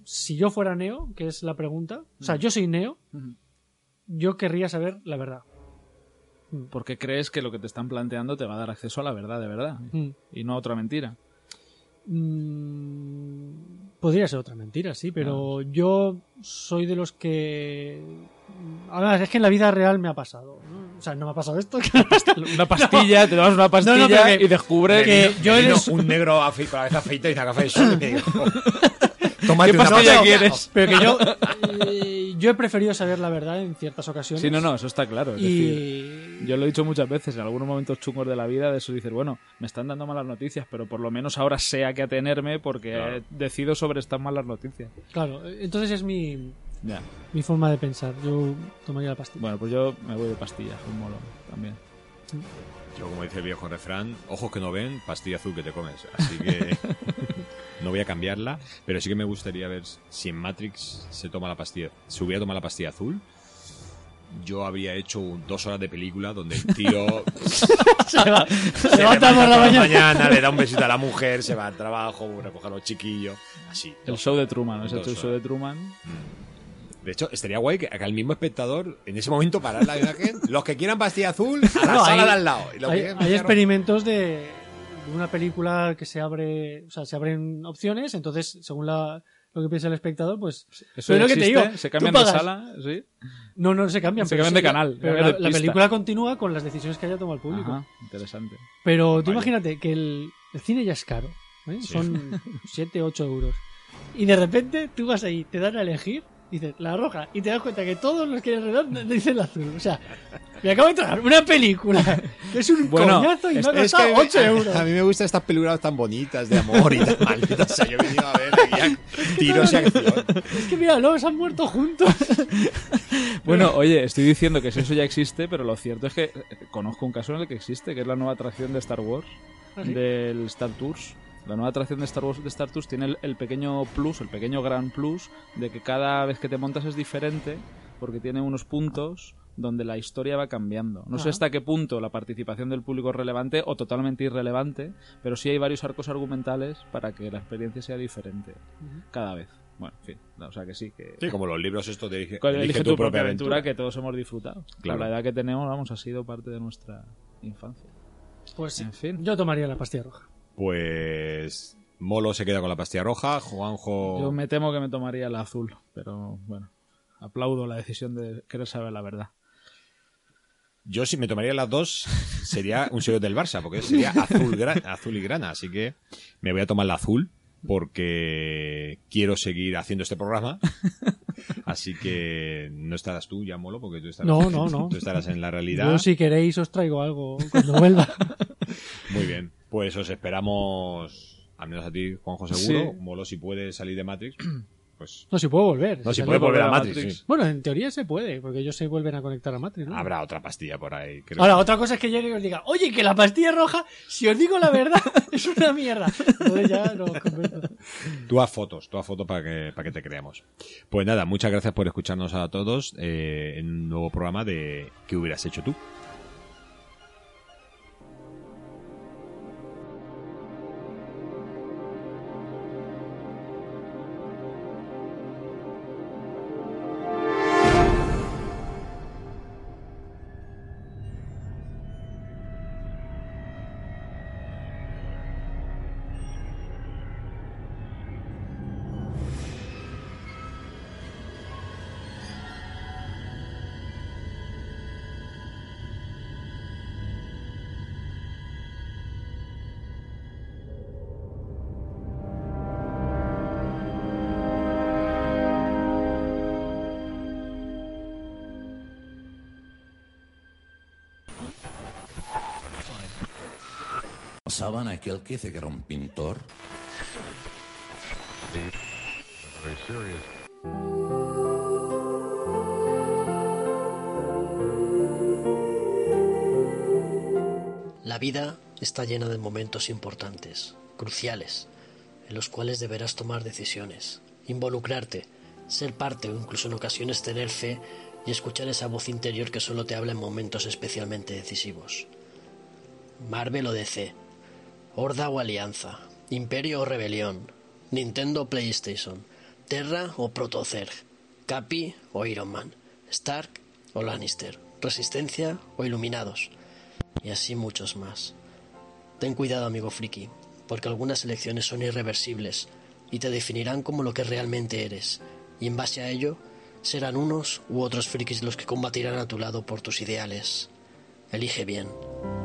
si yo fuera Neo, que es la pregunta, o sea,
Ujú.
yo soy Neo,
Ujú.
yo querría saber la verdad.
Porque crees que lo que te están planteando te va a dar acceso a la verdad de verdad
Mm.
y no a otra mentira.
Mm, podría ser otra mentira, sí, pero yo soy de los que... Además, es que en la vida real me ha pasado. ¿no? O sea, no me ha pasado esto.
Una pastilla, te tomas una pastilla
No, no, pero que-
y descubres
que
Me
yo
vino
eres-
un negro afe- con la cabeza feita y una café de sol y me dijo, tómate
¿Qué
una
pastilla
pastilla".
quieres?
Pero que yo, eh, yo he preferido saber la verdad en ciertas ocasiones.
Sí, no, no, eso está claro. es
Y-
decir, yo lo he dicho muchas veces, en algunos momentos chungos de la vida, de eso dices, bueno, me están dando malas noticias, pero por lo menos ahora sé a qué atenerme porque
Claro.
decido sobre estas malas noticias.
Claro, eh, entonces es mi, mi forma de pensar. Yo tomaría la pastilla.
Bueno, pues yo me voy de pastillas, un molo también.
Yo, como dice el viejo refrán, ojos que no ven, pastilla azul que te comes. Así que no voy a cambiarla, pero sí que me gustaría ver si en Matrix se toma la pastilla, se hubiera tomado la pastilla azul. Yo habría hecho un- dos horas de película donde el tío
Se va- se
se
levanta por la mañana.
le da un besito a la mujer, se va al trabajo, recoge a los chiquillos, así.
ah.
El show de Truman, ¿no? Ese
Dos
show de Truman.
De hecho, estaría guay que acá el mismo espectador, en ese momento, parar la imagen. Los que quieran pastilla azul, a la
No,
sala
hay-
de al lado. Y los que
Hay,
quieran
hay
pastilla roja-
experimentos de de una película que se abre, o sea, se abren opciones, entonces según la, lo que piensa el espectador, pues
Eso
es lo que te
existe,
digo.
se
tú
cambian de
pagas.
sala, sí.
No, no se cambian.
Se
pero
cambian de
sí, la-
canal,
Pero
cambian
la,
de
la
pista.
película continúa con las decisiones que haya tomado el público.
Ajá, interesante.
Pero tú imagínate que el, el cine ya es caro. ¿eh?
Sí.
Son 7, 8 euros. Y de repente tú vas ahí, te dan a elegir, dices la roja, y te das cuenta que todos los que hay alrededor no- no dicen la azul. O sea, me acabo de tragar una película que es un
Bueno,
coñazo y me
es-
ha
es que
costado
a mí-
8 euros.
A, mí me gustan estas películas tan bonitas de amor y tan malditas. O sea, yo he venido a ver aquí a tiros y acción.
Es que mira, los han muerto juntos.
Bueno, oye, estoy diciendo que eso ya existe, pero lo cierto es que eh, conozco un caso en el que existe, que es la nueva atracción de Star Wars,
¿Ah, sí?
del Star Tours. La nueva atracción de Star Wars de Star Tours tiene el, el pequeño plus, el pequeño gran plus, de que cada vez que te montas es diferente, porque tiene unos puntos donde la historia va cambiando. No sé
Ah.
hasta qué punto la participación del público es relevante o totalmente irrelevante, pero sí hay varios arcos argumentales para que la experiencia sea diferente cada vez. Bueno, en fin, o sea que sí, que...
Sí, como los libros estos de Elige,
Con el
Elige
Elige tu, propia aventura, que todos hemos disfrutado.
Claro.
Con La edad que tenemos, vamos, ha sido parte de nuestra infancia.
Pues sí, yo tomaría la pastilla roja.
Pues Molo se queda con la pastilla roja, Juanjo...
Yo me temo que me tomaría la azul, pero bueno, aplaudo la decisión de querer saber la verdad.
Yo si me tomaría las dos sería un sello del Barça, porque sería azul, gra- azul y grana. Así que me voy a tomar la azul porque quiero seguir haciendo este programa. Así que no estarás tú ya, Molo, porque tú estarás,
No, no, no.
Tú estarás en la realidad.
Yo si queréis os traigo algo cuando vuelva.
Muy bien. Pues os esperamos, al menos a ti, Juanjo, seguro.
Sí.
Molo, si puedes salir de Matrix, pues...
No, si puedo volver.
No, si
sale-
puede volver a Matrix. sí.
Bueno, en teoría se puede, porque ellos se vuelven a conectar a Matrix, ¿no?
Habrá otra pastilla por ahí. creo.
Ahora, otra cosa es que llegue y os diga, oye, que la pastilla roja, si os digo la verdad, es una mierda. Entonces ya no os convenzo.
Tú haz fotos, tú haz fotos para que, para que te creamos. Pues nada, muchas gracias por escucharnos a todos eh, en un nuevo programa de ¿Qué hubieras hecho tú?
¿Saben aquel que dice que era un pintor?
La vida está llena de momentos importantes, cruciales, en los cuales deberás tomar decisiones, involucrarte, ser parte o incluso en ocasiones tener fe y escuchar esa voz interior que solo te habla en momentos especialmente decisivos. Marvel o DC, Horda o Alianza, Imperio o Rebelión, Nintendo o PlayStation, Terra o Protozerg, Capi o Iron Man, Stark o Lannister, Resistencia o Iluminados y así muchos más. Ten cuidado, amigo friki, porque algunas elecciones son irreversibles y te definirán como lo que realmente eres, y en base a ello serán unos u otros frikis los que combatirán a tu lado por tus ideales. Elige bien.